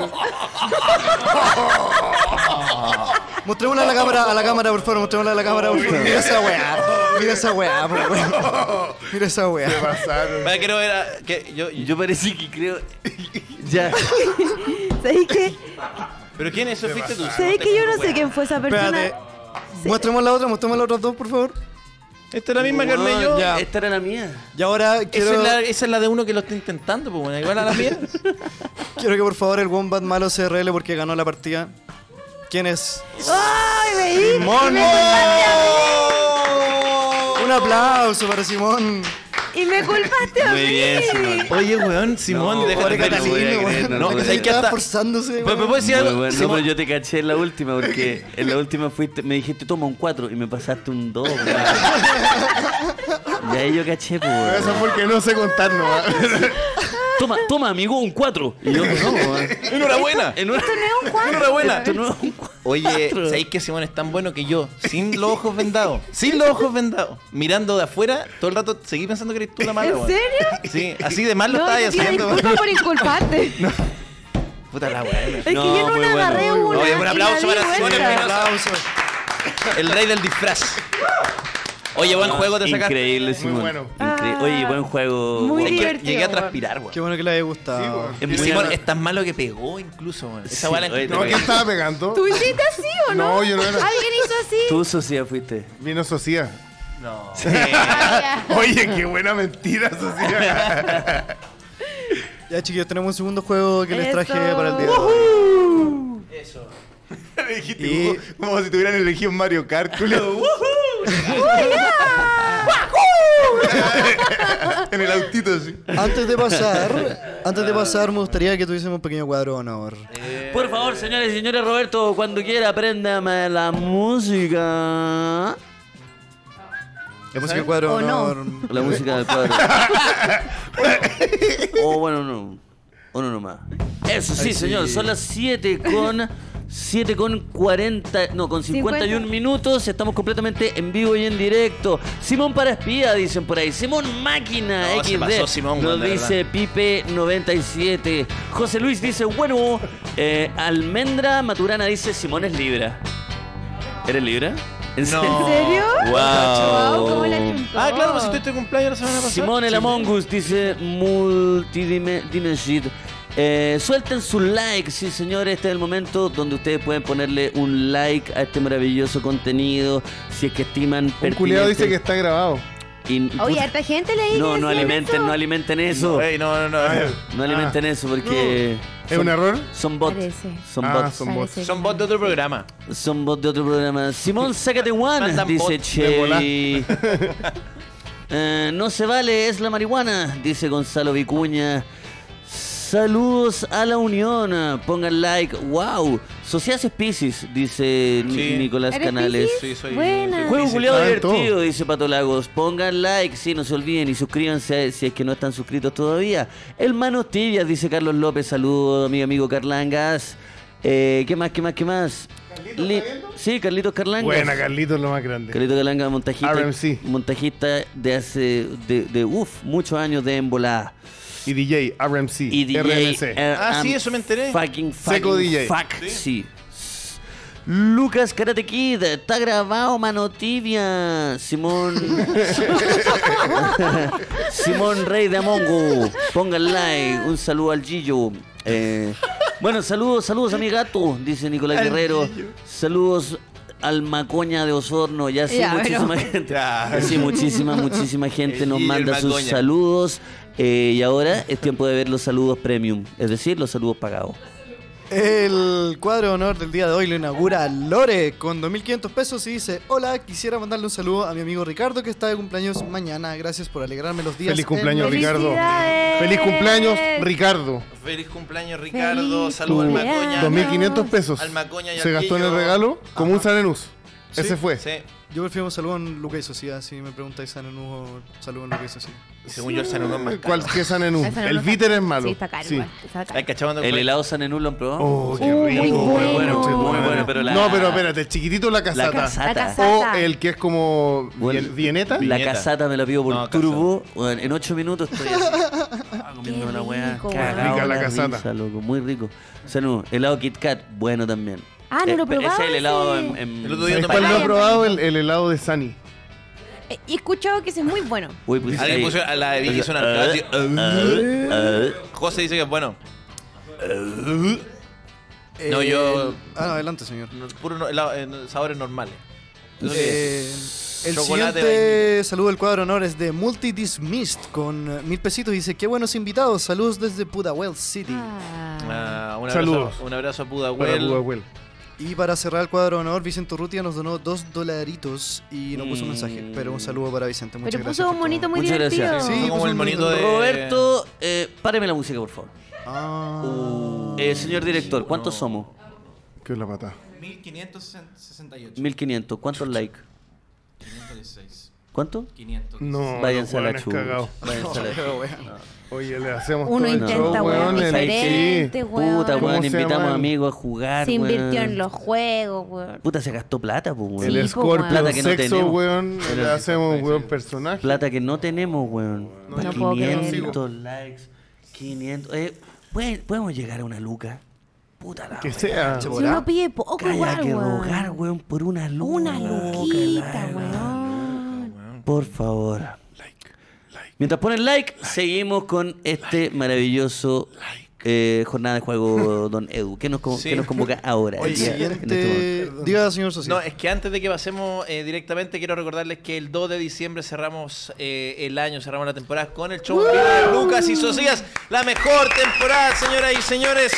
Speaker 5: Mostrémosla a la cámara, a la cámara, por favor, mostrémosla a la cámara, por favor. Mira esa weá. Mira esa weá, por favor. Mira esa
Speaker 3: Te
Speaker 5: weá.
Speaker 3: pasaron.
Speaker 2: Vaya, quiero ver a- que yo,
Speaker 1: Yo parecí que creo. <laughs> Ya.
Speaker 7: ¿Sabéis que,
Speaker 2: ¿Pero quién es? ¿Eso fuiste
Speaker 5: Ah,
Speaker 2: tú?
Speaker 7: sabéis que yo no sé quién fue esa
Speaker 5: Espérate.
Speaker 7: persona?
Speaker 5: Mostremos la otra, mostremos las otras dos, por favor.
Speaker 2: Esta es la misma que armé
Speaker 1: Weón,
Speaker 2: yo.
Speaker 5: Ya.
Speaker 1: Esta era la mía.
Speaker 5: Y ahora
Speaker 2: Esa,
Speaker 5: quiero,
Speaker 2: es la, esa es la de uno que lo está intentando, pues bueno, igual a la
Speaker 5: <laughs>
Speaker 2: mía.
Speaker 5: quiero que por favor el Wombat malo se rele porque ganó la partida. ¿Quién es?
Speaker 7: ¡Ay, veí!
Speaker 5: ¡Simón! Oh. Un aplauso para Simón.
Speaker 7: Y me culpaste a mí.
Speaker 2: Oye, weón, Simón,
Speaker 1: No,
Speaker 2: déjate
Speaker 1: pobre
Speaker 2: de
Speaker 1: Catalina,
Speaker 2: weón.
Speaker 1: weón.
Speaker 5: weón.
Speaker 1: no
Speaker 2: No,
Speaker 1: lo voy a creer.
Speaker 2: ¿sabes
Speaker 1: pues,
Speaker 2: qué?
Speaker 5: Estaba
Speaker 2: Hasta-
Speaker 5: forzándose,
Speaker 2: ¿Me- me puedo
Speaker 5: weón.
Speaker 2: decir
Speaker 1: Muy
Speaker 2: algo?
Speaker 1: bueno,
Speaker 2: Simón-
Speaker 1: pero yo te caché en la última porque en la última fuiste, me dijiste toma un 4 y me pasaste un 2. Y ahí yo caché, pues.
Speaker 3: Pero <laughs> Eso porque no sé contar <laughs> nomás.
Speaker 1: Toma, toma, amigo, un 4. Y yo, no, weón.
Speaker 2: Enhorabuena.
Speaker 1: En una-
Speaker 2: Enhorabuena.
Speaker 1: Esto no es un 4.
Speaker 2: Oye, ¿sabéis que Simón es tan bueno que yo, sin los ojos vendados, sin los ojos vendados, mirando de afuera, todo el rato seguí pensando que eres tú la mala,
Speaker 7: ¿En
Speaker 2: weón.
Speaker 7: serio?
Speaker 2: Sí, así de mal lo
Speaker 7: No,
Speaker 2: estabas
Speaker 7: yo te pido
Speaker 1: <laughs>
Speaker 2: haciendo.
Speaker 7: disculpas por inculparte.
Speaker 2: Puta la weá.
Speaker 7: Es que yo no
Speaker 1: muy
Speaker 7: la
Speaker 1: bueno.
Speaker 7: agarré una.
Speaker 2: Oye, un
Speaker 7: y la
Speaker 2: aplauso
Speaker 7: di
Speaker 2: para Simón
Speaker 7: vuelta.
Speaker 2: Espinosa.
Speaker 5: Aplauso.
Speaker 2: El rey del disfraz. Oye, buen juego te sacaste.
Speaker 1: Increíble, Simón.
Speaker 3: bueno.
Speaker 1: Incre- Oye, buen juego.
Speaker 7: Muy
Speaker 1: Juan.
Speaker 2: Es que
Speaker 7: divertido,
Speaker 2: Llegué a
Speaker 7: weón.
Speaker 2: transpirar, weón.
Speaker 5: Qué bueno que le haya
Speaker 3: Sí,
Speaker 5: gustado.
Speaker 3: weón.
Speaker 1: Es
Speaker 2: Y
Speaker 1: muy
Speaker 2: Simón
Speaker 1: bueno.
Speaker 2: es tan malo que pegó incluso, weón. Esa
Speaker 1: Sí,
Speaker 2: weá la
Speaker 1: oye,
Speaker 2: encontré
Speaker 3: No, ¿quién
Speaker 1: Oye.
Speaker 3: estaba pegando?
Speaker 7: ¿Tú hiciste así o no?
Speaker 3: No, yo no era.
Speaker 7: ¿Alguien hizo así?
Speaker 1: Tú, Socia, fuiste.
Speaker 3: Vino Socia.
Speaker 1: Este,
Speaker 2: <laughs>
Speaker 7: Ah, ya.
Speaker 3: Oye, qué buena mentira, <laughs> Socia.
Speaker 5: Ya, chiquillos, tenemos un segundo juego que les traje
Speaker 7: Eso.
Speaker 5: para el día de hoy. <laughs>
Speaker 3: Dijiste como- como si te hubieran elegido un Mario Kart, <laughs> culiao. <laughs> en el autito, sí.
Speaker 5: Antes de pasar, antes de pasar, me gustaría que tuviésemos un pequeño cuadro de honor.
Speaker 3: Eh,
Speaker 1: Por favor, señores y señores, Roberto, cuando quiera, apréndame la música.
Speaker 5: La música del cuadro de
Speaker 7: O Oh, no.
Speaker 5: honor.
Speaker 2: <laughs>
Speaker 1: La música del cuadro. o bueno, no. Uno nomás. Eso sí,
Speaker 5: Ay, sí.
Speaker 1: señor. Son las 7 con. 7 con 40. No, con 51
Speaker 7: 50.
Speaker 1: minutos. Estamos completamente en vivo y en directo. Simón para espía, dicen por ahí. Simón Máquina
Speaker 2: No, se
Speaker 1: XD.
Speaker 2: pasó Simón,
Speaker 1: Lo
Speaker 2: weón, de
Speaker 1: dice Pipe97. José Luis dice, bueno, eh, Almendra Maturana dice, Simón es Libra. ¿Eres Libra? ¿En
Speaker 7: ¿En serio?
Speaker 1: Wow.
Speaker 7: Wow, ¿Cómo la chuntó?
Speaker 6: Ah, claro, pues si tuviste cumpleaños la semana pasada.
Speaker 1: Simón el Among Us dice multidimensional. Eh, suelten su like, sí señores, este es el momento donde ustedes pueden ponerle un like a este maravilloso contenido, si es que estiman
Speaker 3: Un
Speaker 1: pertinente.
Speaker 3: culiado dice que está grabado.
Speaker 1: Y-
Speaker 7: Oye, harta gente leí.
Speaker 1: no,
Speaker 7: que
Speaker 1: no
Speaker 7: decían
Speaker 1: alimenten,
Speaker 7: eso.
Speaker 1: no alimenten eso,
Speaker 6: Ey, no, no, no.
Speaker 2: eh.
Speaker 1: no
Speaker 3: Ah.
Speaker 1: alimenten eso porque
Speaker 3: ¿Es un error?
Speaker 1: son bots,
Speaker 7: Parece.
Speaker 1: son
Speaker 3: Ah,
Speaker 1: bots,
Speaker 3: son bots.
Speaker 7: Parece
Speaker 6: Son
Speaker 7: que-
Speaker 6: bots de otro programa.
Speaker 1: son bots de otro programa. Simón, sácate one,
Speaker 2: Mandan
Speaker 1: dice
Speaker 2: bots
Speaker 3: de volá.
Speaker 1: Che. <laughs> Eh, no se vale, es la marihuana, dice Gonzalo Vicuña. Saludos a la Unión, eh, pongan like, wow. Socias Pisces, dice Ni-
Speaker 6: Sí.
Speaker 1: Nicolás
Speaker 7: ¿Eres
Speaker 1: Canales.
Speaker 7: Piscis?
Speaker 6: Sí, soy-
Speaker 7: Buena.
Speaker 1: Juego
Speaker 6: Piscis.
Speaker 1: culiado
Speaker 3: Ah,
Speaker 1: divertido,
Speaker 3: todo.
Speaker 1: dice Pato Lagos. Pongan like, sí, no se olviden y suscríbanse si es que no están suscritos todavía. El Manos Tibias, dice Carlos López. Saludos, amigo, amigo Carlangas. Eh, ¿Qué más, qué más, qué más? Li- sí, Carlitos Carlangas.
Speaker 3: Buena, Carlitos, lo más grande.
Speaker 1: Carlito Calanga, montajista,
Speaker 3: RMC.
Speaker 1: montajista de hace, de, de uf, muchos años de embolada.
Speaker 3: Y DJ, RMC,
Speaker 1: Y DJ.
Speaker 3: RMC.
Speaker 1: eh,
Speaker 6: Ah, sí,
Speaker 1: am-
Speaker 6: eso me enteré.
Speaker 1: Fucking, fucking,
Speaker 3: Seco DJ.
Speaker 1: fuck, sí. S- Lucas Karate Kid, está grabado, mano
Speaker 6: <laughs>
Speaker 1: tibia. Simón. Simón Rey de Amongo. Pongan like. Un saludo al Gillo. Eh, bueno, saludos, saludos a mi gato, dice Nicolás Guerrero. Saludos al Macoña de Osorno. Ya sí,
Speaker 7: Ya,
Speaker 1: muchísima gente. Sí,
Speaker 2: <laughs>
Speaker 1: muchísima, muchísima gente nos
Speaker 2: El
Speaker 1: manda sus
Speaker 2: Macoña.
Speaker 1: saludos. Eh, y ahora es tiempo de ver los saludos premium, es decir, los saludos pagados.
Speaker 5: El cuadro de honor del día de hoy lo inaugura Lore con 2.500 pesos y dice, hola, quisiera mandarle un saludo a mi amigo Ricardo que está de cumpleaños mañana. Gracias por alegrarme los días.
Speaker 3: Feliz cumpleaños,
Speaker 5: en-
Speaker 3: Ricardo.
Speaker 7: ¡Felicidades!
Speaker 3: Feliz cumpleaños, Ricardo.
Speaker 2: Feliz cumpleaños, Ricardo.
Speaker 7: Feliz
Speaker 2: Saludos al Macoña.
Speaker 7: cumpleaños.
Speaker 3: 2.500 pesos.
Speaker 2: Al Macoña y al
Speaker 3: Se gastó en el
Speaker 2: Quillo.
Speaker 3: regalo como un Sanenus. Ese fue.
Speaker 2: Sí.
Speaker 5: Yo prefiero un saludo en Luca y Sociedad, si me preguntáis San Enugo, saludo en Luca y Sociedad.
Speaker 2: Según yo, el Sanenú es más caro.
Speaker 3: ¿Cuál qué Sanenus?
Speaker 7: Esa no
Speaker 3: El
Speaker 7: lo-
Speaker 3: Víter es malo.
Speaker 7: Sí, está caro. igual, está caro.
Speaker 2: Ay, cachado cuando-
Speaker 1: El helado San Enul lo han probado.
Speaker 3: Oh, qué
Speaker 7: Uh,
Speaker 3: rico.
Speaker 7: muy
Speaker 3: weón,
Speaker 7: bueno.
Speaker 3: conchetumare.
Speaker 7: Muy
Speaker 1: bueno, pero la-
Speaker 3: No, pero espérate, el chiquitito o la
Speaker 1: la
Speaker 3: casata.
Speaker 7: La
Speaker 1: casata.
Speaker 7: casata.
Speaker 3: O el que es como
Speaker 1: Bueno,
Speaker 3: bien- vieneta.
Speaker 1: La
Speaker 2: Viñeta.
Speaker 1: casata me la pido por
Speaker 2: No,
Speaker 1: turbo. Bueno, en ocho minutos estoy así. Ah, comiendo
Speaker 7: Qué
Speaker 1: una weá.
Speaker 7: rico,
Speaker 1: cagado
Speaker 3: Rica la
Speaker 1: de
Speaker 3: casata.
Speaker 1: risa, loco, Muy rico. Sanenú, helado Kit Kat, bueno también.
Speaker 7: Ah, no
Speaker 1: Eh,
Speaker 7: lo
Speaker 1: pero ese
Speaker 7: probaba
Speaker 1: es el helado
Speaker 7: ese.
Speaker 1: en, en
Speaker 2: El otro día
Speaker 3: ¿Sabes
Speaker 2: no
Speaker 3: cuál
Speaker 2: me-
Speaker 3: no he
Speaker 7: Vaya.
Speaker 3: probado? El, el helado de Sani.
Speaker 7: Eh, He escuchado que ese es muy bueno.
Speaker 1: Uy, pues,
Speaker 2: Alguien
Speaker 1: ahí.
Speaker 2: puso a la de Vicky hizo una
Speaker 1: Eh,
Speaker 2: arcada así,
Speaker 1: eh, eh.
Speaker 2: José dice que es bueno. No, yo-
Speaker 5: Ah, no, adelante, señor.
Speaker 2: No, Puro no- helado, eh, no- sabores normales. Eso sí.
Speaker 5: Eh, el
Speaker 2: Chocolate,
Speaker 5: siguiente saludo del cuadro de honor es de Multi Dismissed con eh, mil pesitos. Dice, qué buenos invitados. Saludos desde Pudahuel City.
Speaker 7: Ah.
Speaker 2: Ah, un
Speaker 3: Saludos.
Speaker 2: abrazo, un abrazo a
Speaker 3: Para tu
Speaker 2: Pudahuel.
Speaker 3: abuelo.
Speaker 5: Y para cerrar el cuadro de honor, Vicente Urrutia nos donó dos dolaritos y no puso un
Speaker 2: Mm.
Speaker 5: mensaje. Pero un saludo para Vicente. Muchas
Speaker 7: Pero
Speaker 5: gracias.
Speaker 7: puso
Speaker 5: por
Speaker 7: un monito
Speaker 5: todo.
Speaker 7: muy
Speaker 1: Muchas gracias.
Speaker 7: divertido.
Speaker 5: Sí,
Speaker 2: Fue como
Speaker 5: puso
Speaker 2: el
Speaker 5: un
Speaker 2: monito de...
Speaker 1: Roberto, eh, páreme la música, por favor.
Speaker 5: Ah.
Speaker 2: Uh.
Speaker 1: Eh, señor director, ¿cuántos somos?
Speaker 3: Qué es la patada.
Speaker 9: 1568.
Speaker 1: 1500. ¿Cuántos likes?
Speaker 9: 516.
Speaker 1: ¿Cuánto?
Speaker 9: 500.
Speaker 3: No,
Speaker 1: Váyanse a la
Speaker 3: los hueones
Speaker 1: chucha.
Speaker 3: cagados.
Speaker 1: Váyanse a la chucha.
Speaker 3: Oye, le hacemos
Speaker 7: Uno
Speaker 3: todo el
Speaker 7: intenta, weón,
Speaker 3: show, weón, le-
Speaker 7: diferente,
Speaker 3: sí.
Speaker 7: weón.
Speaker 1: Puta,
Speaker 3: ¿Cómo
Speaker 1: weón,
Speaker 3: se
Speaker 1: invitamos
Speaker 3: llaman?
Speaker 1: a amigos a jugar.
Speaker 7: Se invirtió
Speaker 1: weón.
Speaker 7: en los juegos, weón.
Speaker 1: Puta, se gastó plata, pues, weón.
Speaker 3: El
Speaker 7: Sí, po, weón.
Speaker 3: Scorpio
Speaker 1: Plata que no
Speaker 3: sexo,
Speaker 1: tenemos.
Speaker 3: weón, le
Speaker 1: Pero-
Speaker 3: hacemos un weón personaje.
Speaker 1: Plata que no tenemos, weón.
Speaker 7: No
Speaker 1: Pa'
Speaker 7: puedo creer.
Speaker 1: 500 likes. 500. Eh, ¿pueden- ¿Podemos llegar a una luca? Puta la
Speaker 3: Que
Speaker 1: wea.
Speaker 3: sea.
Speaker 5: Se
Speaker 10: Si
Speaker 5: podrá.
Speaker 10: uno pide poco,
Speaker 1: Calla
Speaker 10: igual,
Speaker 1: que
Speaker 10: weón.
Speaker 1: rogar, weón, por una luz.
Speaker 10: Una luquita, weón.
Speaker 1: Por favor. Mientras ponen like, seguimos con este maravilloso eh, jornada de juego, <laughs> don Edu. ¿Qué nos, co-
Speaker 2: Sí.
Speaker 1: qué nos convoca ahora?
Speaker 5: El
Speaker 1: Ya, en este momento.
Speaker 5: siguiente. Diga, señor
Speaker 2: No, eh.
Speaker 5: Socia.
Speaker 2: es que antes de que pasemos eh, directamente, quiero recordarles que el 2 de diciembre cerramos eh, el año, cerramos la temporada con el show en vivo de Lucas y Socias. La mejor temporada, señoras y señores.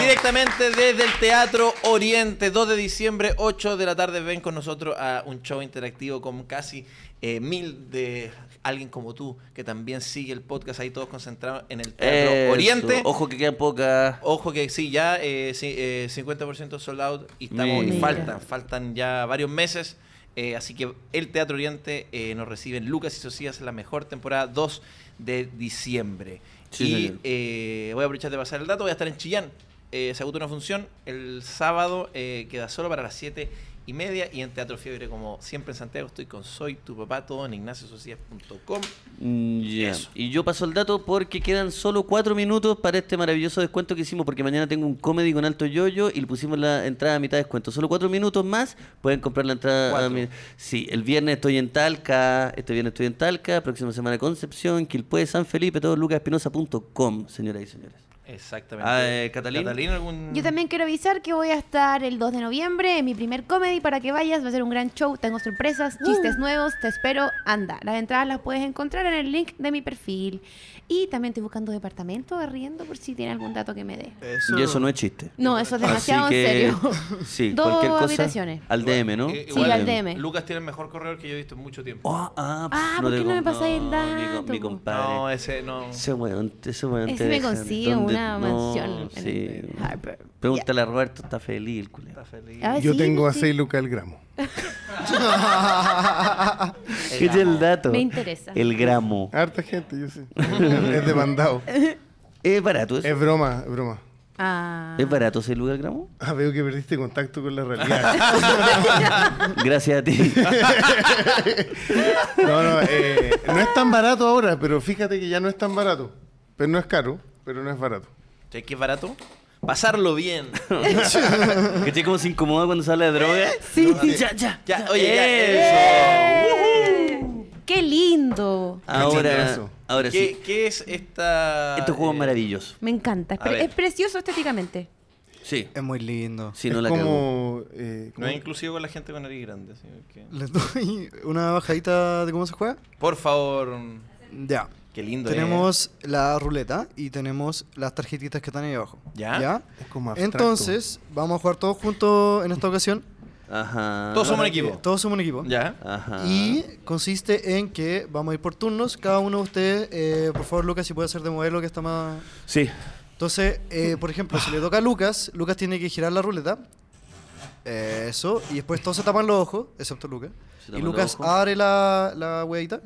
Speaker 2: Directamente desde el Teatro Oriente, 2 de diciembre, 8 de la tarde. Ven con nosotros a un show interactivo con casi eh, mil de alguien como tú, que también sigue el podcast ahí todos concentrados en el Teatro
Speaker 1: Eso.
Speaker 2: Oriente.
Speaker 1: Ojo que quedan pocas.
Speaker 2: Ojo que sí, ya eh, sí, eh, 50% sold out y, estamos, y
Speaker 1: Mira.
Speaker 2: faltan, faltan ya varios meses. eh, así que el Teatro Oriente eh, nos reciben Lucas y Socias la mejor temporada 2 de diciembre.
Speaker 1: Sí,
Speaker 2: y
Speaker 1: señor.
Speaker 2: eh, voy a aprovechar de pasar el dato, voy a estar en Chillán. Eh, se agotó una función el sábado, eh, queda solo para las 7 y media y en Teatro Fiebre, como siempre en Santiago, estoy con Soy Tu Papá, todo en ignaciosocias.com.
Speaker 1: Mm, ya.
Speaker 2: Eso.
Speaker 1: Y yo paso el dato porque quedan solo cuatro minutos para este maravilloso descuento que hicimos porque mañana tengo un comedy con alto yoyo y le pusimos la entrada a mitad de descuento. Solo cuatro minutos más pueden comprar la entrada. a
Speaker 2: Cuatro.
Speaker 1: mi- Sí, el viernes estoy en Talca, este viernes estoy en Talca, próxima semana Concepción, Quilpue, San Felipe, todo lucasespinosa.com, señoras y señores.
Speaker 2: Exactamente.
Speaker 1: Ah, eh, Catalina.
Speaker 2: algún...
Speaker 4: Yo también quiero avisar que voy a estar el 2 de noviembre en mi primer comedy para que vayas. Va a ser un gran show. Tengo sorpresas,
Speaker 1: Uh.
Speaker 4: chistes nuevos. Te espero. Anda. Las entradas las puedes encontrar en el link de mi perfil. Y también estoy buscando departamento arriendo por si tiene algún dato que me dé.
Speaker 1: Y eso no es chiste.
Speaker 4: No, eso es
Speaker 1: Eh, Así
Speaker 4: demasiado
Speaker 1: que,
Speaker 4: en serio.
Speaker 1: <laughs> Sí,
Speaker 4: Dos
Speaker 1: cualquier cosa.
Speaker 4: habitaciones.
Speaker 1: Al DM, ¿no?
Speaker 2: Eh,
Speaker 4: Sí,
Speaker 2: igual,
Speaker 4: al DM.
Speaker 2: Lucas tiene el mejor correo que yo he visto en mucho tiempo.
Speaker 1: Ah, ah,
Speaker 4: Ah,
Speaker 1: pf,
Speaker 4: ¿por
Speaker 1: te
Speaker 4: qué no me
Speaker 1: con-
Speaker 4: pasáis el
Speaker 1: mi
Speaker 4: dato,
Speaker 1: con- Mi,
Speaker 4: po?
Speaker 1: compadre.
Speaker 2: No, ese no.
Speaker 1: Ese weón, ese weón
Speaker 4: Ese
Speaker 1: te
Speaker 4: me
Speaker 1: deja
Speaker 4: consigue
Speaker 1: donde-
Speaker 4: una mansión en
Speaker 1: sí.
Speaker 4: el Harper.
Speaker 1: Pregúntale a Roberto, está feliz el culero. <laughs>
Speaker 2: Está feliz.
Speaker 4: Ah,
Speaker 3: Yo
Speaker 4: sí,
Speaker 3: tengo a
Speaker 4: sí.
Speaker 3: 6 lucas el gramo.
Speaker 1: ¿Qué es el dato?
Speaker 4: Me interesa.
Speaker 1: El gramo.
Speaker 3: Harta gente, yo
Speaker 1: <laughs>
Speaker 3: sé. es demandado.
Speaker 1: ¿Es barato eso?
Speaker 3: Es broma, es broma.
Speaker 4: Ah.
Speaker 1: ¿Es barato ese lugar gramo? <laughs>
Speaker 3: Ah, veo que perdiste contacto con la realidad.
Speaker 1: Gracias a ti.
Speaker 3: No, no, eh, no es tan barato ahora, pero fíjate que ya no es tan barato. Pero no es caro, pero no es barato.
Speaker 2: ¿Sabes ¿Qué es barato? Pasarlo
Speaker 1: <laughs>
Speaker 2: bien.
Speaker 1: ¿Cachai cómo se incomoda cuando se habla de droga?
Speaker 4: Sí.
Speaker 1: Ya, ya.
Speaker 2: Ya, oye, ya, eso.
Speaker 4: ¡Eh! ¡Qué lindo!
Speaker 3: Cachate
Speaker 1: Ahora,
Speaker 3: eso.
Speaker 1: ahora
Speaker 2: ¿Qué,
Speaker 1: sí.
Speaker 2: qué es esta...?
Speaker 1: Estos juegos
Speaker 2: eh,
Speaker 1: maravillosos.
Speaker 4: Me encanta. Es, pre-
Speaker 2: ver.
Speaker 4: es precioso estéticamente.
Speaker 1: Sí.
Speaker 5: <laughs> Es muy lindo.
Speaker 1: Si
Speaker 3: es
Speaker 1: no la cago.
Speaker 3: como, eh,
Speaker 2: No
Speaker 3: como-
Speaker 2: es inclusivo con la gente con nariz grande. así que-
Speaker 5: ¿Les doy una bajadita de cómo se juega?
Speaker 2: Por favor.
Speaker 5: Ya.
Speaker 2: Qué lindo eh. es.
Speaker 5: Tenemos la ruleta y tenemos las tarjetitas que están ahí abajo.
Speaker 2: ¿Ya?
Speaker 3: es como abstracto.
Speaker 5: Entonces, vamos a jugar todos juntos en esta ocasión.
Speaker 1: Ajá.
Speaker 2: Todos somos un
Speaker 5: Eh,
Speaker 2: equipo.
Speaker 5: Todos somos un equipo.
Speaker 2: ¿Ya?
Speaker 1: Ajá.
Speaker 5: Y consiste en que vamos a ir por turnos. Cada uno de ustedes, eh, por favor, Lucas, si puede ser de modelo que está más.
Speaker 1: Sí.
Speaker 5: Entonces, eh, por ejemplo, si le toca a Lucas, Lucas tiene que girar la ruleta. Eso. Y después todos se tapan los ojos, excepto Lucas.
Speaker 1: Se
Speaker 5: Y
Speaker 1: tapan
Speaker 5: Lucas
Speaker 1: los ojos.
Speaker 5: abre la, la huevita.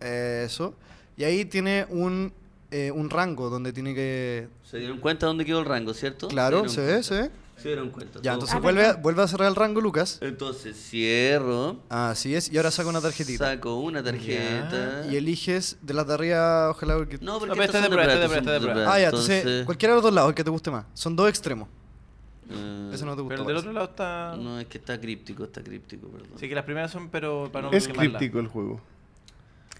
Speaker 5: Eso. Y ahí tiene un, eh, un rango donde tiene que.
Speaker 1: Se dieron cuenta dónde quedó el rango, ¿cierto?
Speaker 5: Claro,
Speaker 1: dieron
Speaker 5: se ve,
Speaker 1: cuenta.
Speaker 5: se ve.
Speaker 1: Se dieron cuenta.
Speaker 5: Ya,
Speaker 1: Todo. Ah,
Speaker 5: entonces vuelve a, vuelve a cerrar el rango, Lucas.
Speaker 1: Entonces cierro.
Speaker 5: Así es. Y ahora saca una tarjetita.
Speaker 1: Saco una tarjeta.
Speaker 5: Y eliges de las de arriba, ojalá. porque-
Speaker 1: Ah. No, porque
Speaker 2: No, pero
Speaker 1: estas
Speaker 2: esta
Speaker 1: son
Speaker 2: es de prueba,
Speaker 1: plata,
Speaker 2: esta es de
Speaker 1: son
Speaker 2: prueba,
Speaker 1: de
Speaker 5: Ah, ya,
Speaker 1: plata.
Speaker 5: entonces, cualquiera de los dos lados, el que te guste más. Son dos extremos.
Speaker 1: eh,
Speaker 5: Eso no te gustó.
Speaker 2: Pero del otro lado está...
Speaker 1: No, es que está críptico, está críptico, perdón.
Speaker 2: Sí, que las primeras son, pero para no
Speaker 3: es
Speaker 2: quemarla.
Speaker 3: críptico el juego.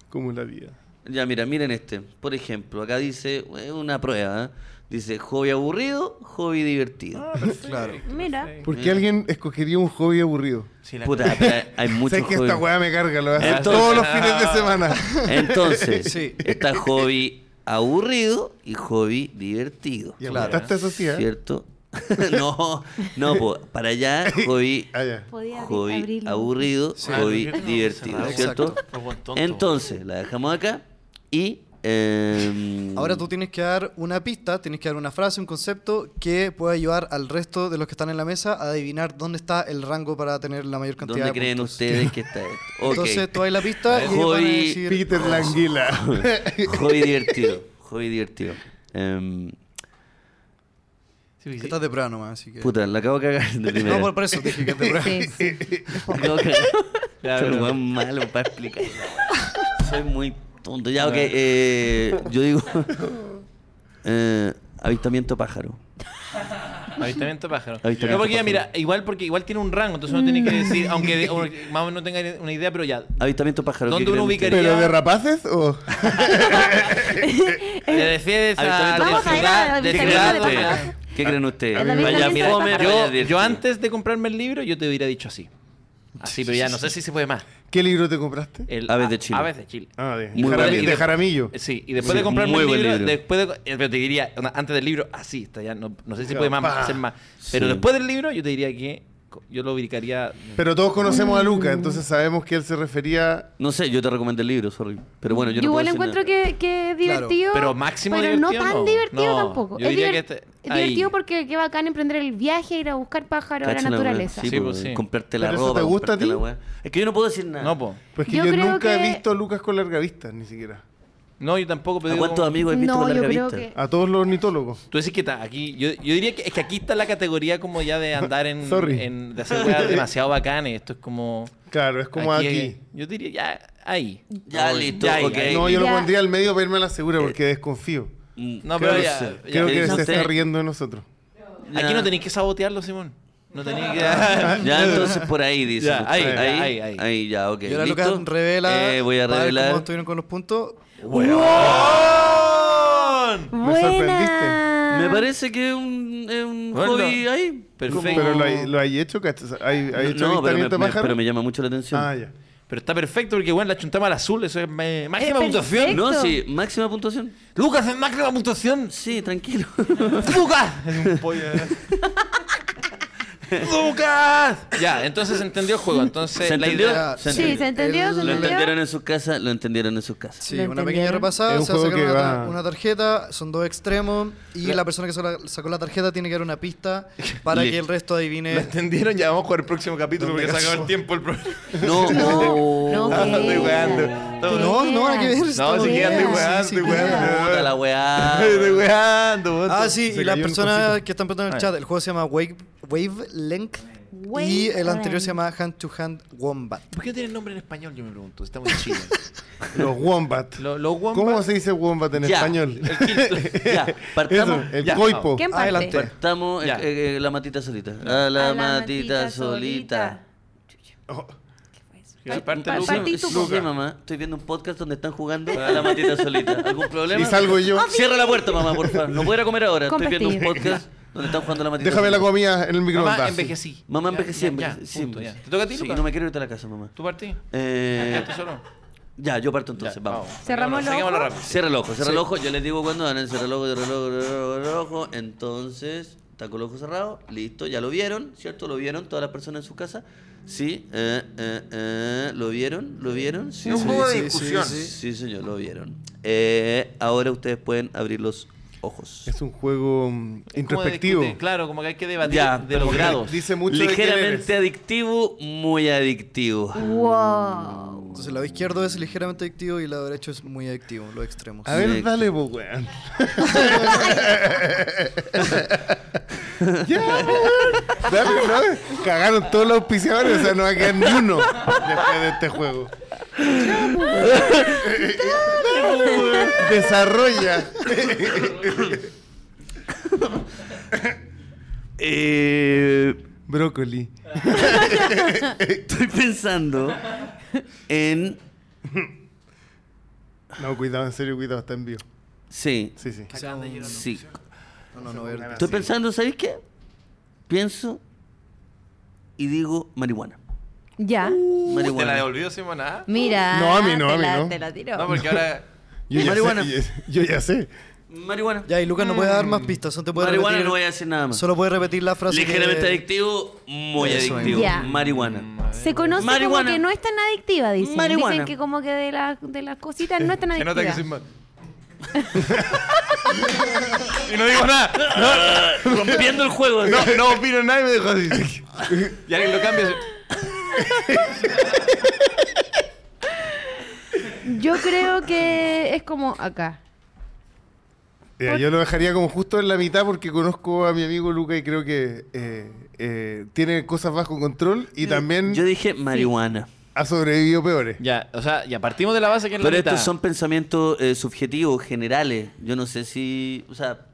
Speaker 3: Como la vida.
Speaker 1: Ya, mira, miren este. Por ejemplo, acá dice eh, una prueba. ¿eh? Dice hobby aburrido, hobby divertido.
Speaker 2: Ah,
Speaker 5: Claro.
Speaker 4: Mira.
Speaker 3: ¿Por qué alguien escogería un hobby aburrido?
Speaker 2: Sí, la-
Speaker 1: Puta, pero
Speaker 5: <laughs>
Speaker 1: hay muchos
Speaker 3: ¿Sabes que esta
Speaker 1: hobbies.
Speaker 3: weá me carga? Lo voy a hacer
Speaker 1: Entonces-
Speaker 3: todos los fines de semana.
Speaker 1: Entonces,
Speaker 5: <laughs> Sí.
Speaker 1: está hobby aburrido y hobby divertido.
Speaker 3: Y
Speaker 5: Claro.
Speaker 3: aguantaste eso sí, ¿eh?
Speaker 1: ¿Cierto? <laughs> no, no, po, para
Speaker 5: <laughs>
Speaker 1: allá, hobby,
Speaker 3: Ah, ya.
Speaker 4: Podía abri-
Speaker 1: hobby
Speaker 4: abrirlo.
Speaker 1: aburrido,
Speaker 5: Sí.
Speaker 1: <laughs> hobby
Speaker 2: Ah, no, no,
Speaker 1: divertido,
Speaker 2: cerrado.
Speaker 1: ¿cierto?
Speaker 5: Exacto.
Speaker 2: Los buen tontos.
Speaker 1: Entonces, la dejamos acá y... em,
Speaker 5: Ahora tú tienes que dar una pista, tienes que dar una frase, un concepto que pueda ayudar al resto de los que están en la mesa a adivinar dónde está el rango para tener la mayor cantidad
Speaker 1: ¿Dónde
Speaker 5: de
Speaker 1: creen
Speaker 5: puntos.
Speaker 1: ustedes que está esto? Ok.
Speaker 5: Entonces tú das la pista y ellos van a
Speaker 1: Hobby-
Speaker 5: decir...
Speaker 3: Peter
Speaker 1: <laughs>
Speaker 3: Languila.
Speaker 1: <laughs> hobby divertido, hobby divertido. Em,
Speaker 2: Sí, sí.
Speaker 5: Que estás de prueba nomás, así que...
Speaker 1: puta, la acabo de cagar de primera.
Speaker 5: <laughs> No, por, por eso dije que
Speaker 1: <laughs>
Speaker 5: te prueba.
Speaker 4: Sí, sí.
Speaker 1: La acabo
Speaker 5: <laughs>
Speaker 1: de cagar.
Speaker 2: Ya,
Speaker 1: Soy
Speaker 2: pero-
Speaker 1: un weón malo para explicar. Soy muy tonto. Ya, ok. <laughs> eh, yo digo... eh, avistamiento pájaro.
Speaker 2: Avistamiento de pájaro.
Speaker 1: Avistamiento
Speaker 2: no, porque ya,
Speaker 1: pájaro. Mm.
Speaker 2: mira, igual porque igual tiene un rango, entonces uno tiene que decir, aunque de- o-
Speaker 1: <laughs>
Speaker 2: más o menos no tenga una idea, pero ya.
Speaker 1: Avistamiento pájaro.
Speaker 2: ¿Dónde
Speaker 1: ¿qué
Speaker 2: uno
Speaker 1: creen ustedes?
Speaker 2: ubicaría?
Speaker 3: ¿Pero de rapaces o...?
Speaker 2: Te refieres a
Speaker 1: Avistamiento
Speaker 2: la
Speaker 1: Vamos a
Speaker 4: ir a
Speaker 2: ciudad de
Speaker 4: avistamiento de
Speaker 2: ciudad.
Speaker 4: pájaro.
Speaker 1: ¿Qué creen ustedes?
Speaker 4: El avistamiento
Speaker 1: Vaya
Speaker 4: de
Speaker 1: fome, vaya
Speaker 4: pájaro.
Speaker 2: Yo, yo
Speaker 1: divertido.
Speaker 2: antes de comprarme el libro, yo te hubiera dicho así. Así, pero ya no sé si se puede más.
Speaker 3: ¿Qué libro te compraste?
Speaker 2: El
Speaker 1: Aves
Speaker 2: a-
Speaker 1: de Chile.
Speaker 2: Aves de Chile.
Speaker 3: Ah, de,
Speaker 1: Muy
Speaker 3: Jarami-
Speaker 1: bueno.
Speaker 3: de Jaramillo.
Speaker 2: Eh, Sí, y después
Speaker 1: Sí,
Speaker 2: de comprarme
Speaker 1: muy
Speaker 2: el
Speaker 1: buen
Speaker 2: libro,
Speaker 1: libro.
Speaker 2: después de, eh, pero te diría, no, antes del libro, así, está ya, no, no sé si
Speaker 3: Ya,
Speaker 2: puede más,
Speaker 3: pa.
Speaker 2: hacer más. Pero
Speaker 1: Sí.
Speaker 2: después del libro, yo te diría que co- yo lo ubicaría.
Speaker 3: Pero todos conocemos a
Speaker 4: Mm.
Speaker 3: Luca, entonces sabemos que él se refería...
Speaker 1: No sé, yo te recomiendo el libro, sorry. Pero bueno, yo
Speaker 4: Yo
Speaker 1: no puedo
Speaker 4: igual
Speaker 1: decir
Speaker 4: encuentro
Speaker 1: nada.
Speaker 4: que, que es
Speaker 5: Claro,
Speaker 4: divertido.
Speaker 2: pero máximo
Speaker 4: pero
Speaker 2: divertido,
Speaker 4: no tan
Speaker 2: no.
Speaker 4: divertido
Speaker 2: No,
Speaker 4: tampoco.
Speaker 2: yo
Speaker 4: es
Speaker 2: diría
Speaker 4: diver-
Speaker 2: que este-
Speaker 4: es
Speaker 2: ahí.
Speaker 4: divertido porque qué bacán emprender el viaje, ir a buscar pájaros a la
Speaker 1: Cacha la wea.
Speaker 4: naturaleza.
Speaker 1: Sí,
Speaker 2: Sí,
Speaker 1: pues,
Speaker 2: pues, sí.
Speaker 1: Comprarte la
Speaker 3: ¿Pero eso
Speaker 1: ropa.
Speaker 3: te gusta a
Speaker 1: comprarte
Speaker 3: ti?
Speaker 1: la wea. Es que yo no puedo decir nada.
Speaker 2: No, po.
Speaker 3: Pues que yo,
Speaker 4: Yo creo
Speaker 3: nunca he
Speaker 4: que-
Speaker 3: visto a Lucas con largavistas, ni siquiera.
Speaker 2: No, yo tampoco, pero
Speaker 1: ¿A
Speaker 2: digo
Speaker 1: cuántos
Speaker 2: como-
Speaker 1: amigos has visto
Speaker 4: No,
Speaker 1: con
Speaker 4: yo
Speaker 1: larga
Speaker 4: creo
Speaker 1: vista?
Speaker 4: que-
Speaker 3: A todos los ornitólogos.
Speaker 2: Tú decís que está aquí. Yo, yo diría que es que aquí está la categoría como ya de andar en.
Speaker 3: Sorry.
Speaker 2: en- de hacer weas demasiado bacanes. Esto es como.
Speaker 3: Claro, es como aquí.
Speaker 2: Yo diría ya ahí.
Speaker 1: Ya, listo,
Speaker 2: Ya,
Speaker 1: ok.
Speaker 2: ya.
Speaker 3: No, yo lo
Speaker 4: Ya.
Speaker 3: pondría al medio para irme a la segura porque desconfío.
Speaker 1: Mm,
Speaker 2: No,
Speaker 3: creo
Speaker 2: pero
Speaker 3: que,
Speaker 2: ya.
Speaker 3: se-
Speaker 2: ya.
Speaker 3: creo que
Speaker 1: No
Speaker 3: se
Speaker 1: sé.
Speaker 3: está riendo de nosotros.
Speaker 2: Aquí no tenéis que sabotearlo, Simón. No tenéis
Speaker 1: <laughs>
Speaker 2: que.
Speaker 1: Ya, entonces por ahí, dice.
Speaker 2: Ya, ahí,
Speaker 1: ahí,
Speaker 2: ahí, ahí.
Speaker 1: ahí, ya, ok.
Speaker 5: Y ahora
Speaker 1: ¿Listo?
Speaker 5: Lucas revela.
Speaker 1: Eh, voy a
Speaker 5: para ver
Speaker 1: revelar.
Speaker 5: ¿Cómo estuvieron con los puntos?
Speaker 2: ¡Weón!
Speaker 3: Me sorprendiste.
Speaker 1: Me parece que es un, es un
Speaker 2: Bueno.
Speaker 1: hobby ahí.
Speaker 2: Perfecto.
Speaker 3: Pero lo hay, lo hay hecho, ¿cachas? ¿Hay, hay hecho
Speaker 1: no, pero me,
Speaker 3: avistamiento
Speaker 1: me-
Speaker 3: pájaro?
Speaker 1: pero me llama mucho la atención.
Speaker 3: Ah, ya.
Speaker 2: Pero está perfecto porque, bueno, la chuntamos al azul. Eso es me- máxima
Speaker 4: Es
Speaker 2: puntuación.
Speaker 1: no,
Speaker 4: perfecto.
Speaker 1: sí, máxima puntuación.
Speaker 2: Lucas es máxima puntuación.
Speaker 1: Sí, tranquilo.
Speaker 2: ¡Lucas! Es un pollo. <laughs> ¡Lucas! Ya, entonces se entendió el juego. Entonces,
Speaker 1: ¿Se entendió?
Speaker 2: la idea.
Speaker 5: Ya,
Speaker 1: Se
Speaker 4: Sí,
Speaker 1: entendió.
Speaker 4: se entendió,
Speaker 5: El-
Speaker 4: se
Speaker 1: Lo
Speaker 5: ¿Entendió?
Speaker 1: entendieron en sus casas, lo entendieron en sus casas.
Speaker 5: Sí,
Speaker 4: ¿Lo
Speaker 5: una pequeña
Speaker 4: entendieron?
Speaker 5: repasada.
Speaker 3: Es un
Speaker 5: Se va a
Speaker 3: juego
Speaker 5: sacar
Speaker 3: que
Speaker 5: una,
Speaker 3: va-
Speaker 5: tar- una tarjeta, son dos extremos. Y la, persona que sacó la, sacó la tarjeta tiene que dar una pista
Speaker 3: <laughs>
Speaker 5: para
Speaker 1: Listo.
Speaker 5: que el resto
Speaker 2: Eh.
Speaker 5: adivine.
Speaker 2: entendieron? Ya vamos a jugar el próximo capítulo porque se acabó el tiempo el <laughs> programa.
Speaker 1: <laughs> No,
Speaker 4: <laughs> No, no,
Speaker 1: oh,
Speaker 4: qué-
Speaker 2: jugando.
Speaker 4: qué
Speaker 5: No, no, hay que ver. está
Speaker 4: sí,
Speaker 5: bien.
Speaker 4: ando
Speaker 2: weando,
Speaker 5: Sí, sí,
Speaker 2: weando.
Speaker 5: queda.
Speaker 1: puta la
Speaker 2: Ah, <laughs>
Speaker 1: weá.
Speaker 2: weando.
Speaker 5: Ah, sí,
Speaker 3: Se
Speaker 5: y las
Speaker 3: cayó un
Speaker 5: personas
Speaker 3: cosito.
Speaker 5: que están preguntando en el chat, el juego se llama Wave, Wavelength y el anterior se llama Hand to Hand Wombat.
Speaker 2: ¿Por qué no tienen nombre en español? Yo me pregunto. Estamos en <laughs> Chile.
Speaker 3: Los wombat.
Speaker 2: Lo- Los wombat.
Speaker 3: ¿Cómo se dice wombat en
Speaker 1: Ya.
Speaker 3: español? <laughs>
Speaker 1: Ya, partamos.
Speaker 3: Eso, el
Speaker 2: Ya.
Speaker 3: coipo.
Speaker 4: ¿Quién parte?
Speaker 5: Adelante.
Speaker 1: Partamos eh,
Speaker 2: Ya.
Speaker 1: eh, la matita solita. A la,
Speaker 4: A la
Speaker 1: matita, solita.
Speaker 3: Oh,
Speaker 2: Aparte,
Speaker 4: Pa-
Speaker 2: Lucas-
Speaker 4: partí tú,
Speaker 1: Sí,
Speaker 4: po.
Speaker 1: mamá, estoy viendo un podcast donde están jugando a la matita solita. ¿Algún problema?
Speaker 3: Y salgo yo.
Speaker 1: Cierra la puerta, mamá, por favor. No puedo ir a comer ahora. Estoy viendo un
Speaker 4: Compartir.
Speaker 1: podcast donde están jugando a la matita
Speaker 3: Déjame la
Speaker 1: solita.
Speaker 3: comida en el
Speaker 2: Mamá,
Speaker 3: microondas.
Speaker 2: envejecí.
Speaker 1: Mamá
Speaker 2: Ya,
Speaker 1: envejece
Speaker 2: ya,
Speaker 1: siempre.
Speaker 2: ya, punto,
Speaker 1: siempre.
Speaker 2: ya. ¿Te toca a ti,
Speaker 1: Sí,
Speaker 2: Lucas?
Speaker 1: no me quiero irte a la casa, mamá.
Speaker 2: ¿Tú partí? Ah,
Speaker 1: Eh,
Speaker 2: ¿Tú solo?
Speaker 1: ya, yo parto entonces.
Speaker 2: Ya,
Speaker 1: vamos.
Speaker 4: Cerramos los
Speaker 2: Saquémoslo
Speaker 4: ojos.
Speaker 2: rápido.
Speaker 1: Cierra el ojo, cierra el ojo. Yo les digo cuando van cierra el ojo, cierra el ojo, cierra el ojo. Entonces, está con el ojo cerrado. Listo, ya lo vieron, ¿cierto? Lo vieron todas las personas en su casa. Sí, eh, eh, eh, lo vieron, lo vieron. Sí, sí,
Speaker 5: poco de
Speaker 1: sí,
Speaker 5: discusión.
Speaker 1: Sí, sí, señor, lo vieron. Eh, ahora ustedes pueden abrir los ojos.
Speaker 3: Es un juego mm,
Speaker 2: ¿Cómo
Speaker 3: introspectivo.
Speaker 2: discutir? Claro, como que hay que debatir
Speaker 1: Ya,
Speaker 2: de
Speaker 1: pero
Speaker 2: los
Speaker 1: que
Speaker 2: grados.
Speaker 3: Dice mucho de quién eres.
Speaker 1: Ligeramente adictivo, muy adictivo.
Speaker 4: Wow.
Speaker 5: Entonces, el lado izquierdo es ligeramente adictivo y el lado derecho es muy adictivo, los extremos.
Speaker 3: A ver,
Speaker 1: Directo.
Speaker 3: dale,
Speaker 1: <laughs>
Speaker 3: po, weón. ya, po, weón. Dale, ¿no? Cagaron todos los auspiciadores, o sea, no va a quedar ni uno después de este juego. Desarrolla. Brócoli.
Speaker 1: Eh, Estoy pensando en.
Speaker 3: No, cuidado, en serio, cuidado, está en vivo.
Speaker 1: Sí,
Speaker 3: Sí, sí.
Speaker 1: sí.
Speaker 5: No, no, no, verde.
Speaker 1: Estoy pensando, ¿sabéis qué? Pienso y digo marihuana.
Speaker 4: Ya.
Speaker 1: Uh.
Speaker 2: ¿Te la
Speaker 1: Marihuana.
Speaker 2: devolvió Simón? ¿Ah?
Speaker 4: Mira.
Speaker 3: No, a mí no,
Speaker 4: te
Speaker 3: a mí
Speaker 4: la-
Speaker 3: no.
Speaker 4: Te la tiro.
Speaker 2: No, porque ahora.
Speaker 3: Yo ya,
Speaker 1: Marihuana.
Speaker 3: sé, yo ya sé.
Speaker 1: Marihuana.
Speaker 5: Ya, y Lucas no puede dar
Speaker 3: Mm.
Speaker 5: más pistas, solo te puede
Speaker 1: marihuana
Speaker 5: repetir-
Speaker 1: no voy a decir nada más.
Speaker 5: Solo puede repetir la frase.
Speaker 1: Ligeramente
Speaker 5: que-
Speaker 1: adictivo, muy
Speaker 5: Eso
Speaker 1: adictivo. Mm.
Speaker 4: es. Ya.
Speaker 1: Marihuana.
Speaker 4: Se conoce
Speaker 1: Marihuana.
Speaker 4: como que no es tan adictiva, dicen.
Speaker 1: Marihuana.
Speaker 4: Dicen que como que de, las de las cositas no es tan
Speaker 2: Se
Speaker 4: adictiva.
Speaker 2: nota que Simón. <laughs> y no digo <laughs> nada.
Speaker 1: <laughs> Rompiendo el juego.
Speaker 2: No, no, no opino nada y me dejó así. <laughs> Y alguien lo cambia.
Speaker 4: Yo creo que es como acá.
Speaker 3: Mira, yo lo dejaría como justo en la mitad porque conozco a mi amigo Luca y creo que eh, eh, tiene cosas bajo control y también
Speaker 1: <laughs> Yo dije marihuana.
Speaker 3: ha sobrevivido peores.
Speaker 2: Ya, o sea, ya partimos de la base que es la
Speaker 1: Pero
Speaker 2: mitad.
Speaker 1: estos son pensamientos eh, subjetivos, generales. Yo no sé si. O sea.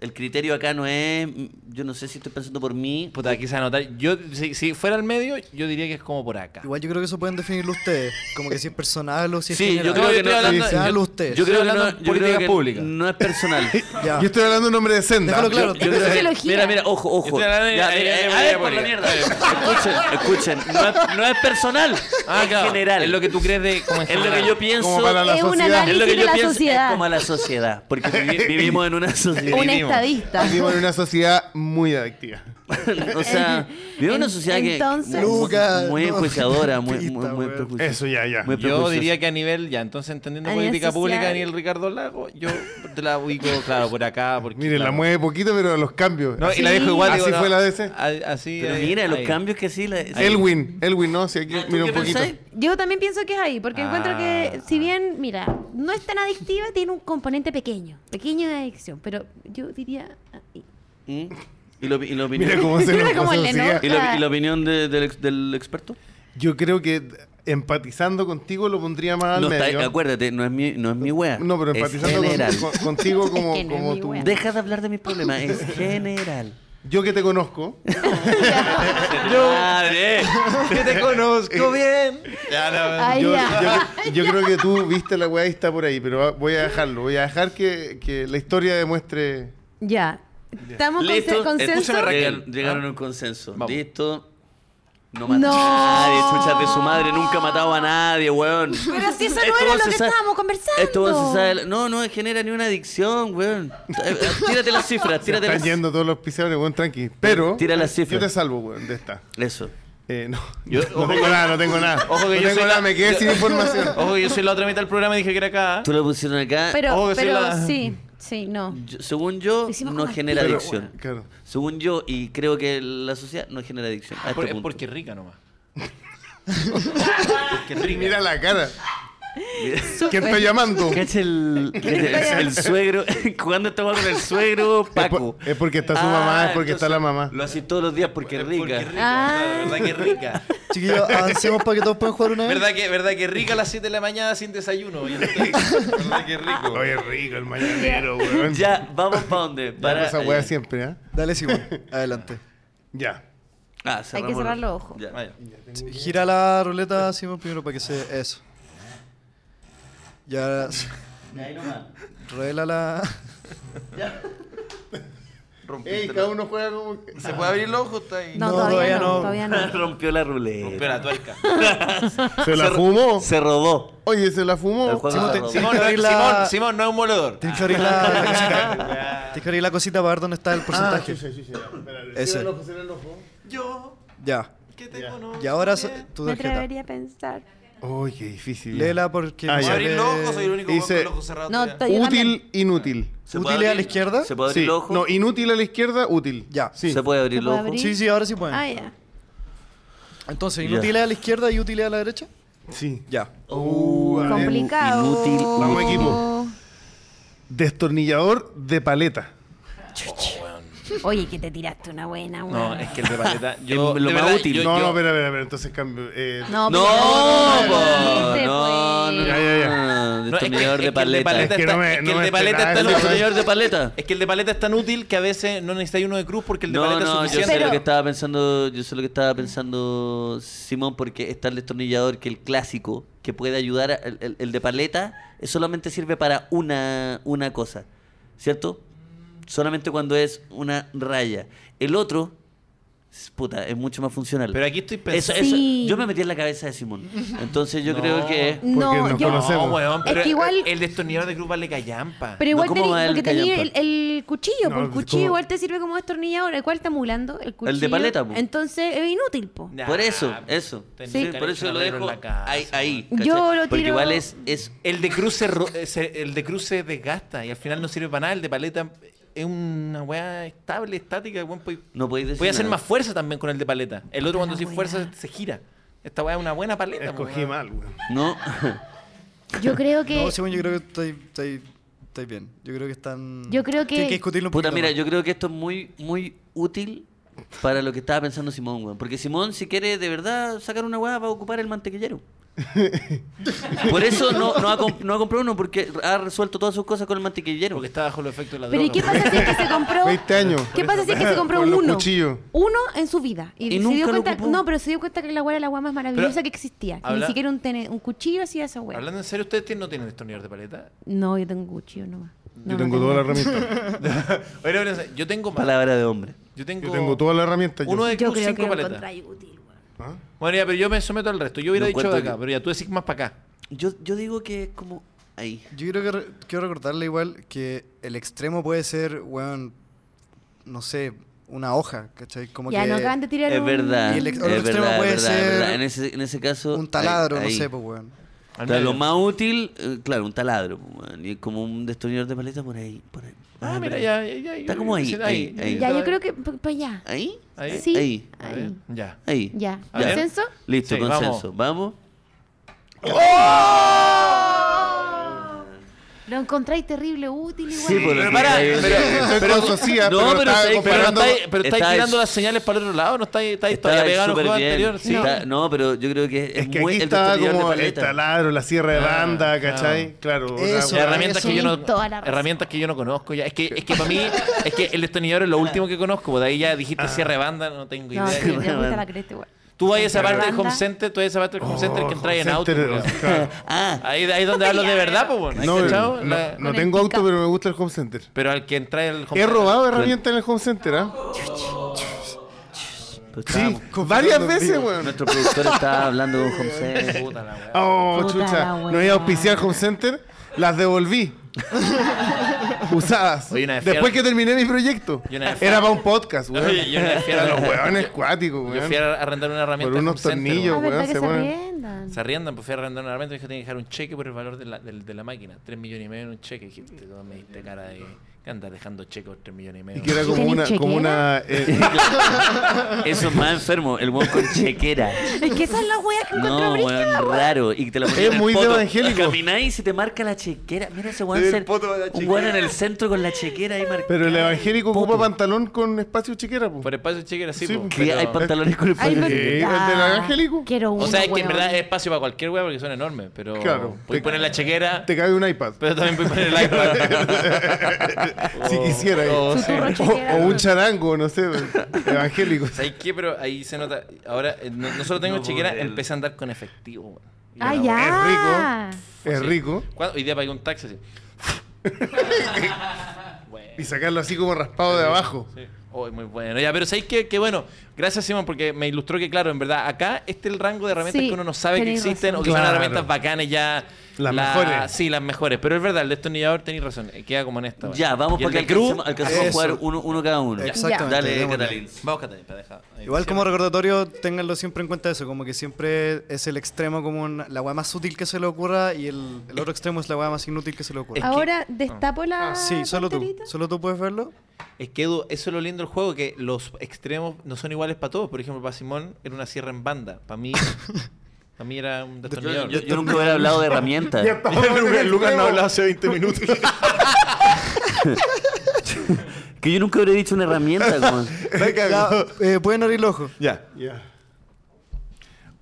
Speaker 1: El criterio acá no es, mm, yo no sé si estoy pensando por mí.
Speaker 2: Puta, quizás anotar. Yo, si, si fuera al medio, yo diría que es como por acá.
Speaker 5: Igual yo creo que eso pueden definirlo ustedes. Como que si es personal o si es
Speaker 1: Sí, yo
Speaker 5: general.
Speaker 1: creo que no-
Speaker 5: Definirlo
Speaker 1: estoy hablando-
Speaker 5: ustedes.
Speaker 1: Yo creo que
Speaker 2: hablando
Speaker 1: no,
Speaker 2: en
Speaker 1: yo creo
Speaker 2: políticas
Speaker 1: que
Speaker 2: públicas.
Speaker 1: no es personal.
Speaker 5: <laughs> Ya.
Speaker 3: Yo estoy hablando en nombre de Senda.
Speaker 5: Déjalo claro.
Speaker 1: Yo creo que-
Speaker 4: Sociología.
Speaker 1: mira, oh, mira, ojo, ojo.
Speaker 2: Estoy hablando de-
Speaker 1: Ya,
Speaker 2: de-
Speaker 1: mira,
Speaker 2: de-
Speaker 1: eh,
Speaker 2: de-
Speaker 1: a
Speaker 2: de-
Speaker 1: ver, por la
Speaker 2: de-
Speaker 1: mierda. eh. Escuchen, escuchen. No es, no es personal. es general.
Speaker 2: Ah, Es lo que tú crees de. Como
Speaker 1: <laughs>
Speaker 2: en
Speaker 1: Es lo que
Speaker 2: general.
Speaker 1: yo pienso.
Speaker 3: Como para la
Speaker 4: Es un
Speaker 3: sociedad.
Speaker 1: es lo que
Speaker 4: Análisis de
Speaker 1: yo
Speaker 4: la
Speaker 1: pienso.
Speaker 4: sociedad.
Speaker 1: Es como a la sociedad. Porque
Speaker 3: <laughs>
Speaker 1: vivi- vivimos en una
Speaker 4: <laughs>
Speaker 1: sociedad.
Speaker 4: Un
Speaker 2: Vivimos.
Speaker 4: estadista.
Speaker 3: Vivimos en una sociedad muy adictiva.
Speaker 1: o sea, vivimos en una sociedad que-
Speaker 4: Entonces-
Speaker 1: que. muy-
Speaker 5: Lucas,
Speaker 1: muy
Speaker 5: no,
Speaker 1: enjuiciadora, muy,
Speaker 5: pista,
Speaker 1: muy, muy
Speaker 5: weón.
Speaker 1: prejuiciosa.
Speaker 3: Eso ya, ya.
Speaker 1: Muy
Speaker 2: Yo
Speaker 1: prejuiciosa.
Speaker 2: diría que a nivel, ya, entonces entendiendo
Speaker 4: A nivel
Speaker 2: política pública,
Speaker 4: social.
Speaker 2: Daniel Ricardo Lago, yo te la ubico, claro, por acá. Porque,
Speaker 3: Mire, la
Speaker 2: claro.
Speaker 3: mueve poquito, pero los cambios.
Speaker 2: No,
Speaker 3: Así-
Speaker 2: y la dejo igual.
Speaker 3: Así
Speaker 2: digo, no, Ah,
Speaker 3: fue la DC.
Speaker 2: a- Así.
Speaker 1: Pero
Speaker 2: ahí,
Speaker 1: mira, los
Speaker 2: ahí.
Speaker 1: cambios que sí. la- sí.
Speaker 3: Elwin, Elwin, no, si
Speaker 4: Ah,
Speaker 3: aquí,
Speaker 1: ¿Tú
Speaker 3: mira un
Speaker 1: qué
Speaker 3: poquito.
Speaker 1: pensáis?
Speaker 4: Yo también pienso que es ahí, porque encuentro que,
Speaker 2: Ah.
Speaker 4: si bien, mira, no es tan adictiva, tiene un componente pequeño, pequeño de adicción, pero yo diría... ahí.
Speaker 1: ¿Mm? ¿Y, lo, y, la opinión,
Speaker 3: Mira cómo se
Speaker 4: Mira
Speaker 3: nos
Speaker 4: cómo
Speaker 3: pasó,
Speaker 4: le
Speaker 3: sí,
Speaker 4: enoja.
Speaker 3: ya.
Speaker 1: y la- y la opinión de- del, ex- del experto.
Speaker 3: Yo creo que empatizando contigo lo pondría más al
Speaker 1: No está-
Speaker 3: medio.
Speaker 1: acuérdate, no es mi, no es mi wea.
Speaker 3: No, pero
Speaker 1: Es
Speaker 3: empatizando con-
Speaker 1: general.
Speaker 3: con- contigo como,
Speaker 4: Es que no es
Speaker 3: como
Speaker 4: mi
Speaker 3: tú.
Speaker 4: wea.
Speaker 1: Deja de hablar de mis problemas, es
Speaker 4: <laughs>
Speaker 1: general.
Speaker 3: Yo que te conozco,
Speaker 1: Madre.
Speaker 2: Que te conozco bien. Ya, no,
Speaker 4: Ay,
Speaker 3: Ah, yo,
Speaker 4: Ah, ya. <laughs>
Speaker 3: yo- yo creo que tú viste la weá y está por ahí, pero va- voy a dejarlo. Voy a dejar que, que la historia demuestre.
Speaker 4: Ya. Estamos con
Speaker 1: Listo.
Speaker 4: consenso.
Speaker 1: Escúchame,
Speaker 2: Raquel.
Speaker 1: Lleg- Llegaron a
Speaker 3: Ah.
Speaker 1: un consenso.
Speaker 2: Vamos.
Speaker 1: Listo. No mata
Speaker 4: No.
Speaker 1: a nadie, chuchas de su madre. Nunca ha matado a nadie, weón.
Speaker 4: Pero si eso
Speaker 1: Esto
Speaker 4: no era
Speaker 1: vos
Speaker 4: lo
Speaker 1: se
Speaker 4: que
Speaker 1: sabe-
Speaker 4: estábamos conversando.
Speaker 1: Esto vos se sabe- No, no genera ni una adicción, weón. Eh, eh, Tírate las cifras, tírate
Speaker 3: Están
Speaker 1: las
Speaker 3: yendo todos los pisadores, weón, tranqui. Pero.
Speaker 1: Tira las
Speaker 3: Yo
Speaker 1: cifras.
Speaker 3: te salvo, weón, de esta.
Speaker 1: Eso.
Speaker 3: Eh, no.
Speaker 2: Yo-
Speaker 3: <laughs> no tengo nada, no tengo nada.
Speaker 2: Ojo que
Speaker 3: no
Speaker 2: yo
Speaker 3: tengo
Speaker 2: soy
Speaker 3: nada,
Speaker 2: la-
Speaker 3: me quedé
Speaker 2: yo-
Speaker 3: sin información.
Speaker 2: <laughs> Ojo, que yo soy la otra mitad del programa y dije que era acá.
Speaker 1: Tú lo pusieron acá.
Speaker 4: Pero,
Speaker 2: Ojo que soy
Speaker 4: pero
Speaker 2: la-
Speaker 4: sí, sí, no.
Speaker 1: Yo- según yo,
Speaker 4: Hicimos
Speaker 1: no
Speaker 4: como al
Speaker 1: genera
Speaker 3: Pero,
Speaker 1: adicción.
Speaker 3: claro.
Speaker 1: Según yo, y creo que la sociedad no genera adicción. a este
Speaker 2: Ah, Por- es
Speaker 1: punto. <laughs>
Speaker 2: porque es rica
Speaker 3: <laughs>
Speaker 2: nomás. porque es rica.
Speaker 3: Mira la cara. ¿Quién está llamando?
Speaker 1: Cacha
Speaker 3: <laughs>
Speaker 1: el, el- el suegro, <laughs> jugando esta hueá con el suegro, Paco. Ah,
Speaker 3: Es porque está su mamá, es porque está la mamá.
Speaker 1: Lo hace todos los días porque es rica.
Speaker 2: Porque es rica.
Speaker 4: Ah.
Speaker 2: no, verdad que es rica.
Speaker 1: <laughs>
Speaker 5: Chiquillos, avancemos para que todos puedan jugar una vez.
Speaker 2: ¿Verdad que, verdad que es rica a las 7 de la mañana sin desayuno. oye, no te- verdad que es rico.
Speaker 3: Oye, rico el mañanero, weón.
Speaker 1: Ya, vamos para dónde.
Speaker 3: Para
Speaker 1: Para
Speaker 3: esa weá siempre, ¿ah?
Speaker 5: Dale, Simón. Adelante.
Speaker 3: Ya.
Speaker 1: Ah, cerramos
Speaker 4: Hay que cerrar los ojos.
Speaker 1: Ya.
Speaker 2: Vaya.
Speaker 5: Gira la ruleta, Simón, primero para que se... Eso. Ya... Revela la...
Speaker 3: Ey, cada uno juega como.
Speaker 2: ¿Se puede abrir los ojos? Está ahí.
Speaker 4: No,
Speaker 5: No,
Speaker 4: todavía,
Speaker 5: todavía
Speaker 4: no,
Speaker 5: no.
Speaker 4: todavía
Speaker 1: <laughs>
Speaker 4: no.
Speaker 1: Rompió la ruleta.
Speaker 2: Rompió la
Speaker 3: <laughs>
Speaker 2: tuerca.
Speaker 3: ¿Se la fumó?
Speaker 1: Se robó.
Speaker 3: Oye, se la
Speaker 1: El
Speaker 3: fumó.
Speaker 1: juego
Speaker 5: Simón,
Speaker 1: se
Speaker 5: te-
Speaker 3: Ah,
Speaker 1: robó.
Speaker 5: Simón.
Speaker 2: Simón, no,
Speaker 5: Abrir la-
Speaker 2: Simón, Simón, no es un moledor.
Speaker 5: Tienes que abrir la, la cosita. Tienes que abrir la cosita para ver dónde está el
Speaker 3: Ah,
Speaker 5: porcentaje.
Speaker 3: chucha, chucha. Espérate,
Speaker 5: Ese.
Speaker 3: cierra el ojo, cierra el ojo.
Speaker 2: Yo,
Speaker 5: ya.
Speaker 2: que te conozco.
Speaker 5: Y ahora se-
Speaker 2: bien.
Speaker 5: tu
Speaker 4: Me
Speaker 5: tarjeta.
Speaker 4: atrevería a pensar.
Speaker 3: Uy, qué difícil.
Speaker 5: Léela porque...
Speaker 3: Ah,
Speaker 2: ¿Puedo
Speaker 3: ya.
Speaker 2: abrir los ojos? Soy el único
Speaker 3: Dice-
Speaker 2: con los ojos cerrados.
Speaker 4: No,
Speaker 2: todavía.
Speaker 4: to- yo también.
Speaker 3: Útil, inútil.
Speaker 1: ¿Se puede
Speaker 5: ¿Útil
Speaker 1: abrir?
Speaker 5: a la izquierda?
Speaker 1: ¿Se puede abrir
Speaker 3: Sí.
Speaker 1: el ojo?
Speaker 3: No, inútil a la izquierda, útil.
Speaker 5: Ya.
Speaker 3: Sí.
Speaker 1: ¿Se puede abrir
Speaker 4: ¿Se
Speaker 1: el
Speaker 4: puede
Speaker 1: ojo?
Speaker 4: abrir?
Speaker 5: Sí, sí, ahora sí pueden.
Speaker 4: Ah, ya.
Speaker 5: Entonces,
Speaker 1: Ya.
Speaker 5: inútiles a la izquierda y útiles a la derecha.
Speaker 3: Sí.
Speaker 5: Ya.
Speaker 3: Uh, a ver.
Speaker 4: Complicado.
Speaker 1: Inútil. Ah,
Speaker 3: Vamos, equipo. Destornillador de paleta.
Speaker 4: Oye, que te tiraste una buena, una.
Speaker 2: No, es que el de <laughs> paleta. Yo,
Speaker 1: Es lo
Speaker 2: de
Speaker 1: más
Speaker 2: verdad,
Speaker 1: útil.
Speaker 2: yo-
Speaker 3: no,
Speaker 2: yo-
Speaker 1: <laughs>
Speaker 3: no, espera, espera, espera. Entonces cambio. eh,
Speaker 4: No,
Speaker 1: No,
Speaker 4: pero-
Speaker 1: po,
Speaker 4: Viste,
Speaker 1: no,
Speaker 4: pues.
Speaker 1: no,
Speaker 3: Ya, ya, ya.
Speaker 1: no, no,
Speaker 2: No, es que-
Speaker 1: destornillador de
Speaker 2: es que el de
Speaker 1: paleta.
Speaker 2: paleta
Speaker 3: Es que no
Speaker 2: está-
Speaker 3: me-
Speaker 2: es que
Speaker 3: no
Speaker 2: el
Speaker 3: me
Speaker 2: de paleta
Speaker 1: El
Speaker 2: está
Speaker 3: esperaba eso.
Speaker 2: en los-
Speaker 1: destornillador de paleta.
Speaker 2: Es que el de paleta es tan útil que a veces no necesitáis uno de cruz porque el de
Speaker 1: No,
Speaker 2: paleta
Speaker 1: no,
Speaker 2: es
Speaker 1: yo sé
Speaker 2: suficiente.
Speaker 1: lo que estaba pensando, yo sé lo que estaba pensando Simón, porque está el destornillador que el clásico, que puede ayudar, a- el, el- el de paleta, eh, solamente sirve para una, una cosa, ¿cierto? Solamente cuando es una raya. El otro, s- puta, es mucho más funcional.
Speaker 2: Pero aquí estoy
Speaker 1: Eso-
Speaker 2: pensando.
Speaker 1: eso-
Speaker 4: Sí.
Speaker 1: yo me metí en la cabeza de Simón. Entonces
Speaker 2: <laughs>
Speaker 1: yo creo que...
Speaker 3: Porque
Speaker 4: No,
Speaker 3: nos
Speaker 4: yo.
Speaker 3: conocemos.
Speaker 2: No, weón,
Speaker 4: Es
Speaker 2: pero
Speaker 4: que igual-
Speaker 2: el destornillador de cruz vale callampa.
Speaker 4: Pero
Speaker 1: No,
Speaker 4: igual
Speaker 1: ¿cómo
Speaker 4: tení-
Speaker 1: va el
Speaker 4: porque tenía el,
Speaker 1: callampa?
Speaker 4: el cuchillo,
Speaker 3: No,
Speaker 4: po, el
Speaker 3: es
Speaker 4: cuchillo
Speaker 3: como-
Speaker 4: igual te sirve como destornillador. ¿Cuál está emulando? El cuchillo.
Speaker 1: paleta, po.
Speaker 4: Entonces es inútil, po.
Speaker 2: Nah,
Speaker 1: Por eso, eso.
Speaker 2: tenés
Speaker 1: Sí,
Speaker 2: que haber
Speaker 1: por
Speaker 2: hecho
Speaker 1: eso
Speaker 2: un
Speaker 1: lo
Speaker 2: arreglo
Speaker 1: dejo
Speaker 2: en la casa,
Speaker 1: ahí. ahí
Speaker 4: Yo
Speaker 1: ¿cachai?
Speaker 4: lo
Speaker 1: Porque
Speaker 4: tiro-
Speaker 1: igual es, es
Speaker 2: El de cruz se, ro- eh, se- el de cruz se desgasta y al final no sirve para nada. El de paleta es una weá estable, estática. Weón, puede,
Speaker 1: No podéis decir
Speaker 2: puede hacer
Speaker 1: nada.
Speaker 2: más fuerza también con el de paleta. El otro cuando
Speaker 4: La
Speaker 2: sin
Speaker 4: weá.
Speaker 2: fuerza se gira. Esta weá es una buena paleta. pues,
Speaker 3: Escogí
Speaker 2: weón.
Speaker 3: mal, weón.
Speaker 5: <laughs>
Speaker 1: No.
Speaker 4: Yo
Speaker 3: <laughs>
Speaker 4: creo que.
Speaker 5: No, Simón, yo creo que estoy, estoy, estoy bien. Yo creo que están...
Speaker 4: Yo creo que-
Speaker 5: Tienes que discutirlo un
Speaker 1: Puta,
Speaker 5: poquito
Speaker 1: mira,
Speaker 5: más.
Speaker 1: yo creo que esto es muy, muy útil para lo que estaba pensando Simón, weón. Porque Simón, si quiere de verdad sacar una weá, va a ocupar el
Speaker 5: <laughs>
Speaker 1: mantequillero. Por eso no, no, ha comp- no ha comprado uno, porque ha resuelto todas sus cosas con el mantequillero.
Speaker 2: Porque está bajo los efectos de la
Speaker 4: Pero ¿y
Speaker 2: droga.
Speaker 4: qué pasa si es que
Speaker 3: <laughs>
Speaker 4: se compró?
Speaker 3: 20 años.
Speaker 4: ¿Qué pasa si es
Speaker 3: <laughs>
Speaker 4: que se compró
Speaker 3: Con los
Speaker 4: uno?
Speaker 3: cuchillos.
Speaker 4: Uno en su vida. Y,
Speaker 1: Y
Speaker 4: se dio
Speaker 1: nunca lo
Speaker 4: cuenta,
Speaker 1: ocupó.
Speaker 4: no, pero se dio cuenta que la weá era la weá más maravillosa
Speaker 2: Pero-
Speaker 4: que existía. Que
Speaker 2: Habla-
Speaker 4: Ni siquiera un, tene- un cuchillo
Speaker 2: <laughs>
Speaker 4: hacía esa weá.
Speaker 2: Hablando en serio, ¿ustedes tienen- no tienen destornillador de
Speaker 3: <laughs>
Speaker 2: paleta?
Speaker 4: No, yo tengo un cuchillo nomás. No,
Speaker 3: Yo
Speaker 4: no
Speaker 3: tengo toda la herramienta.
Speaker 2: Oye, no, pero en serio, yo tengo más.
Speaker 1: Palabra de hombre.
Speaker 2: Yo tengo,
Speaker 3: Yo tengo toda la herramienta. yo.
Speaker 2: uno de
Speaker 4: Yo
Speaker 2: cruz,
Speaker 4: creo que
Speaker 2: cinco
Speaker 4: lo
Speaker 2: paletas.
Speaker 4: encontráis útil, weón.
Speaker 3: ¿Ah?
Speaker 2: Bueno, ya, pero yo me someto al resto. Yo hubiera
Speaker 1: No
Speaker 2: dicho de
Speaker 1: encuentro
Speaker 2: acá,
Speaker 1: que-
Speaker 2: pero ya tú decís más para acá.
Speaker 1: Yo, yo digo que es como ahí.
Speaker 5: Yo creo que re- quiero recordarle igual que el extremo puede ser, weón, no sé, una hoja, ¿cachai? Como
Speaker 4: Ya,
Speaker 5: que
Speaker 4: no acaban de tirar
Speaker 1: Es
Speaker 4: un-
Speaker 1: verdad.
Speaker 5: Y el
Speaker 1: Es
Speaker 5: ex- otro extremo
Speaker 1: verdad,
Speaker 5: puede
Speaker 1: es verdad, es
Speaker 5: ser
Speaker 1: verdad. En ese, en ese caso.
Speaker 5: un taladro,
Speaker 1: ahí-
Speaker 5: no
Speaker 1: ahí.
Speaker 5: sé, pues, weón.
Speaker 1: O
Speaker 2: Al
Speaker 1: sea,
Speaker 2: medio.
Speaker 1: lo más útil, eh, claro, un taladro. po, weón. Y como un destornillador de paletas por ahí. Por ahí.
Speaker 2: Ah,
Speaker 1: por
Speaker 2: mira,
Speaker 1: ahí.
Speaker 2: ya, ya, ya.
Speaker 1: Está como ahí, ahí, ahí.
Speaker 4: Ya, yo creo que. Pues ya.
Speaker 1: ¿Ahí?
Speaker 2: Ahí.
Speaker 4: Sí.
Speaker 1: Ahí.
Speaker 2: A ver,
Speaker 4: ahí.
Speaker 2: Ya.
Speaker 1: Ahí.
Speaker 4: Ya.
Speaker 2: A ver.
Speaker 4: ¿Consenso?
Speaker 1: Listo,
Speaker 2: Sí,
Speaker 1: consenso. Vamos.
Speaker 4: Lo encontráis terrible útil igual.
Speaker 1: Sí, por lo
Speaker 3: Pero
Speaker 1: que
Speaker 3: para,
Speaker 1: hay-
Speaker 3: Estoy con Socia,
Speaker 1: No, pero
Speaker 3: estaba
Speaker 1: sabéis-
Speaker 2: Pero no
Speaker 3: comparando-
Speaker 2: estáis, pero estáis
Speaker 1: Está-
Speaker 2: tirando las señales para el otro lado, no estáis, estáis
Speaker 1: Está
Speaker 2: todavía pegados en el
Speaker 1: súper
Speaker 2: juego
Speaker 1: bien.
Speaker 2: anterior. Sí.
Speaker 1: Está- no, pero yo creo que es,
Speaker 3: Es que
Speaker 1: muy
Speaker 3: aquí
Speaker 1: el
Speaker 3: estaba
Speaker 1: destornillador
Speaker 3: como
Speaker 1: de
Speaker 3: el
Speaker 1: paleta.
Speaker 3: taladro, la sierra de
Speaker 2: Ah,
Speaker 3: banda, ¿cachai? Claro. otra
Speaker 5: Eso,
Speaker 3: weá.
Speaker 2: herramientas que yo no
Speaker 4: Tenéis toda la razón.
Speaker 2: herramientas que yo no conozco ya es que es que para mí es que el destornillador es lo último que conozco pues de ahí ya
Speaker 3: Ah.
Speaker 2: dijiste cierre de banda no tengo idea
Speaker 4: No, sí,
Speaker 2: qué-
Speaker 4: le gusta la cresta igual.
Speaker 2: tú vas a esa parte del
Speaker 4: Banda.
Speaker 2: home center tú vas a esa parte del home center
Speaker 3: Oh,
Speaker 2: que entra en
Speaker 3: home
Speaker 2: auto pues,
Speaker 3: center,
Speaker 2: weón.
Speaker 3: claro.
Speaker 1: Ah,
Speaker 2: ahí ahí es donde hablo de verdad pues bueno, ¿has
Speaker 3: No,
Speaker 2: cachado?
Speaker 3: no,
Speaker 2: La-
Speaker 3: no
Speaker 4: Con el
Speaker 3: tengo
Speaker 4: pick-up.
Speaker 3: auto, pero me gusta el home center.
Speaker 2: pero al que entra el home
Speaker 3: He robado herramientas en el home center, ¿ah?
Speaker 1: pues
Speaker 3: Sí,
Speaker 1: estábamos-
Speaker 3: varias veces, weón.
Speaker 1: Nuestro productor estaba hablando de un home
Speaker 3: <laughs>
Speaker 1: center.
Speaker 2: puta la weá.
Speaker 3: Oh,
Speaker 4: Puta la
Speaker 3: chucha.
Speaker 4: weá.
Speaker 3: No iba a auspiciar home center,
Speaker 2: <laughs>
Speaker 3: las devolví. Usadas.
Speaker 2: Oye, una vez fui
Speaker 3: Después
Speaker 2: al-
Speaker 3: que terminé mi proyecto.
Speaker 2: Y una vez fui-
Speaker 3: Era para un podcast, weón.
Speaker 2: Oye, yo una vez fui a-
Speaker 3: Era los weones cuáticos,
Speaker 2: yo fui
Speaker 3: weón.
Speaker 2: a arrendar una herramienta
Speaker 3: Por
Speaker 2: al
Speaker 3: unos
Speaker 2: home center,
Speaker 3: tornillos.
Speaker 4: Ah,
Speaker 2: weón.
Speaker 3: weón,
Speaker 4: verdad
Speaker 3: se
Speaker 4: que se
Speaker 3: ponen-
Speaker 4: arriendan.
Speaker 2: se arriendan, pues fui a arrendar una herramienta y me dijo que tenía que dejar un cheque por el valor de la, del- de la máquina. 3 millones y medio en un cheque. Dije, "Te- tú me diste cara de que andas dejando cheques por 3 millones y medio.
Speaker 3: Y que era como
Speaker 4: ¿Tenés
Speaker 3: una, como una
Speaker 2: <laughs>
Speaker 3: eh,
Speaker 1: Eso es más enfermo, el weón con
Speaker 4: <laughs>
Speaker 1: chequera.
Speaker 4: <laughs> Es que esa es la wea que encontró
Speaker 1: No,
Speaker 4: brígida,
Speaker 1: weón,
Speaker 4: weón.
Speaker 1: raro. Y te lo
Speaker 3: Es muy de evangélico.
Speaker 1: Camináis y se te marca la chequera. Mira ese weón.
Speaker 5: El
Speaker 1: ser-
Speaker 5: poto de la
Speaker 1: Un weón en el centro con la chequera ahí marcada.
Speaker 3: Pero el evangélico
Speaker 1: Poto.
Speaker 3: ocupa pantalón con espacio chiquera, po.
Speaker 2: Por espacio cheque era así,
Speaker 3: Sí,
Speaker 2: po,
Speaker 3: pues.
Speaker 1: Que
Speaker 2: pero-
Speaker 1: hay pantalones con el
Speaker 4: Ay,
Speaker 1: palo.
Speaker 4: me-
Speaker 3: Sí, el del evangélico.
Speaker 4: Quiero uno,
Speaker 2: O sea, es que en
Speaker 4: weón.
Speaker 2: verdad es espacio para cualquier weá porque son enormes, pero
Speaker 3: Claro.
Speaker 2: puedes poner la chequera,
Speaker 3: Te cabe un iPad.
Speaker 2: pero Oh, también puedes poner el iPad.
Speaker 3: <laughs> si quisiera. eh.
Speaker 2: o
Speaker 3: O,
Speaker 4: Su turro chequera,
Speaker 3: o un
Speaker 4: weón.
Speaker 3: charango, no sé,
Speaker 2: <laughs>
Speaker 3: evangélico.
Speaker 2: ¿Sabes qué? Pero ahí se nota. Ahora, eh, no, no solo tengo
Speaker 1: No puedo
Speaker 2: chequera,
Speaker 1: creerlo.
Speaker 2: empecé a andar con efectivo. weón. Y
Speaker 4: Ah,
Speaker 2: una
Speaker 4: ya.
Speaker 3: Es Es rico.
Speaker 2: ¿Cuándo? Hoy día pagué un taxi así.
Speaker 3: Y sacarlo así como raspado de abajo.
Speaker 2: Sí. Oh, muy bueno. Ya, pero ¿sabéis qué? Que bueno, gracias Simón porque me ilustró que, claro, en verdad, acá este es el rango de herramientas
Speaker 4: Sí,
Speaker 2: que uno no sabe que
Speaker 4: tenéis
Speaker 2: existen
Speaker 4: razón.
Speaker 2: o que son
Speaker 3: Claro.
Speaker 2: herramientas bacanes ya.
Speaker 3: Las mejores.
Speaker 2: Sí, las mejores. Pero es verdad, el destornillador tenéis razón. eh, Queda como en esta. weón.
Speaker 1: Ya, vamos
Speaker 2: Y el
Speaker 1: porque
Speaker 2: de Cruz,
Speaker 1: alcancemos, alcancemos a
Speaker 5: eso.
Speaker 1: jugar uno, uno cada uno.
Speaker 5: Exactamente.
Speaker 1: Dale,
Speaker 5: démosle.
Speaker 1: Catalín.
Speaker 2: Vamos, Catalina, para dejar. ahí
Speaker 5: Igual
Speaker 2: cierra.
Speaker 5: como recordatorio, ténganlo siempre en cuenta eso, como que siempre es el extremo como una- la weá más útil que se le ocurra y el, el otro extremo es la weá más inútil que se le ocurra.
Speaker 4: Ahora destapo la.
Speaker 5: Ah, Sí, solo tú.
Speaker 4: pastelita.
Speaker 5: Solo tú puedes verlo.
Speaker 2: Es que Edu, eso es lo lindo del juego, que los extremos no son iguales para todos. Por ejemplo, para Simón era una sierra en banda. Para
Speaker 3: <laughs>
Speaker 2: mí, para mí era
Speaker 1: Yo,
Speaker 2: un destornillador.
Speaker 1: yo- yo nunca hubiera hablado de herramientas.
Speaker 3: <laughs> Lucas, no hablaba
Speaker 11: hace 20 minutos.
Speaker 1: Que yo nunca hubiera dicho una <laughs> herramienta. como-
Speaker 5: Ya, eh, pueden abrir los ojos.
Speaker 11: ya.
Speaker 3: Ya.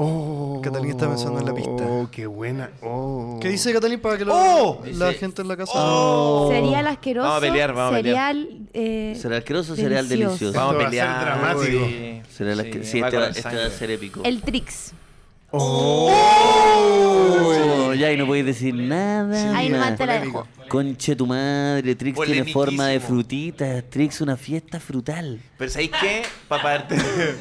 Speaker 3: Oh,
Speaker 5: Catalina está pensando en la pista.
Speaker 3: Oh, qué buena. Oh.
Speaker 5: ¿Qué dice Catalín para que lo
Speaker 2: ¡Oh!
Speaker 5: la
Speaker 1: Dice-
Speaker 5: gente en la casa?
Speaker 4: Oh. Sería el asqueroso.
Speaker 2: Vamos a pelear, vamos a pelear.
Speaker 4: Cereal. eh,
Speaker 1: ¿Será asqueroso o será el delicioso?
Speaker 3: Vamos.
Speaker 2: a
Speaker 3: Esto <laughs> va a ser dramático.
Speaker 2: uy.
Speaker 1: Será la que- sí,
Speaker 2: va
Speaker 1: este,
Speaker 2: con
Speaker 1: va,
Speaker 2: el
Speaker 1: este
Speaker 2: sangre.
Speaker 1: va a ser épico.
Speaker 4: El Trix.
Speaker 1: Oh, ya, y no podéis decir nada.
Speaker 4: Ahí
Speaker 1: más.
Speaker 4: nomás te la dejo.
Speaker 1: Conche tu madre, Trix tiene
Speaker 2: Polemiquísimo.
Speaker 1: forma de frutita, Trix una fiesta frutal.
Speaker 2: Pero ¿sabéis qué? Para
Speaker 1: <laughs>
Speaker 2: parte...
Speaker 1: Pues,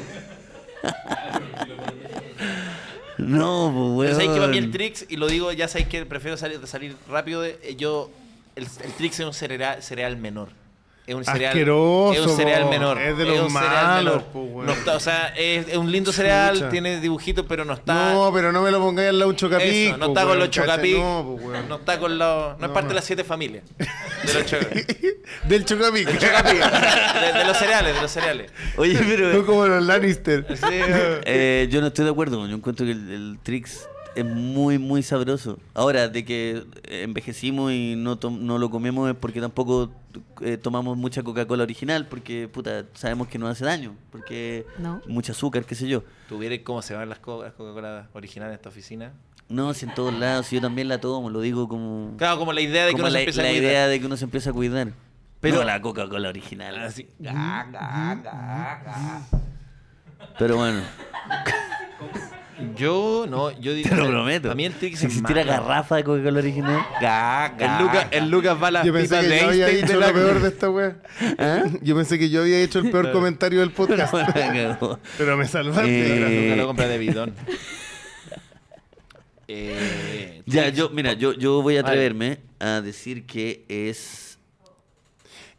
Speaker 1: No, pues,
Speaker 2: Pero sabéis que para mí el
Speaker 1: weón.
Speaker 2: Trix, y lo digo, ya sabéis que prefiero salir, salir rápido de... eh, Yo, el, el Trix es un cereal, cereal menor. Es un cereal...
Speaker 3: Asqueroso,
Speaker 2: Es un cereal
Speaker 3: po.
Speaker 2: menor.
Speaker 3: Es de
Speaker 2: un
Speaker 3: los
Speaker 2: cereal
Speaker 3: malos,
Speaker 2: menor.
Speaker 3: po, weón.
Speaker 2: No está- o sea, es, es un lindo cereal,
Speaker 3: Chucha.
Speaker 2: tiene dibujitos, pero no está...
Speaker 3: No, pero no me lo pongáis al lado un chocapic.
Speaker 2: Eso, no
Speaker 3: po,
Speaker 2: está con
Speaker 3: weón,
Speaker 2: los
Speaker 3: ¿cachai?
Speaker 2: chocapic.
Speaker 3: No, po, weón.
Speaker 2: No está con los. No es
Speaker 3: No,
Speaker 2: parte
Speaker 3: no.
Speaker 2: de las siete familias. De los chocapic.
Speaker 3: <laughs> Del chocapic.
Speaker 2: De, de los cereales, de los cereales.
Speaker 1: Oye,
Speaker 3: Tú
Speaker 1: pero
Speaker 3: como los Lannister.
Speaker 2: Sí, eh,
Speaker 1: eh, yo no estoy de acuerdo, yo encuentro que el, el Trix es muy, muy sabroso. Ahora, de que envejecimos y no, tom- no lo comemos es porque tampoco eh, tomamos mucha Coca-Cola original, porque puta, sabemos que nos hace daño, porque
Speaker 4: No.
Speaker 1: mucho azúcar, qué sé yo.
Speaker 2: ¿Tuvierais cómo se van las co- las Coca-Cola originales en esta oficina?
Speaker 1: No, si en todos lados, si yo también la tomo, lo digo como,
Speaker 2: Claro, como la idea de que
Speaker 1: como
Speaker 2: uno
Speaker 1: la,
Speaker 2: se empieza
Speaker 1: la
Speaker 2: a cuidar.
Speaker 1: idea de que uno se empieza a cuidar. Pero
Speaker 2: No.
Speaker 1: la Coca-Cola original.
Speaker 2: Así.
Speaker 1: Pero
Speaker 2: <laughs>
Speaker 1: bueno,
Speaker 2: Yo no, yo
Speaker 1: te
Speaker 2: diría.
Speaker 1: lo prometo.
Speaker 2: A mí el trick
Speaker 1: si
Speaker 2: se
Speaker 1: existiera garrafa de Coca-Cola
Speaker 2: <laughs>
Speaker 1: original, ga, ga.
Speaker 2: El Lucas, el Lucas va a las
Speaker 3: Yo pensé
Speaker 2: pipas de
Speaker 3: que yo había
Speaker 2: Einstein de
Speaker 3: dicho
Speaker 2: la <laughs>
Speaker 3: lo peor de esta wea.
Speaker 1: ¿Ah?
Speaker 3: Yo pensé que yo había hecho el peor comentario del
Speaker 1: Pero <laughs>
Speaker 3: podcast.
Speaker 1: bueno, la cagó.
Speaker 3: Pero me salvaste.
Speaker 1: Eh,
Speaker 2: Lucas lo compra de
Speaker 3: <laughs>
Speaker 2: bidón. Eh,
Speaker 1: Ya, yo, mira, yo, yo voy a atreverme a decir que es.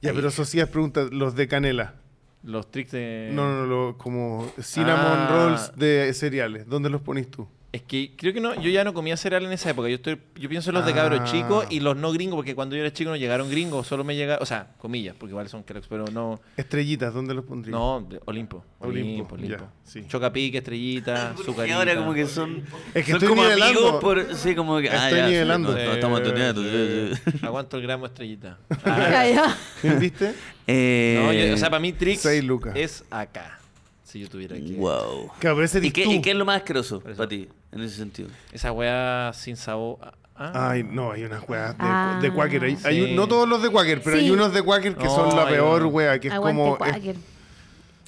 Speaker 3: ya, pero Socias pregunta, los de canela.
Speaker 2: los tricks de.
Speaker 3: No, no, no, lo- como cinnamon
Speaker 2: Ah.
Speaker 3: rolls de cereales. ¿Dónde los ponís tú?
Speaker 2: Es que creo que no, yo ya no comía cereal en esa época. Yo estoy, yo pienso en los de
Speaker 3: Ah.
Speaker 2: cabros chicos y los no gringos, porque cuando yo era chico no llegaron gringos, solo me llegaron, o sea, comillas, porque igual son cracks, pero no,
Speaker 3: Estrellitas, ¿dónde los pondrías?
Speaker 2: no, de- Olimpo, Olimpo,
Speaker 3: Olimpo,
Speaker 2: Olimpo,
Speaker 3: ya, sí.
Speaker 2: Chocapique,
Speaker 3: <laughs>
Speaker 2: estrellita,
Speaker 1: Y
Speaker 2: Zucarita.
Speaker 1: ahora como que son.
Speaker 3: Es que
Speaker 1: son
Speaker 3: estoy
Speaker 1: como
Speaker 3: nivelando.
Speaker 1: amigos por. Sí, como que. ah,
Speaker 3: Estoy
Speaker 1: ya, sí,
Speaker 3: nivelando.
Speaker 1: no, no, estamos atoneando,
Speaker 2: Eh,
Speaker 1: sí, sí. <laughs>
Speaker 2: Aguanto el gramo estrellita.
Speaker 3: Ah.
Speaker 4: <laughs> Ya, ya.
Speaker 2: <laughs>
Speaker 3: ¿Entendiste?
Speaker 1: Eh,
Speaker 2: No, yo- o sea, para mí Trix
Speaker 3: seis lucas.
Speaker 2: es acá. Si yo tuviera que.
Speaker 1: Wow.
Speaker 3: Claro, pero ese
Speaker 1: eh, ¿Y
Speaker 3: eres
Speaker 1: qué,
Speaker 3: tú.
Speaker 1: y qué es lo más asqueroso
Speaker 2: Por eso.
Speaker 1: para ti en ese sentido?
Speaker 2: Esa weá sin sabor. Ah,
Speaker 3: Ay, no, hay unas weas de,
Speaker 4: Ah.
Speaker 3: de Quaker. Hay, hay un-
Speaker 2: Sí.
Speaker 3: no todos los de Quaker, pero
Speaker 4: Sí.
Speaker 3: hay unos de Quaker que
Speaker 2: No,
Speaker 3: son la
Speaker 2: hay
Speaker 3: peor
Speaker 2: uno.
Speaker 3: wea, que es
Speaker 4: Aguante,
Speaker 3: como, es,
Speaker 4: Quaker.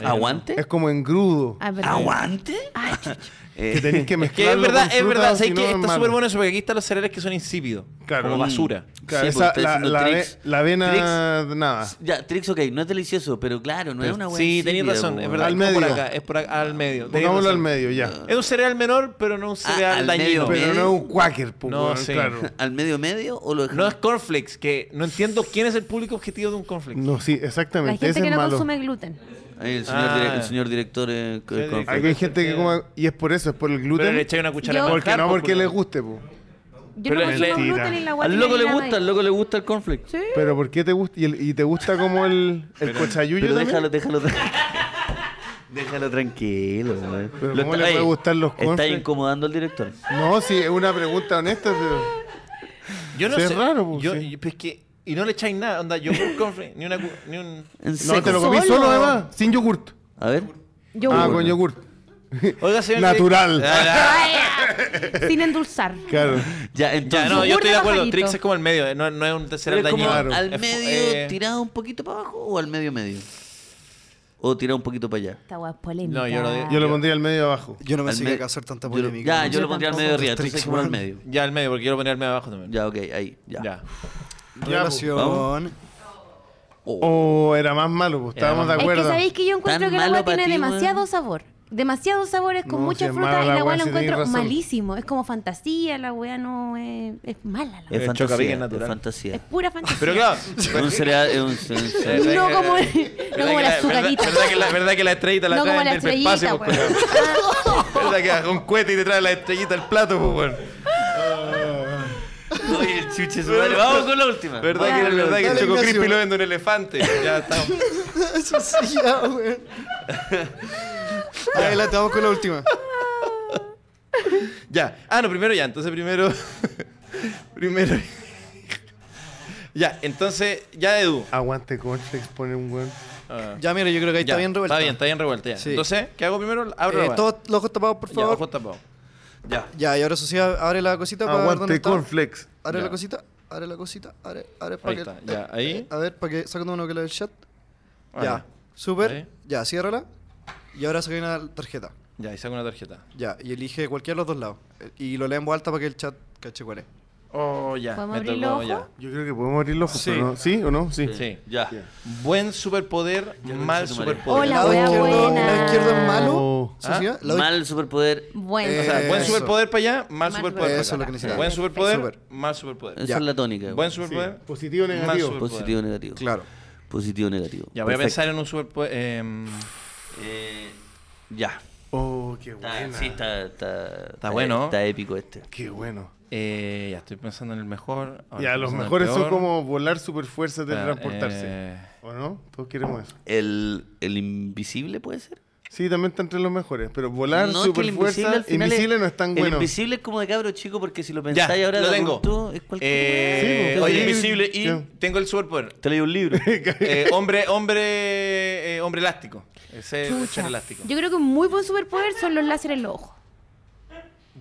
Speaker 1: ¿Aguante?
Speaker 3: es como engrudo.
Speaker 4: Ah, perdón.
Speaker 1: ¿Aguante?
Speaker 4: Ay,
Speaker 3: <laughs>
Speaker 4: chucha.
Speaker 1: Eh,
Speaker 3: Que
Speaker 1: <laughs>
Speaker 3: tenés
Speaker 2: <laughs>
Speaker 3: que
Speaker 2: Es que es
Speaker 3: mezclarlo
Speaker 2: verdad,
Speaker 3: con
Speaker 2: es
Speaker 3: fruta,
Speaker 2: verdad.
Speaker 3: o
Speaker 2: Sé
Speaker 3: si no,
Speaker 2: que está
Speaker 3: malo.
Speaker 2: súper bueno eso porque aquí están los cereales que son insípidos.
Speaker 3: Claro.
Speaker 2: Como
Speaker 3: Mm.
Speaker 2: basura.
Speaker 3: Claro,
Speaker 1: Sí,
Speaker 3: esa-
Speaker 1: porque está
Speaker 3: la,
Speaker 1: diciendo
Speaker 3: la, ve-
Speaker 1: Trix.
Speaker 3: la avena, nada.
Speaker 1: ya, Trix, ok, no es delicioso, pero claro, no es una buena.
Speaker 2: sí, tenías razón, es verdad.
Speaker 3: Al
Speaker 2: es como por
Speaker 3: medio.
Speaker 2: acá, es por acá, al medio. tenías
Speaker 3: Pongámoslo al
Speaker 2: razón.
Speaker 3: medio, ya.
Speaker 2: Es un cereal menor, pero no un cereal
Speaker 1: Ah, al
Speaker 2: dañino.
Speaker 1: medio,
Speaker 3: Pero
Speaker 1: medio.
Speaker 3: no es un Quaker, pues,
Speaker 2: No,
Speaker 3: weón,
Speaker 2: sí. <laughs>
Speaker 3: claro.
Speaker 1: ¿Al medio medio o lo dejamos?
Speaker 2: No es cornflakes, que no entiendo quién es el público objetivo de un cornflakes.
Speaker 3: No, sí,
Speaker 4: La
Speaker 3: exactamente.
Speaker 4: gente
Speaker 3: Ese
Speaker 4: que
Speaker 3: es
Speaker 4: no
Speaker 3: malo.
Speaker 4: consume gluten.
Speaker 1: Ahí el, señor
Speaker 2: Ah.
Speaker 1: dire- el señor director. eh, co-
Speaker 2: Señor
Speaker 1: con-
Speaker 2: director.
Speaker 3: Aquí hay gente que come, y es por eso, es por el
Speaker 2: Pero
Speaker 3: gluten.
Speaker 2: le echáis una cuchara
Speaker 4: Yo-
Speaker 2: de
Speaker 3: porque
Speaker 2: manjar,
Speaker 3: no
Speaker 2: pues,
Speaker 3: porque les
Speaker 2: culiao.
Speaker 3: guste, pues.
Speaker 4: Yo
Speaker 2: Pero
Speaker 4: no consumo
Speaker 3: mentira.
Speaker 4: gluten ni la guata.
Speaker 1: Al
Speaker 4: ni
Speaker 1: loco
Speaker 4: la
Speaker 1: le
Speaker 4: nada.
Speaker 1: gusta, al loco le gusta el conflict. Sí.
Speaker 3: Pero ¿por qué te gusta? ¿Y, el- y te gusta como el, el cochayuyo
Speaker 1: Pero
Speaker 3: también?
Speaker 1: déjalo, déjalo, tranquilo. <laughs> déjalo tranquilo. güey.
Speaker 3: Pero
Speaker 1: Lo
Speaker 3: ¿cómo
Speaker 1: está-
Speaker 3: le puede
Speaker 1: Oye,
Speaker 3: gustar los
Speaker 1: Está
Speaker 3: cornflakes?
Speaker 1: incomodando al director.
Speaker 3: No, sí, es una pregunta honesta, pero...
Speaker 2: Yo no
Speaker 3: Sí, es
Speaker 2: sé.
Speaker 3: raro, pues,
Speaker 2: yo,
Speaker 3: sí.
Speaker 2: yo- pero es que, y no le echáis nada, onda, yo un cornflakes, ni una cu- ni un
Speaker 1: En
Speaker 3: No,
Speaker 1: seco.
Speaker 3: te lo comí solo, además, sin yogurt.
Speaker 1: A ver.
Speaker 4: Yo
Speaker 3: Ah,
Speaker 4: <laughs>
Speaker 1: Yogurt.
Speaker 3: con yogurt.
Speaker 2: Oiga, señor.
Speaker 3: Natural.
Speaker 4: ah. sin endulzar.
Speaker 3: <laughs> Claro.
Speaker 1: Ya, entonces.
Speaker 2: Ya, no, yo
Speaker 4: Yogur
Speaker 2: estoy
Speaker 4: de
Speaker 2: de acuerdo.
Speaker 4: pajarito.
Speaker 2: Trix es como el medio, eh, no, no es un
Speaker 1: pero
Speaker 2: cereal
Speaker 1: es como
Speaker 2: dañino.
Speaker 3: Claro.
Speaker 1: al
Speaker 2: Es fu-
Speaker 1: medio
Speaker 2: eh,
Speaker 1: tirado un poquito para abajo o al medio medio. O tirado un poquito para allá.
Speaker 4: Esta guapa es polémica.
Speaker 2: No, yo lo digo-
Speaker 3: Yo lo pondría al medio abajo.
Speaker 5: Yo no
Speaker 1: Al
Speaker 5: pensé
Speaker 1: me-
Speaker 5: que iba a ser tanta
Speaker 1: yo lo-
Speaker 5: polémica.
Speaker 1: Ya, yo,
Speaker 4: Yo
Speaker 1: lo pondría al medio
Speaker 4: tampoco.
Speaker 1: arriba. Tú
Speaker 5: Trix,
Speaker 1: como al
Speaker 5: weón.
Speaker 1: medio.
Speaker 2: Ya, al medio, porque quiero ponerme abajo también.
Speaker 1: Ya, ok, ahí. Ya.
Speaker 2: Ya.
Speaker 5: Relación.
Speaker 3: O era más malo, pues estábamos de
Speaker 4: Es que
Speaker 3: acuerdo.
Speaker 4: sabéis que yo encuentro
Speaker 1: Tan
Speaker 4: que el
Speaker 1: malo
Speaker 4: agua
Speaker 1: pa'
Speaker 4: tiene
Speaker 1: ti, weón.
Speaker 4: demasiado sabor. Demasiados sabores con
Speaker 3: No,
Speaker 4: mucha
Speaker 3: si es
Speaker 4: fruta
Speaker 3: mala
Speaker 4: y
Speaker 3: la
Speaker 4: la agua
Speaker 3: weá,
Speaker 4: la
Speaker 3: si tenéis
Speaker 4: encuentro
Speaker 3: razón.
Speaker 4: malísimo. Es como fantasía, la weá no es, es mala la
Speaker 1: Es
Speaker 4: weá.
Speaker 2: Eh,
Speaker 1: fantasía.
Speaker 2: Chocapic es
Speaker 1: Es
Speaker 2: natural.
Speaker 4: Es
Speaker 1: fantasía.
Speaker 4: <laughs> pura fantasía.
Speaker 2: Pero claro.
Speaker 1: Es un cereal. Es un, es un cereal.
Speaker 2: ¿verdad
Speaker 4: no
Speaker 2: que-
Speaker 4: como,
Speaker 2: verdad
Speaker 4: no como la azucarita.
Speaker 2: ¿Verdad que la, verdad que la estrellita la
Speaker 4: No como
Speaker 2: traen
Speaker 4: la
Speaker 2: del espacio?
Speaker 4: estrellita,
Speaker 2: pues,
Speaker 4: weón.
Speaker 2: culiao? ¿Verdad que hagas un cohete y te trae la estrellita al plato, pues, weón?
Speaker 4: <laughs>
Speaker 1: Oye, el chuche su madre. Vamos con la última.
Speaker 2: ¿Verdad que,
Speaker 5: Dale,
Speaker 2: verdad que el
Speaker 5: Ignacio.
Speaker 2: Choco Crispy lo vende un elefante? Ya estamos.
Speaker 5: Eso sí, ya, güey. Adelante, vamos con la última.
Speaker 2: Ya. Ah, no, primero ya. Entonces primero. <laughs> primero. <laughs> ya, entonces, ya Edu.
Speaker 3: Aguante cornflakes, pone un buen...
Speaker 2: Ah,
Speaker 5: Ya, mira, yo creo que ahí
Speaker 2: ya,
Speaker 5: está bien revuelta.
Speaker 2: Está bien, está bien revuelta ya.
Speaker 5: Sí.
Speaker 2: Entonces, ¿qué hago primero? Abro
Speaker 5: Eh,
Speaker 2: la
Speaker 5: todos los ojos tapados, por
Speaker 2: Ya,
Speaker 5: favor.
Speaker 2: ojo tapado. Ya.
Speaker 5: Ya, y ahora eso sí, abre la cosita para ver dónde
Speaker 3: Aguante
Speaker 5: está.
Speaker 3: cornflakes.
Speaker 5: Abre
Speaker 2: Ya.
Speaker 5: la cosita, abre la cosita, abre, abre
Speaker 2: Ahí
Speaker 5: para que... Eh,
Speaker 2: está, ya, ahí.
Speaker 5: A ver, para que sacando uno que le dé el chat.
Speaker 2: Ahí.
Speaker 5: Ya, súper.
Speaker 2: Ahí.
Speaker 5: Ya, ciérrala. Y ahora saca una tarjeta.
Speaker 2: Ya, y saco una tarjeta.
Speaker 5: Ya, y elige cualquiera de los dos lados. Eh, Y lo lee en voz alta para que el chat cache cuál es.
Speaker 2: Oh, ya.
Speaker 4: ¿Podemos
Speaker 2: me
Speaker 4: abrir
Speaker 2: tocó,
Speaker 4: los
Speaker 2: ya.
Speaker 4: ojos?
Speaker 3: Yo creo que podemos abrir los ojos,
Speaker 5: Sí.
Speaker 3: pero no- ¿sí o no? Sí.
Speaker 2: Sí.
Speaker 1: Ya.
Speaker 2: Buen superpoder, mal
Speaker 1: concha tu madre.
Speaker 2: superpoder.
Speaker 4: Hola, La
Speaker 5: lado
Speaker 4: wea
Speaker 5: izquierdo,
Speaker 4: buena.
Speaker 5: lado izquierdo es malo.
Speaker 3: Oh.
Speaker 5: Sociedad, lado-
Speaker 1: Ah, Mal superpoder.
Speaker 4: <laughs> Bueno,
Speaker 5: Eh,
Speaker 2: O sea, buen
Speaker 5: Eso.
Speaker 2: superpoder para allá, mal superpoder. para
Speaker 5: Eso es
Speaker 2: acá.
Speaker 5: lo que necesitaba.
Speaker 2: Buen superpoder,
Speaker 5: Súper.
Speaker 2: mal superpoder.
Speaker 1: Esa
Speaker 5: Ya.
Speaker 1: es la tónica. güey.
Speaker 2: Buen
Speaker 3: Sí.
Speaker 2: superpoder.
Speaker 3: ¿eh? Positivo o
Speaker 2: Más
Speaker 3: negativo.
Speaker 2: super-
Speaker 1: Positivo negativo.
Speaker 5: Claro.
Speaker 1: Positivo negativo.
Speaker 2: Ya, voy a
Speaker 1: Perfecto.
Speaker 2: pensar en un superpoder. em,
Speaker 1: Eh, ya.
Speaker 3: Oh, qué
Speaker 1: Está,
Speaker 3: buena.
Speaker 1: sí, está, está, está-
Speaker 2: bueno.
Speaker 1: Está épico este.
Speaker 3: Qué bueno.
Speaker 2: eh, ya estoy pensando en el mejor.
Speaker 1: Ah,
Speaker 2: ahora
Speaker 3: Ya,
Speaker 2: estoy
Speaker 3: los
Speaker 2: pensando en el
Speaker 3: mejores son
Speaker 2: peor.
Speaker 3: como volar super fuerza,
Speaker 2: Espera,
Speaker 3: teletransportarse.
Speaker 2: eh,
Speaker 3: ¿O no? Todos queremos eso.
Speaker 1: El, el invisible puede ser.
Speaker 3: Sí, también está entre los mejores. Pero volar,
Speaker 1: No, es que
Speaker 3: super
Speaker 1: el
Speaker 3: fuerza,
Speaker 1: al final es-
Speaker 3: invisible no es tan
Speaker 1: el
Speaker 3: bueno.
Speaker 1: invisible es como de cabro chico porque si lo
Speaker 2: Ya,
Speaker 1: pensáis ahora
Speaker 2: lo
Speaker 1: de
Speaker 2: tengo.
Speaker 1: adulto, es cualquier
Speaker 2: Eh,
Speaker 1: weá.
Speaker 3: Sí, pues,
Speaker 2: oye,
Speaker 3: sí.
Speaker 2: invisible y
Speaker 3: Ya.
Speaker 2: tengo el
Speaker 3: <laughs>
Speaker 2: superpoder.
Speaker 1: Te leí un libro.
Speaker 2: Eh, hombre, hombre, eh, hombre elástico. Ese es
Speaker 4: Chucha.
Speaker 2: elástico.
Speaker 4: Yo creo que un muy buen superpoder son los láseres en los ojos.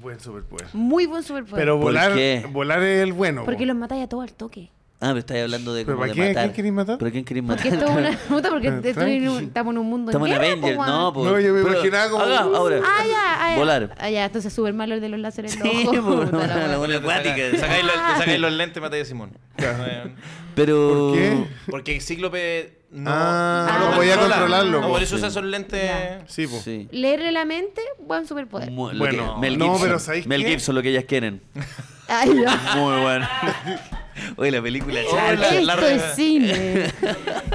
Speaker 3: Buen superpoder.
Speaker 4: Muy buen superpoder.
Speaker 3: Pero
Speaker 1: ¿Por
Speaker 3: volar,
Speaker 1: qué?
Speaker 3: volar es el bueno.
Speaker 4: porque
Speaker 3: po.
Speaker 4: los matáis a todos al
Speaker 1: <laughs>
Speaker 4: toque.
Speaker 1: Ah, pero estáis hablando de
Speaker 3: ¿Pero
Speaker 1: como
Speaker 3: para
Speaker 1: de
Speaker 3: qué? ¿A
Speaker 1: matar.
Speaker 3: quién queréis matar?
Speaker 1: ¿Pero a quién queréis
Speaker 4: Porque
Speaker 1: matar?
Speaker 4: esto es una puta, porque
Speaker 3: Eh, Tranqui.
Speaker 4: estoy en un- estamos en un
Speaker 1: <laughs>
Speaker 4: mundo
Speaker 1: Estamos en
Speaker 4: en guerra,
Speaker 1: Avengers,
Speaker 4: po,
Speaker 1: no,
Speaker 4: weón.
Speaker 1: po.
Speaker 3: No, yo me
Speaker 1: Pero-
Speaker 3: imaginaba como-
Speaker 1: Acá, ahora.
Speaker 4: Ah, ya, ah, ya.
Speaker 1: Volar.
Speaker 4: Ah, ya, entonces super malo el de los láseres en los
Speaker 1: Sí,
Speaker 4: ojos.
Speaker 1: po,
Speaker 4: puta
Speaker 1: <laughs> la
Speaker 4: la weá.
Speaker 1: bola
Speaker 2: Te
Speaker 1: acuática.
Speaker 2: sacáis,
Speaker 4: Ah.
Speaker 2: la- te sacáis los lentes, matáis a Simón. Eh,
Speaker 1: Pero.
Speaker 3: ¿Por
Speaker 1: Uh,
Speaker 3: qué?
Speaker 2: Porque Cíclope no,
Speaker 3: Ah,
Speaker 2: lo
Speaker 4: no podía
Speaker 2: controla.
Speaker 3: controlarlo, pues,
Speaker 2: No,
Speaker 3: po.
Speaker 2: por eso
Speaker 1: Sí.
Speaker 2: usa esos lentes.
Speaker 3: Sí, po.
Speaker 1: Sí.
Speaker 4: Leerle la mente, buen superpoder.
Speaker 1: Mu- lo
Speaker 3: Bueno,
Speaker 1: que- Mel
Speaker 3: no,
Speaker 1: Gibson.
Speaker 3: pero ¿sabéis
Speaker 1: Mel
Speaker 3: qué?
Speaker 1: Gibson, lo que ellas quieren.
Speaker 4: Ay, <laughs> ya.
Speaker 1: <laughs> Muy bueno. Oye, la película.
Speaker 2: Hola, la-
Speaker 4: Esto
Speaker 2: la-
Speaker 4: es
Speaker 1: <laughs>
Speaker 4: cine.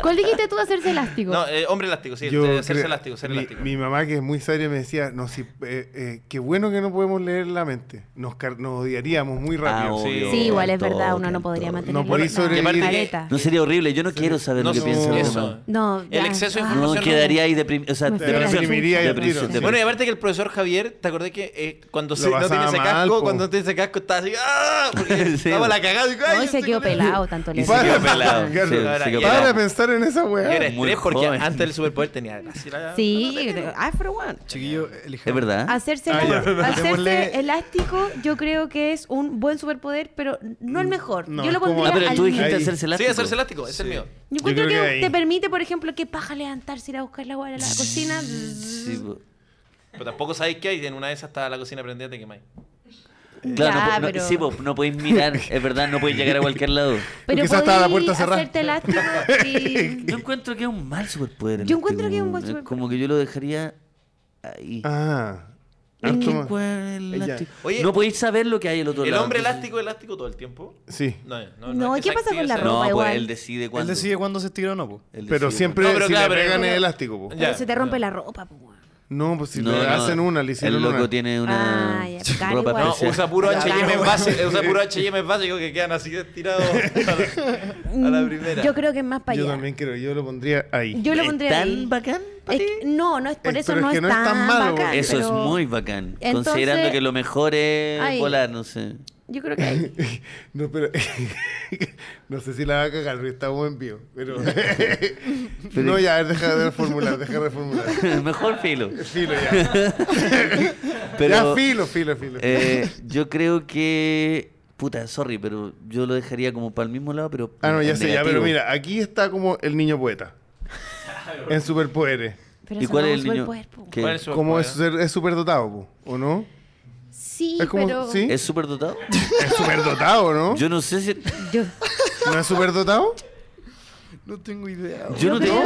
Speaker 4: ¿Cuál dijiste tú hacerse elástico?
Speaker 2: No, eh, hombre elástico, sí.
Speaker 3: Yo
Speaker 2: eh, Ser
Speaker 3: creo-
Speaker 2: elástico, ser
Speaker 3: mi,
Speaker 2: elástico.
Speaker 3: mi mamá, que es muy sabia, me decía, no, si, eh, eh, qué bueno que no podemos leer la mente. Nos, car- nos odiaríamos muy rápido.
Speaker 2: sí.
Speaker 1: Ah, obvio,
Speaker 4: sí, igual es
Speaker 1: todo,
Speaker 4: verdad, uno no
Speaker 1: todo.
Speaker 4: podría mantener
Speaker 3: No podéis sobrevivir.
Speaker 1: No sería horrible, yo no quiero saber
Speaker 2: No,
Speaker 1: lo que
Speaker 2: sí,
Speaker 1: piensa la
Speaker 2: eso.
Speaker 1: mamá.
Speaker 4: No,
Speaker 2: El exceso de
Speaker 4: ah.
Speaker 1: No
Speaker 2: no-
Speaker 1: quedaría ahí deprimido. O sea,
Speaker 4: Me
Speaker 3: Te
Speaker 4: Pero-
Speaker 3: deprimiría y
Speaker 1: Depresión,
Speaker 3: al tiro. sí.
Speaker 1: depresión.
Speaker 2: Bueno, y aparte que el profesor Javier, ¿te acordé que eh, cuando
Speaker 3: Lo
Speaker 2: se, no tenía
Speaker 3: pasaba
Speaker 2: ese
Speaker 3: mal,
Speaker 2: casco,
Speaker 3: po.
Speaker 2: cuando no tenía ese casco, estaba así, ¡ah! Porque
Speaker 1: Sí,
Speaker 2: estaba
Speaker 1: po.
Speaker 2: la cagada. y digo,
Speaker 4: No,
Speaker 2: ¡ay,
Speaker 4: y se
Speaker 2: este
Speaker 4: quedó
Speaker 2: culero!
Speaker 4: pelado tanto
Speaker 1: Y
Speaker 4: le
Speaker 1: se
Speaker 3: Para-
Speaker 1: quedó pelado.
Speaker 3: Claro.
Speaker 1: sí, se quedó
Speaker 3: Para
Speaker 1: pelado.
Speaker 3: de pensar en esa
Speaker 2: Yo era
Speaker 3: weá.
Speaker 1: Muy
Speaker 2: estrés porque
Speaker 1: joven.
Speaker 2: antes del superpoder tenía así la-
Speaker 4: <laughs> Sí, afro one.
Speaker 5: Chiquillo, elijan.
Speaker 1: Es verdad.
Speaker 4: Hacerse,
Speaker 3: Ah, ya.
Speaker 4: elá- hacerse
Speaker 5: Démosle-
Speaker 4: elástico yo creo que es un buen superpoder, pero no el mejor.
Speaker 3: No,
Speaker 4: yo
Speaker 3: es
Speaker 4: lo
Speaker 3: como-
Speaker 4: pondría
Speaker 1: Ah, pero
Speaker 4: al
Speaker 1: tú dijiste
Speaker 4: límite.
Speaker 3: Ahí.
Speaker 1: hacerse
Speaker 2: Sí,
Speaker 1: elástico.
Speaker 2: hacerse elástico, es el mío.
Speaker 4: Yo encuentro
Speaker 3: creo
Speaker 4: que,
Speaker 3: que ahí.
Speaker 4: te permite, por ejemplo, que paja levantarse, ir a buscar la guara a la cocina.
Speaker 1: Sí, po.
Speaker 2: Pero tampoco sabéis qué hay, en una de esas está la cocina prendida, te quemáis.
Speaker 1: Claro,
Speaker 4: Ya,
Speaker 1: no,
Speaker 4: pero-
Speaker 1: no, sí, po, no podéis mirar, es verdad, no podéis llegar a cualquier lado.
Speaker 4: Pero
Speaker 3: Quizás estaba la
Speaker 4: podí
Speaker 3: puerta cerrada. <laughs>
Speaker 4: Hacerte elástico y...
Speaker 1: Yo encuentro que es un mal superpoder.
Speaker 4: Yo
Speaker 1: elástico,
Speaker 4: encuentro que es un
Speaker 1: weón.
Speaker 4: buen
Speaker 1: Es
Speaker 4: superpoder.
Speaker 1: Como que yo lo dejaría ahí.
Speaker 3: Ah.
Speaker 1: Es que
Speaker 3: Harto más.
Speaker 1: weón, el
Speaker 3: Ella.
Speaker 1: elástico.
Speaker 2: Oye,
Speaker 1: no podéis saber lo que hay el otro
Speaker 2: El
Speaker 1: lado.
Speaker 2: hombre
Speaker 1: entonces-
Speaker 2: elástico, elástico todo el tiempo.
Speaker 3: Sí.
Speaker 2: No, no,
Speaker 4: No,
Speaker 2: no. es que
Speaker 4: ¿qué pasa
Speaker 2: se
Speaker 4: con la
Speaker 2: active,
Speaker 4: ropa?
Speaker 1: No,
Speaker 4: igual.
Speaker 1: pues él decide
Speaker 5: Él
Speaker 1: cuándo.
Speaker 5: decide cuándo se estira o no, po.
Speaker 1: Él
Speaker 3: Pero
Speaker 1: decide
Speaker 3: siempre
Speaker 2: No, pero
Speaker 3: si
Speaker 2: claro,
Speaker 3: le
Speaker 2: pero-
Speaker 3: pegan el elástico. po.
Speaker 1: <laughs>
Speaker 2: Ya.
Speaker 4: Pero se te rompe la ropa, pues. weón.
Speaker 3: No, pues si
Speaker 1: cuándo.
Speaker 3: le
Speaker 1: No, no,
Speaker 3: hacen una, le hicieron
Speaker 1: El loco
Speaker 3: una.
Speaker 1: tiene una
Speaker 4: Ah, ya, cara
Speaker 1: ropa
Speaker 4: igual.
Speaker 2: No,
Speaker 1: especial.
Speaker 2: usa puro
Speaker 4: Claro.
Speaker 2: HM básico, usa puro HM básico que quedan así estirados <laughs> a la, a la primera.
Speaker 4: Mm, Yo creo que es más para
Speaker 3: Yo
Speaker 4: allá.
Speaker 3: también creo, yo lo pondría ahí.
Speaker 4: <laughs> Yo lo pondría
Speaker 1: ¿Es tan
Speaker 4: ahí.
Speaker 1: bacán? pa'
Speaker 4: Es
Speaker 1: ti?
Speaker 4: que- no, no es por
Speaker 3: Es-
Speaker 4: eso
Speaker 3: Eh, pero
Speaker 4: no es, tan,
Speaker 3: malo,
Speaker 4: bacán,
Speaker 1: Eso es
Speaker 4: pero
Speaker 1: muy bacán.
Speaker 4: Entonces-
Speaker 1: considerando que lo mejor es
Speaker 4: Ay.
Speaker 1: volar, no sé. <laughs>
Speaker 4: Yo creo que ahí.
Speaker 3: No, pero. <laughs> no sé si la va a cagar, porque está buen vivo. Pero.
Speaker 1: <laughs>
Speaker 3: no, ya, deja de reformular, deja de reformular.
Speaker 1: mejor filo.
Speaker 3: Filo ya.
Speaker 1: <laughs> Pero,
Speaker 3: ya, filo, filo, filo.
Speaker 1: eh, yo creo que. Puta, sorry, pero yo lo dejaría como para el mismo lado, pero.
Speaker 3: ah, no, ya
Speaker 1: en
Speaker 3: sé, ya,
Speaker 1: negativo.
Speaker 3: pero mira, aquí está como el niño poeta. en superpoderes.
Speaker 4: Pero
Speaker 1: ¿Y
Speaker 4: eso
Speaker 1: cuál
Speaker 4: no
Speaker 1: es el
Speaker 4: sube
Speaker 1: niño?
Speaker 4: cuerpo, weón.
Speaker 1: ¿Qué?
Speaker 2: ¿Cuál es su
Speaker 3: Como es,
Speaker 1: eh.
Speaker 2: superpoder?
Speaker 3: ser- es superdotado, po, ¿o no?
Speaker 4: Sí,
Speaker 3: es como.
Speaker 4: pero.
Speaker 3: ¿Sí?
Speaker 1: ¿Es súper dotado?
Speaker 3: Es superdotado, ¿no?
Speaker 1: Yo no sé si. <laughs>
Speaker 4: Yo,
Speaker 3: ¿No es superdotado?
Speaker 5: No tengo idea.
Speaker 1: Yo no tengo.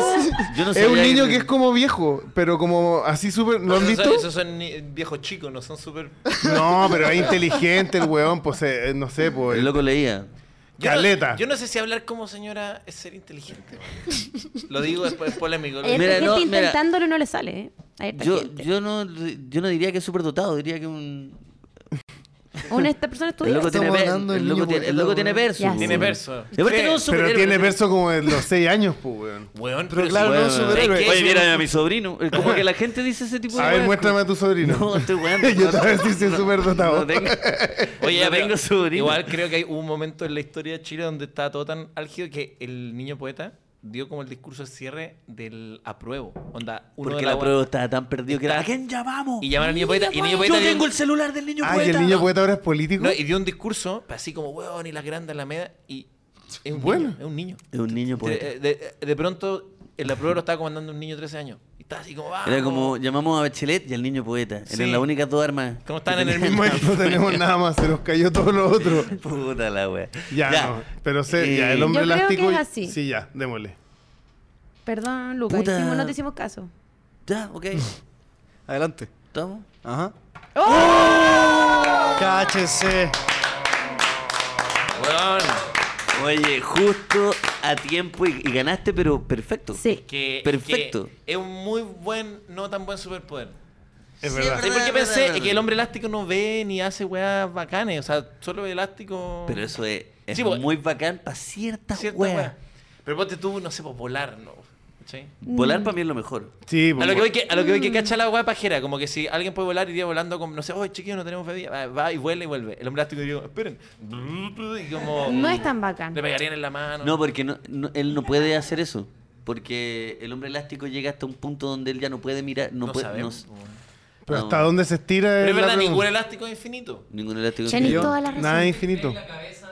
Speaker 1: Yo no
Speaker 3: es un
Speaker 1: sabía
Speaker 3: niño que es como viejo, pero como así súper. ¿Lo han
Speaker 2: Esos
Speaker 3: visto?
Speaker 2: son- Esos son ni- viejos chicos, no son súper.
Speaker 3: No, pero es inteligente el weón, pues eh, no sé, pues.
Speaker 1: El loco leía.
Speaker 2: Yo no-
Speaker 3: Caleta.
Speaker 2: Yo no sé si hablar como señora es ser inteligente. man. Lo digo después, es polémico.
Speaker 4: hay
Speaker 1: Mira,
Speaker 4: otra gente
Speaker 1: no, mira.
Speaker 4: intentándolo y no le sale, ¿eh? Hay otra
Speaker 1: Yo,
Speaker 4: gente.
Speaker 1: yo, no, yo no diría que es súper dotado, diría que un.
Speaker 4: Una esta persona
Speaker 1: <laughs> El
Speaker 4: estudia.
Speaker 1: loco tiene,
Speaker 5: Estamos
Speaker 1: ver-
Speaker 5: hablando del
Speaker 1: el loco
Speaker 5: niño
Speaker 1: tiene, el
Speaker 5: poeta,
Speaker 1: loco tiene
Speaker 5: weón.
Speaker 1: verso.
Speaker 4: Ya,
Speaker 1: po.
Speaker 4: sí.
Speaker 2: Tiene verso.
Speaker 1: Y aparte
Speaker 2: Sí.
Speaker 1: no es un
Speaker 3: Pero
Speaker 1: superhéroe,
Speaker 3: tiene
Speaker 1: pero-
Speaker 3: verso como de los 6 años, pues, weón.
Speaker 2: Weón,
Speaker 5: Pero claro, no es
Speaker 1: Bueno,
Speaker 5: superhéroe.
Speaker 2: es que-
Speaker 1: Oye, mira a mi sobrino. Es Como que la gente dice ese tipo de
Speaker 3: A ver,
Speaker 1: weas,
Speaker 3: muéstrame
Speaker 1: como-
Speaker 3: a tu sobrino.
Speaker 1: No, estoy
Speaker 3: <laughs>
Speaker 1: weando.
Speaker 3: Yo
Speaker 1: No,
Speaker 3: te voy a decir si es
Speaker 1: no,
Speaker 3: superdotado.
Speaker 1: no
Speaker 2: <laughs>
Speaker 1: tengo-
Speaker 2: Oye,
Speaker 1: no
Speaker 2: ya, pero
Speaker 1: tengo sobrino.
Speaker 2: Igual creo que hay un momento en la historia de Chile donde estaba todo tan álgido que el niño poeta dio como el discurso de cierre del apruebo. Onda, uno
Speaker 1: Porque
Speaker 2: de
Speaker 1: la
Speaker 2: la
Speaker 1: prueba estaba tan perdido que era.
Speaker 2: Está-
Speaker 1: ¿A quién llamamos?
Speaker 2: Y llamaron al niño poeta. Y el niño poeta
Speaker 1: Yo
Speaker 2: dio un-
Speaker 1: tengo el celular del niño
Speaker 3: Ah,
Speaker 1: poeta.
Speaker 3: y el niño poeta ahora es político.
Speaker 2: no, y dio un discurso así como, weón, y las grandes alamedas. Y es un
Speaker 3: Bueno.
Speaker 2: niño. Es un niño.
Speaker 1: Es un niño poeta.
Speaker 2: De, de- de pronto, el apruebo lo estaba comandando un niño de 13 años. Y estaba así ah, como, ¡vamos!
Speaker 1: Era como llamamos a Bachelet y al niño poeta.
Speaker 2: Sí.
Speaker 1: Eran las únicas dos armas.
Speaker 2: Como están
Speaker 1: que
Speaker 2: en el
Speaker 1: tenían.
Speaker 2: mismo- <laughs>
Speaker 3: <laughs> No tenemos nada más, se nos cayó todo lo otro.
Speaker 1: <laughs> Puta la wea.
Speaker 3: Ya, no. Pero sé, ya, el
Speaker 1: Eh,
Speaker 3: hombre
Speaker 4: Yo creo que
Speaker 3: elástico.
Speaker 4: es
Speaker 3: y-
Speaker 4: así.
Speaker 3: Sí, ya, démosle.
Speaker 4: Perdón, Lucas,
Speaker 1: Puta.
Speaker 4: hicimos- no te hicimos caso.
Speaker 1: Ya, ok.
Speaker 5: Adelante.
Speaker 1: Estamos.
Speaker 5: Ajá. Cáchese.
Speaker 2: Weón,
Speaker 1: Oye, justo a tiempo y, y ganaste, pero perfecto.
Speaker 4: Sí.
Speaker 2: que,
Speaker 1: Perfecto.
Speaker 2: que es un muy buen, no tan buen superpoder.
Speaker 3: Es
Speaker 1: Sí,
Speaker 3: verdad.
Speaker 1: es
Speaker 2: ¿Sabes por qué
Speaker 1: Verdad, verdad,
Speaker 2: pensé?
Speaker 1: verdad.
Speaker 2: Que el hombre elástico no ve ni hace weas bacanes. O sea, solo elástico.
Speaker 1: Pero eso es, es
Speaker 2: Sí, po.
Speaker 1: muy bacán para ciertas
Speaker 2: Cierta
Speaker 1: weas.
Speaker 2: wea. Pero ponte tú, no sé, pues volar, ¿no? ¿cachai?
Speaker 1: Volar para mí es lo mejor.
Speaker 3: Sí,
Speaker 2: A
Speaker 3: pues,
Speaker 2: lo que voy que, a lo que, voy que cacha la weá pajera, como que si alguien puede volar iría volando como, no sé, oh chiquillo, no tenemos bebida, va, va y vuela y vuelve. El hombre elástico digo, esperen. Y como
Speaker 4: No es tan bacán.
Speaker 2: le pegarían en la mano.
Speaker 1: No, porque no- no- él no puede hacer eso. Porque el hombre elástico llega hasta un punto donde él ya no puede mirar. pues, No,
Speaker 2: no
Speaker 1: puede,
Speaker 2: sabemos.
Speaker 1: no-
Speaker 2: po.
Speaker 3: pero
Speaker 1: no.
Speaker 3: hasta dónde se estira
Speaker 2: Pero es
Speaker 3: la
Speaker 2: verdad,
Speaker 3: pregunta.
Speaker 2: ningún elástico es infinito.
Speaker 1: ningún elástico.
Speaker 12: Jenny,
Speaker 1: es-
Speaker 12: toda la razón.
Speaker 3: Nada infinito.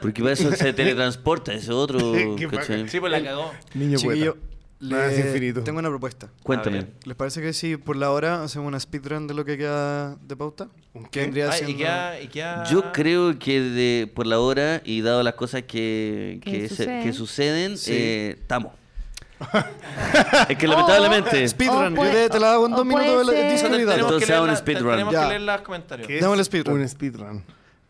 Speaker 1: Porque para eso se teletransporta, ese otro.
Speaker 3: <laughs> Qué
Speaker 1: ¿cachai?
Speaker 2: Sí, pues la cagó.
Speaker 3: Niño
Speaker 5: Chiquillo,
Speaker 3: poeta.
Speaker 5: le-
Speaker 3: Nada es infinito.
Speaker 5: tengo una propuesta.
Speaker 1: Cuéntame.
Speaker 2: A ver.
Speaker 5: ¿Les parece que si por la hora hacemos una speedrun de lo que queda de pauta?
Speaker 3: ¿Un
Speaker 5: ¿Qué
Speaker 3: qué?
Speaker 2: Ay,
Speaker 5: vendría
Speaker 2: Ah, y
Speaker 5: siendo?
Speaker 2: queda, y queda-
Speaker 1: Yo creo que de- por la hora y dado las cosas que,
Speaker 4: Que
Speaker 1: que se-
Speaker 4: suceden.
Speaker 1: que suceden,
Speaker 5: Sí.
Speaker 1: eh, estamos. es que
Speaker 4: Oh.
Speaker 1: lamentablemente.
Speaker 5: Speedrun,
Speaker 4: O
Speaker 5: yo
Speaker 4: puede-
Speaker 5: te, te la hago en
Speaker 4: o
Speaker 5: dos minutos.
Speaker 4: puede
Speaker 5: de-
Speaker 4: ser-
Speaker 5: dice
Speaker 2: Entonces,
Speaker 5: Navidad.
Speaker 2: tenemos que
Speaker 1: Entonces,
Speaker 2: leer
Speaker 1: un
Speaker 2: la-
Speaker 1: speedrun.
Speaker 2: Tenemos
Speaker 5: Ya.
Speaker 2: que leer los comentarios.
Speaker 3: ¿Qué
Speaker 5: Dame
Speaker 3: es
Speaker 5: el speedrun.
Speaker 3: Un speedrun.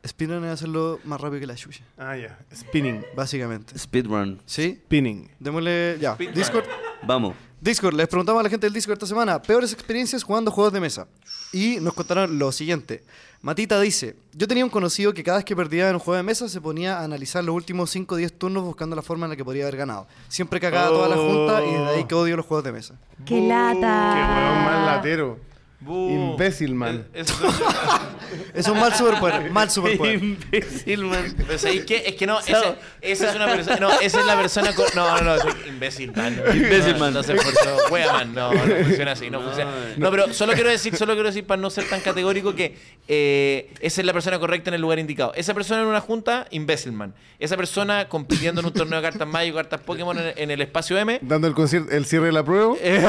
Speaker 5: Speedrun es hacerlo más rápido que la suya,
Speaker 3: Ah, ya. Spinning.
Speaker 5: básicamente.
Speaker 1: Speedrun.
Speaker 5: ¿Sí?
Speaker 3: Spinning.
Speaker 5: Démosle ya.
Speaker 2: Speedrun.
Speaker 5: Discord.
Speaker 1: Vamos.
Speaker 5: Discord, les preguntamos a la gente del Discord esta semana, peores experiencias jugando juegos de mesa. Y nos contaron lo siguiente. Matita dice, yo tenía un conocido que cada vez que perdía en un juego de mesa se ponía a analizar los últimos 5 o 10 turnos buscando la forma en la que podría haber ganado. Siempre cagaba toda la junta y desde ahí que odio los juegos de mesa.
Speaker 4: ¡Qué lata!
Speaker 3: Qué huevón más
Speaker 4: Ah.
Speaker 3: latero.
Speaker 2: Bu.
Speaker 3: Imbécil, man.
Speaker 2: Es- Eh, es- <laughs>
Speaker 5: Es un mal superpoder, mal
Speaker 3: <laughs>
Speaker 5: superpoder.
Speaker 1: Imbécil, man.
Speaker 2: Pero ¿sabéis qué? pues Es que no, ese- esa es una persona. No, esa es la persona. con- no, no, no, es imbécil, man.
Speaker 1: Imbécil,
Speaker 2: No,
Speaker 1: man.
Speaker 2: No se esforzó. Wea, man. No, no funciona así, no, funciona. No, pero solo quiero decir, solo quiero decir, para no ser tan categórico, que eh, esa es la persona correcta en el lugar indicado. Esa persona en una junta, imbécil, man. Esa persona compitiendo en un torneo de cartas Magic, cartas Pokémon en, en el espacio M.
Speaker 3: Dando el concierto, el cierre de la prueba.
Speaker 2: Eh,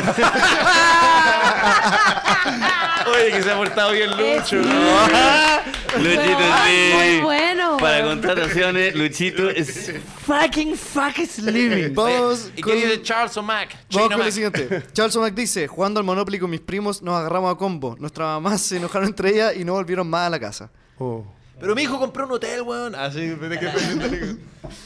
Speaker 2: Oye, que se ha portado bien Lucho. ¿no?
Speaker 1: <laughs> Luchito
Speaker 4: Ay,
Speaker 1: es
Speaker 4: muy bueno.
Speaker 1: Para contrataciones, Luchito es fucking fuck is living.
Speaker 5: Vamos
Speaker 2: ¿Y qué
Speaker 5: con-
Speaker 2: dice Charles O'Mac?
Speaker 5: Vamos
Speaker 2: Chino
Speaker 5: con el
Speaker 2: Mac.
Speaker 5: siguiente. Charles O'Mac dice, jugando al Monopoly con mis primos nos agarramos a combo. Nuestras mamás se enojaron entre ellas y no volvieron más a la casa.
Speaker 3: Oh.
Speaker 2: Pero mi hijo compró un hotel, weón. Así, que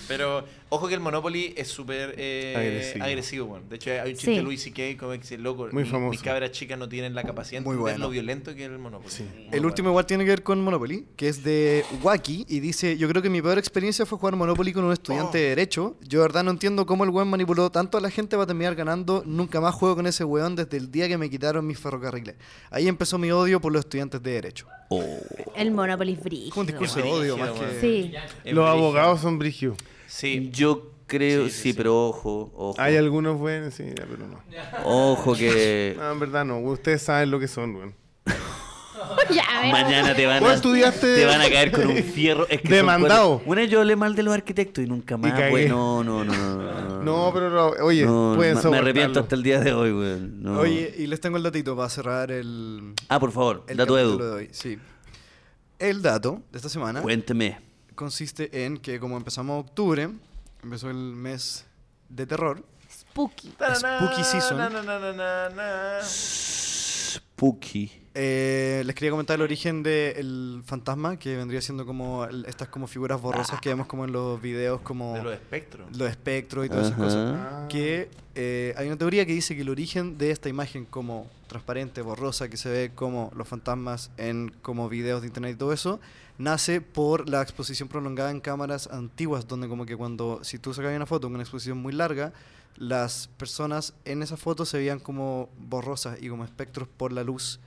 Speaker 2: Pero ojo que el Monopoly es súper eh,
Speaker 3: Agresivo.
Speaker 2: agresivo. weón. De hecho, hay un chiste
Speaker 4: Sí.
Speaker 2: de Louis C.K. como que dice, loco,
Speaker 3: Muy
Speaker 2: mi-
Speaker 3: famoso.
Speaker 2: mis cabras chicas no tienen la capacidad de
Speaker 5: Muy
Speaker 2: entender
Speaker 5: bueno.
Speaker 2: lo violento que es el Monopoly. Muy
Speaker 5: El
Speaker 2: bueno.
Speaker 5: último igual tiene que ver con Monopoly, que es de Wacky, y dice, yo creo que mi peor experiencia fue jugar Monopoly con un estudiante de Derecho. Yo de verdad no entiendo cómo el weón manipuló tanto a la gente para terminar ganando. Nunca más juego con ese weón desde el día que me quitaron mis ferrocarriles. Ahí empezó mi odio por los estudiantes de Derecho.
Speaker 4: El Monopoly Free.
Speaker 5: Es un discurso de odio más que...
Speaker 4: Sí.
Speaker 2: Es
Speaker 3: Los
Speaker 2: brígido.
Speaker 3: abogados son brigios.
Speaker 2: Sí.
Speaker 1: Yo creo, sí,
Speaker 2: Sí, sí, sí.
Speaker 1: pero ojo, ojo.
Speaker 3: Hay algunos buenos, sí, ya, pero no.
Speaker 1: Ojo que
Speaker 3: No, en verdad no. Ustedes saben lo que son, weón.
Speaker 4: <laughs> ya, a ver.
Speaker 1: mañana te van
Speaker 3: ¿Vos
Speaker 1: a
Speaker 3: estudiaste?
Speaker 1: te van a caer con un fierro. Es que son
Speaker 3: Demandado.
Speaker 1: cuatro- Bueno, yo hablé mal de los arquitectos y nunca más,
Speaker 3: cagué.
Speaker 1: güey. No, no, no, no.
Speaker 3: No, pero no, oye,
Speaker 1: Ah. No,
Speaker 3: pueden
Speaker 1: ma- me
Speaker 3: soportarlo.
Speaker 1: arrepiento hasta el día de hoy, güey. No.
Speaker 5: Oye, y les tengo el datito para cerrar el...
Speaker 1: ah, por favor,
Speaker 5: el
Speaker 1: dato
Speaker 5: capítulo
Speaker 1: Edu.
Speaker 5: de hoy. Sí. El dato de esta semana...
Speaker 1: Cuénteme.
Speaker 5: consiste en que como empezamos octubre, empezó el mes de terror,
Speaker 4: Spooky.
Speaker 5: Spooky Season.
Speaker 2: Na, na, na, na, na, na.
Speaker 1: Spooky.
Speaker 5: eh, les quería comentar el origen del fantasma, que vendría siendo como el- estas como figuras borrosas que vemos como en los videos, como
Speaker 2: De los espectros.
Speaker 5: los espectros y todas esas
Speaker 1: Ajá.
Speaker 5: cosas.
Speaker 3: Ah.
Speaker 5: Que eh, hay una teoría que dice que el origen de esta imagen como transparente, borrosa, que se ve como los fantasmas en como videos de internet y todo eso, nace por la exposición prolongada en cámaras antiguas, donde como que cuando, si tú sacabas una foto con una exposición muy larga, las personas en esa foto se veían como borrosas y como espectros por la luz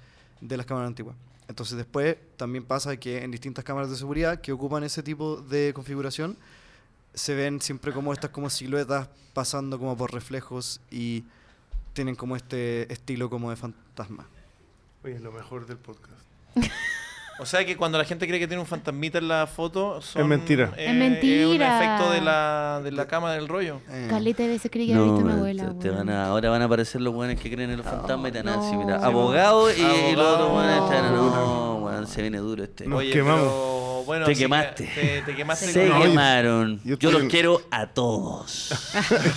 Speaker 5: de las cámaras antiguas. Entonces después también pasa que en distintas cámaras de seguridad que ocupan ese tipo de configuración, se ven siempre como estas como siluetas pasando como por reflejos y tienen como este estilo como de fantasma.
Speaker 3: Oye, lo mejor del podcast. <laughs>
Speaker 2: O sea que cuando la gente cree que tiene un fantasmita en la foto, son,
Speaker 3: Es mentira.
Speaker 2: eh,
Speaker 4: Es mentira.
Speaker 2: un efecto de la, de la cama del rollo.
Speaker 5: Eh,
Speaker 4: Caleta de veces creí que había visto a mi
Speaker 1: man,
Speaker 4: abuela.
Speaker 1: te- te
Speaker 4: weón.
Speaker 1: van a- ahora van a aparecer los buenos que creen en los fantasmas y te van a decir,
Speaker 4: no.
Speaker 1: mira,
Speaker 4: Sí,
Speaker 1: abogado y, y los otros
Speaker 2: Abogado.
Speaker 1: buenos están, no, weón, se viene duro este.
Speaker 3: Nos quemamos.
Speaker 2: pero, bueno,
Speaker 1: Te
Speaker 2: sí que-
Speaker 1: quemaste.
Speaker 2: Te, te quemaste.
Speaker 1: Se
Speaker 2: con-
Speaker 3: No, yo-
Speaker 1: quemaron. Yo,
Speaker 3: yo estoy
Speaker 1: los
Speaker 3: en-
Speaker 1: quiero a todos.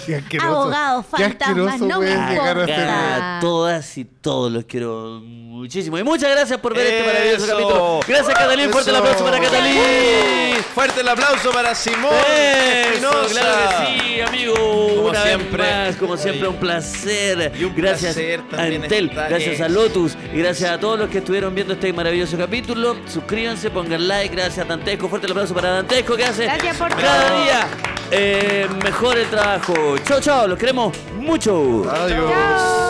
Speaker 3: Qué asqueroso.
Speaker 4: Abogados,
Speaker 3: Qué
Speaker 4: fantasmas,
Speaker 3: asqueroso
Speaker 4: no
Speaker 3: pueden
Speaker 4: me
Speaker 3: llegar a
Speaker 4: importa.
Speaker 3: hacer.
Speaker 1: A todas y todos los quiero muchísimo. Y muchas gracias por ver este
Speaker 2: Eso.
Speaker 1: maravilloso capítulo. Gracias, Catalín. Fuerte el aplauso para Catalín.
Speaker 2: Fuerte el aplauso para Simón
Speaker 1: Eso,
Speaker 2: Espinosa.
Speaker 1: claro que sí, amigo. Como
Speaker 2: siempre.
Speaker 1: como siempre, un placer.
Speaker 2: Y un
Speaker 1: gracias
Speaker 2: placer
Speaker 1: a
Speaker 2: también
Speaker 1: Entel,
Speaker 2: estar
Speaker 1: gracias a
Speaker 2: en-
Speaker 1: Lotus y gracias a todos los que estuvieron viendo este maravilloso capítulo. Suscríbanse, pongan like. Gracias a Dantesco. Fuerte el aplauso para Dantesco que hace
Speaker 4: Gracias por
Speaker 1: cada
Speaker 4: todo.
Speaker 1: día eh, mejor el trabajo. Chao, chao. Los queremos mucho.
Speaker 13: mucho.
Speaker 14: Adiós.
Speaker 1: Chao.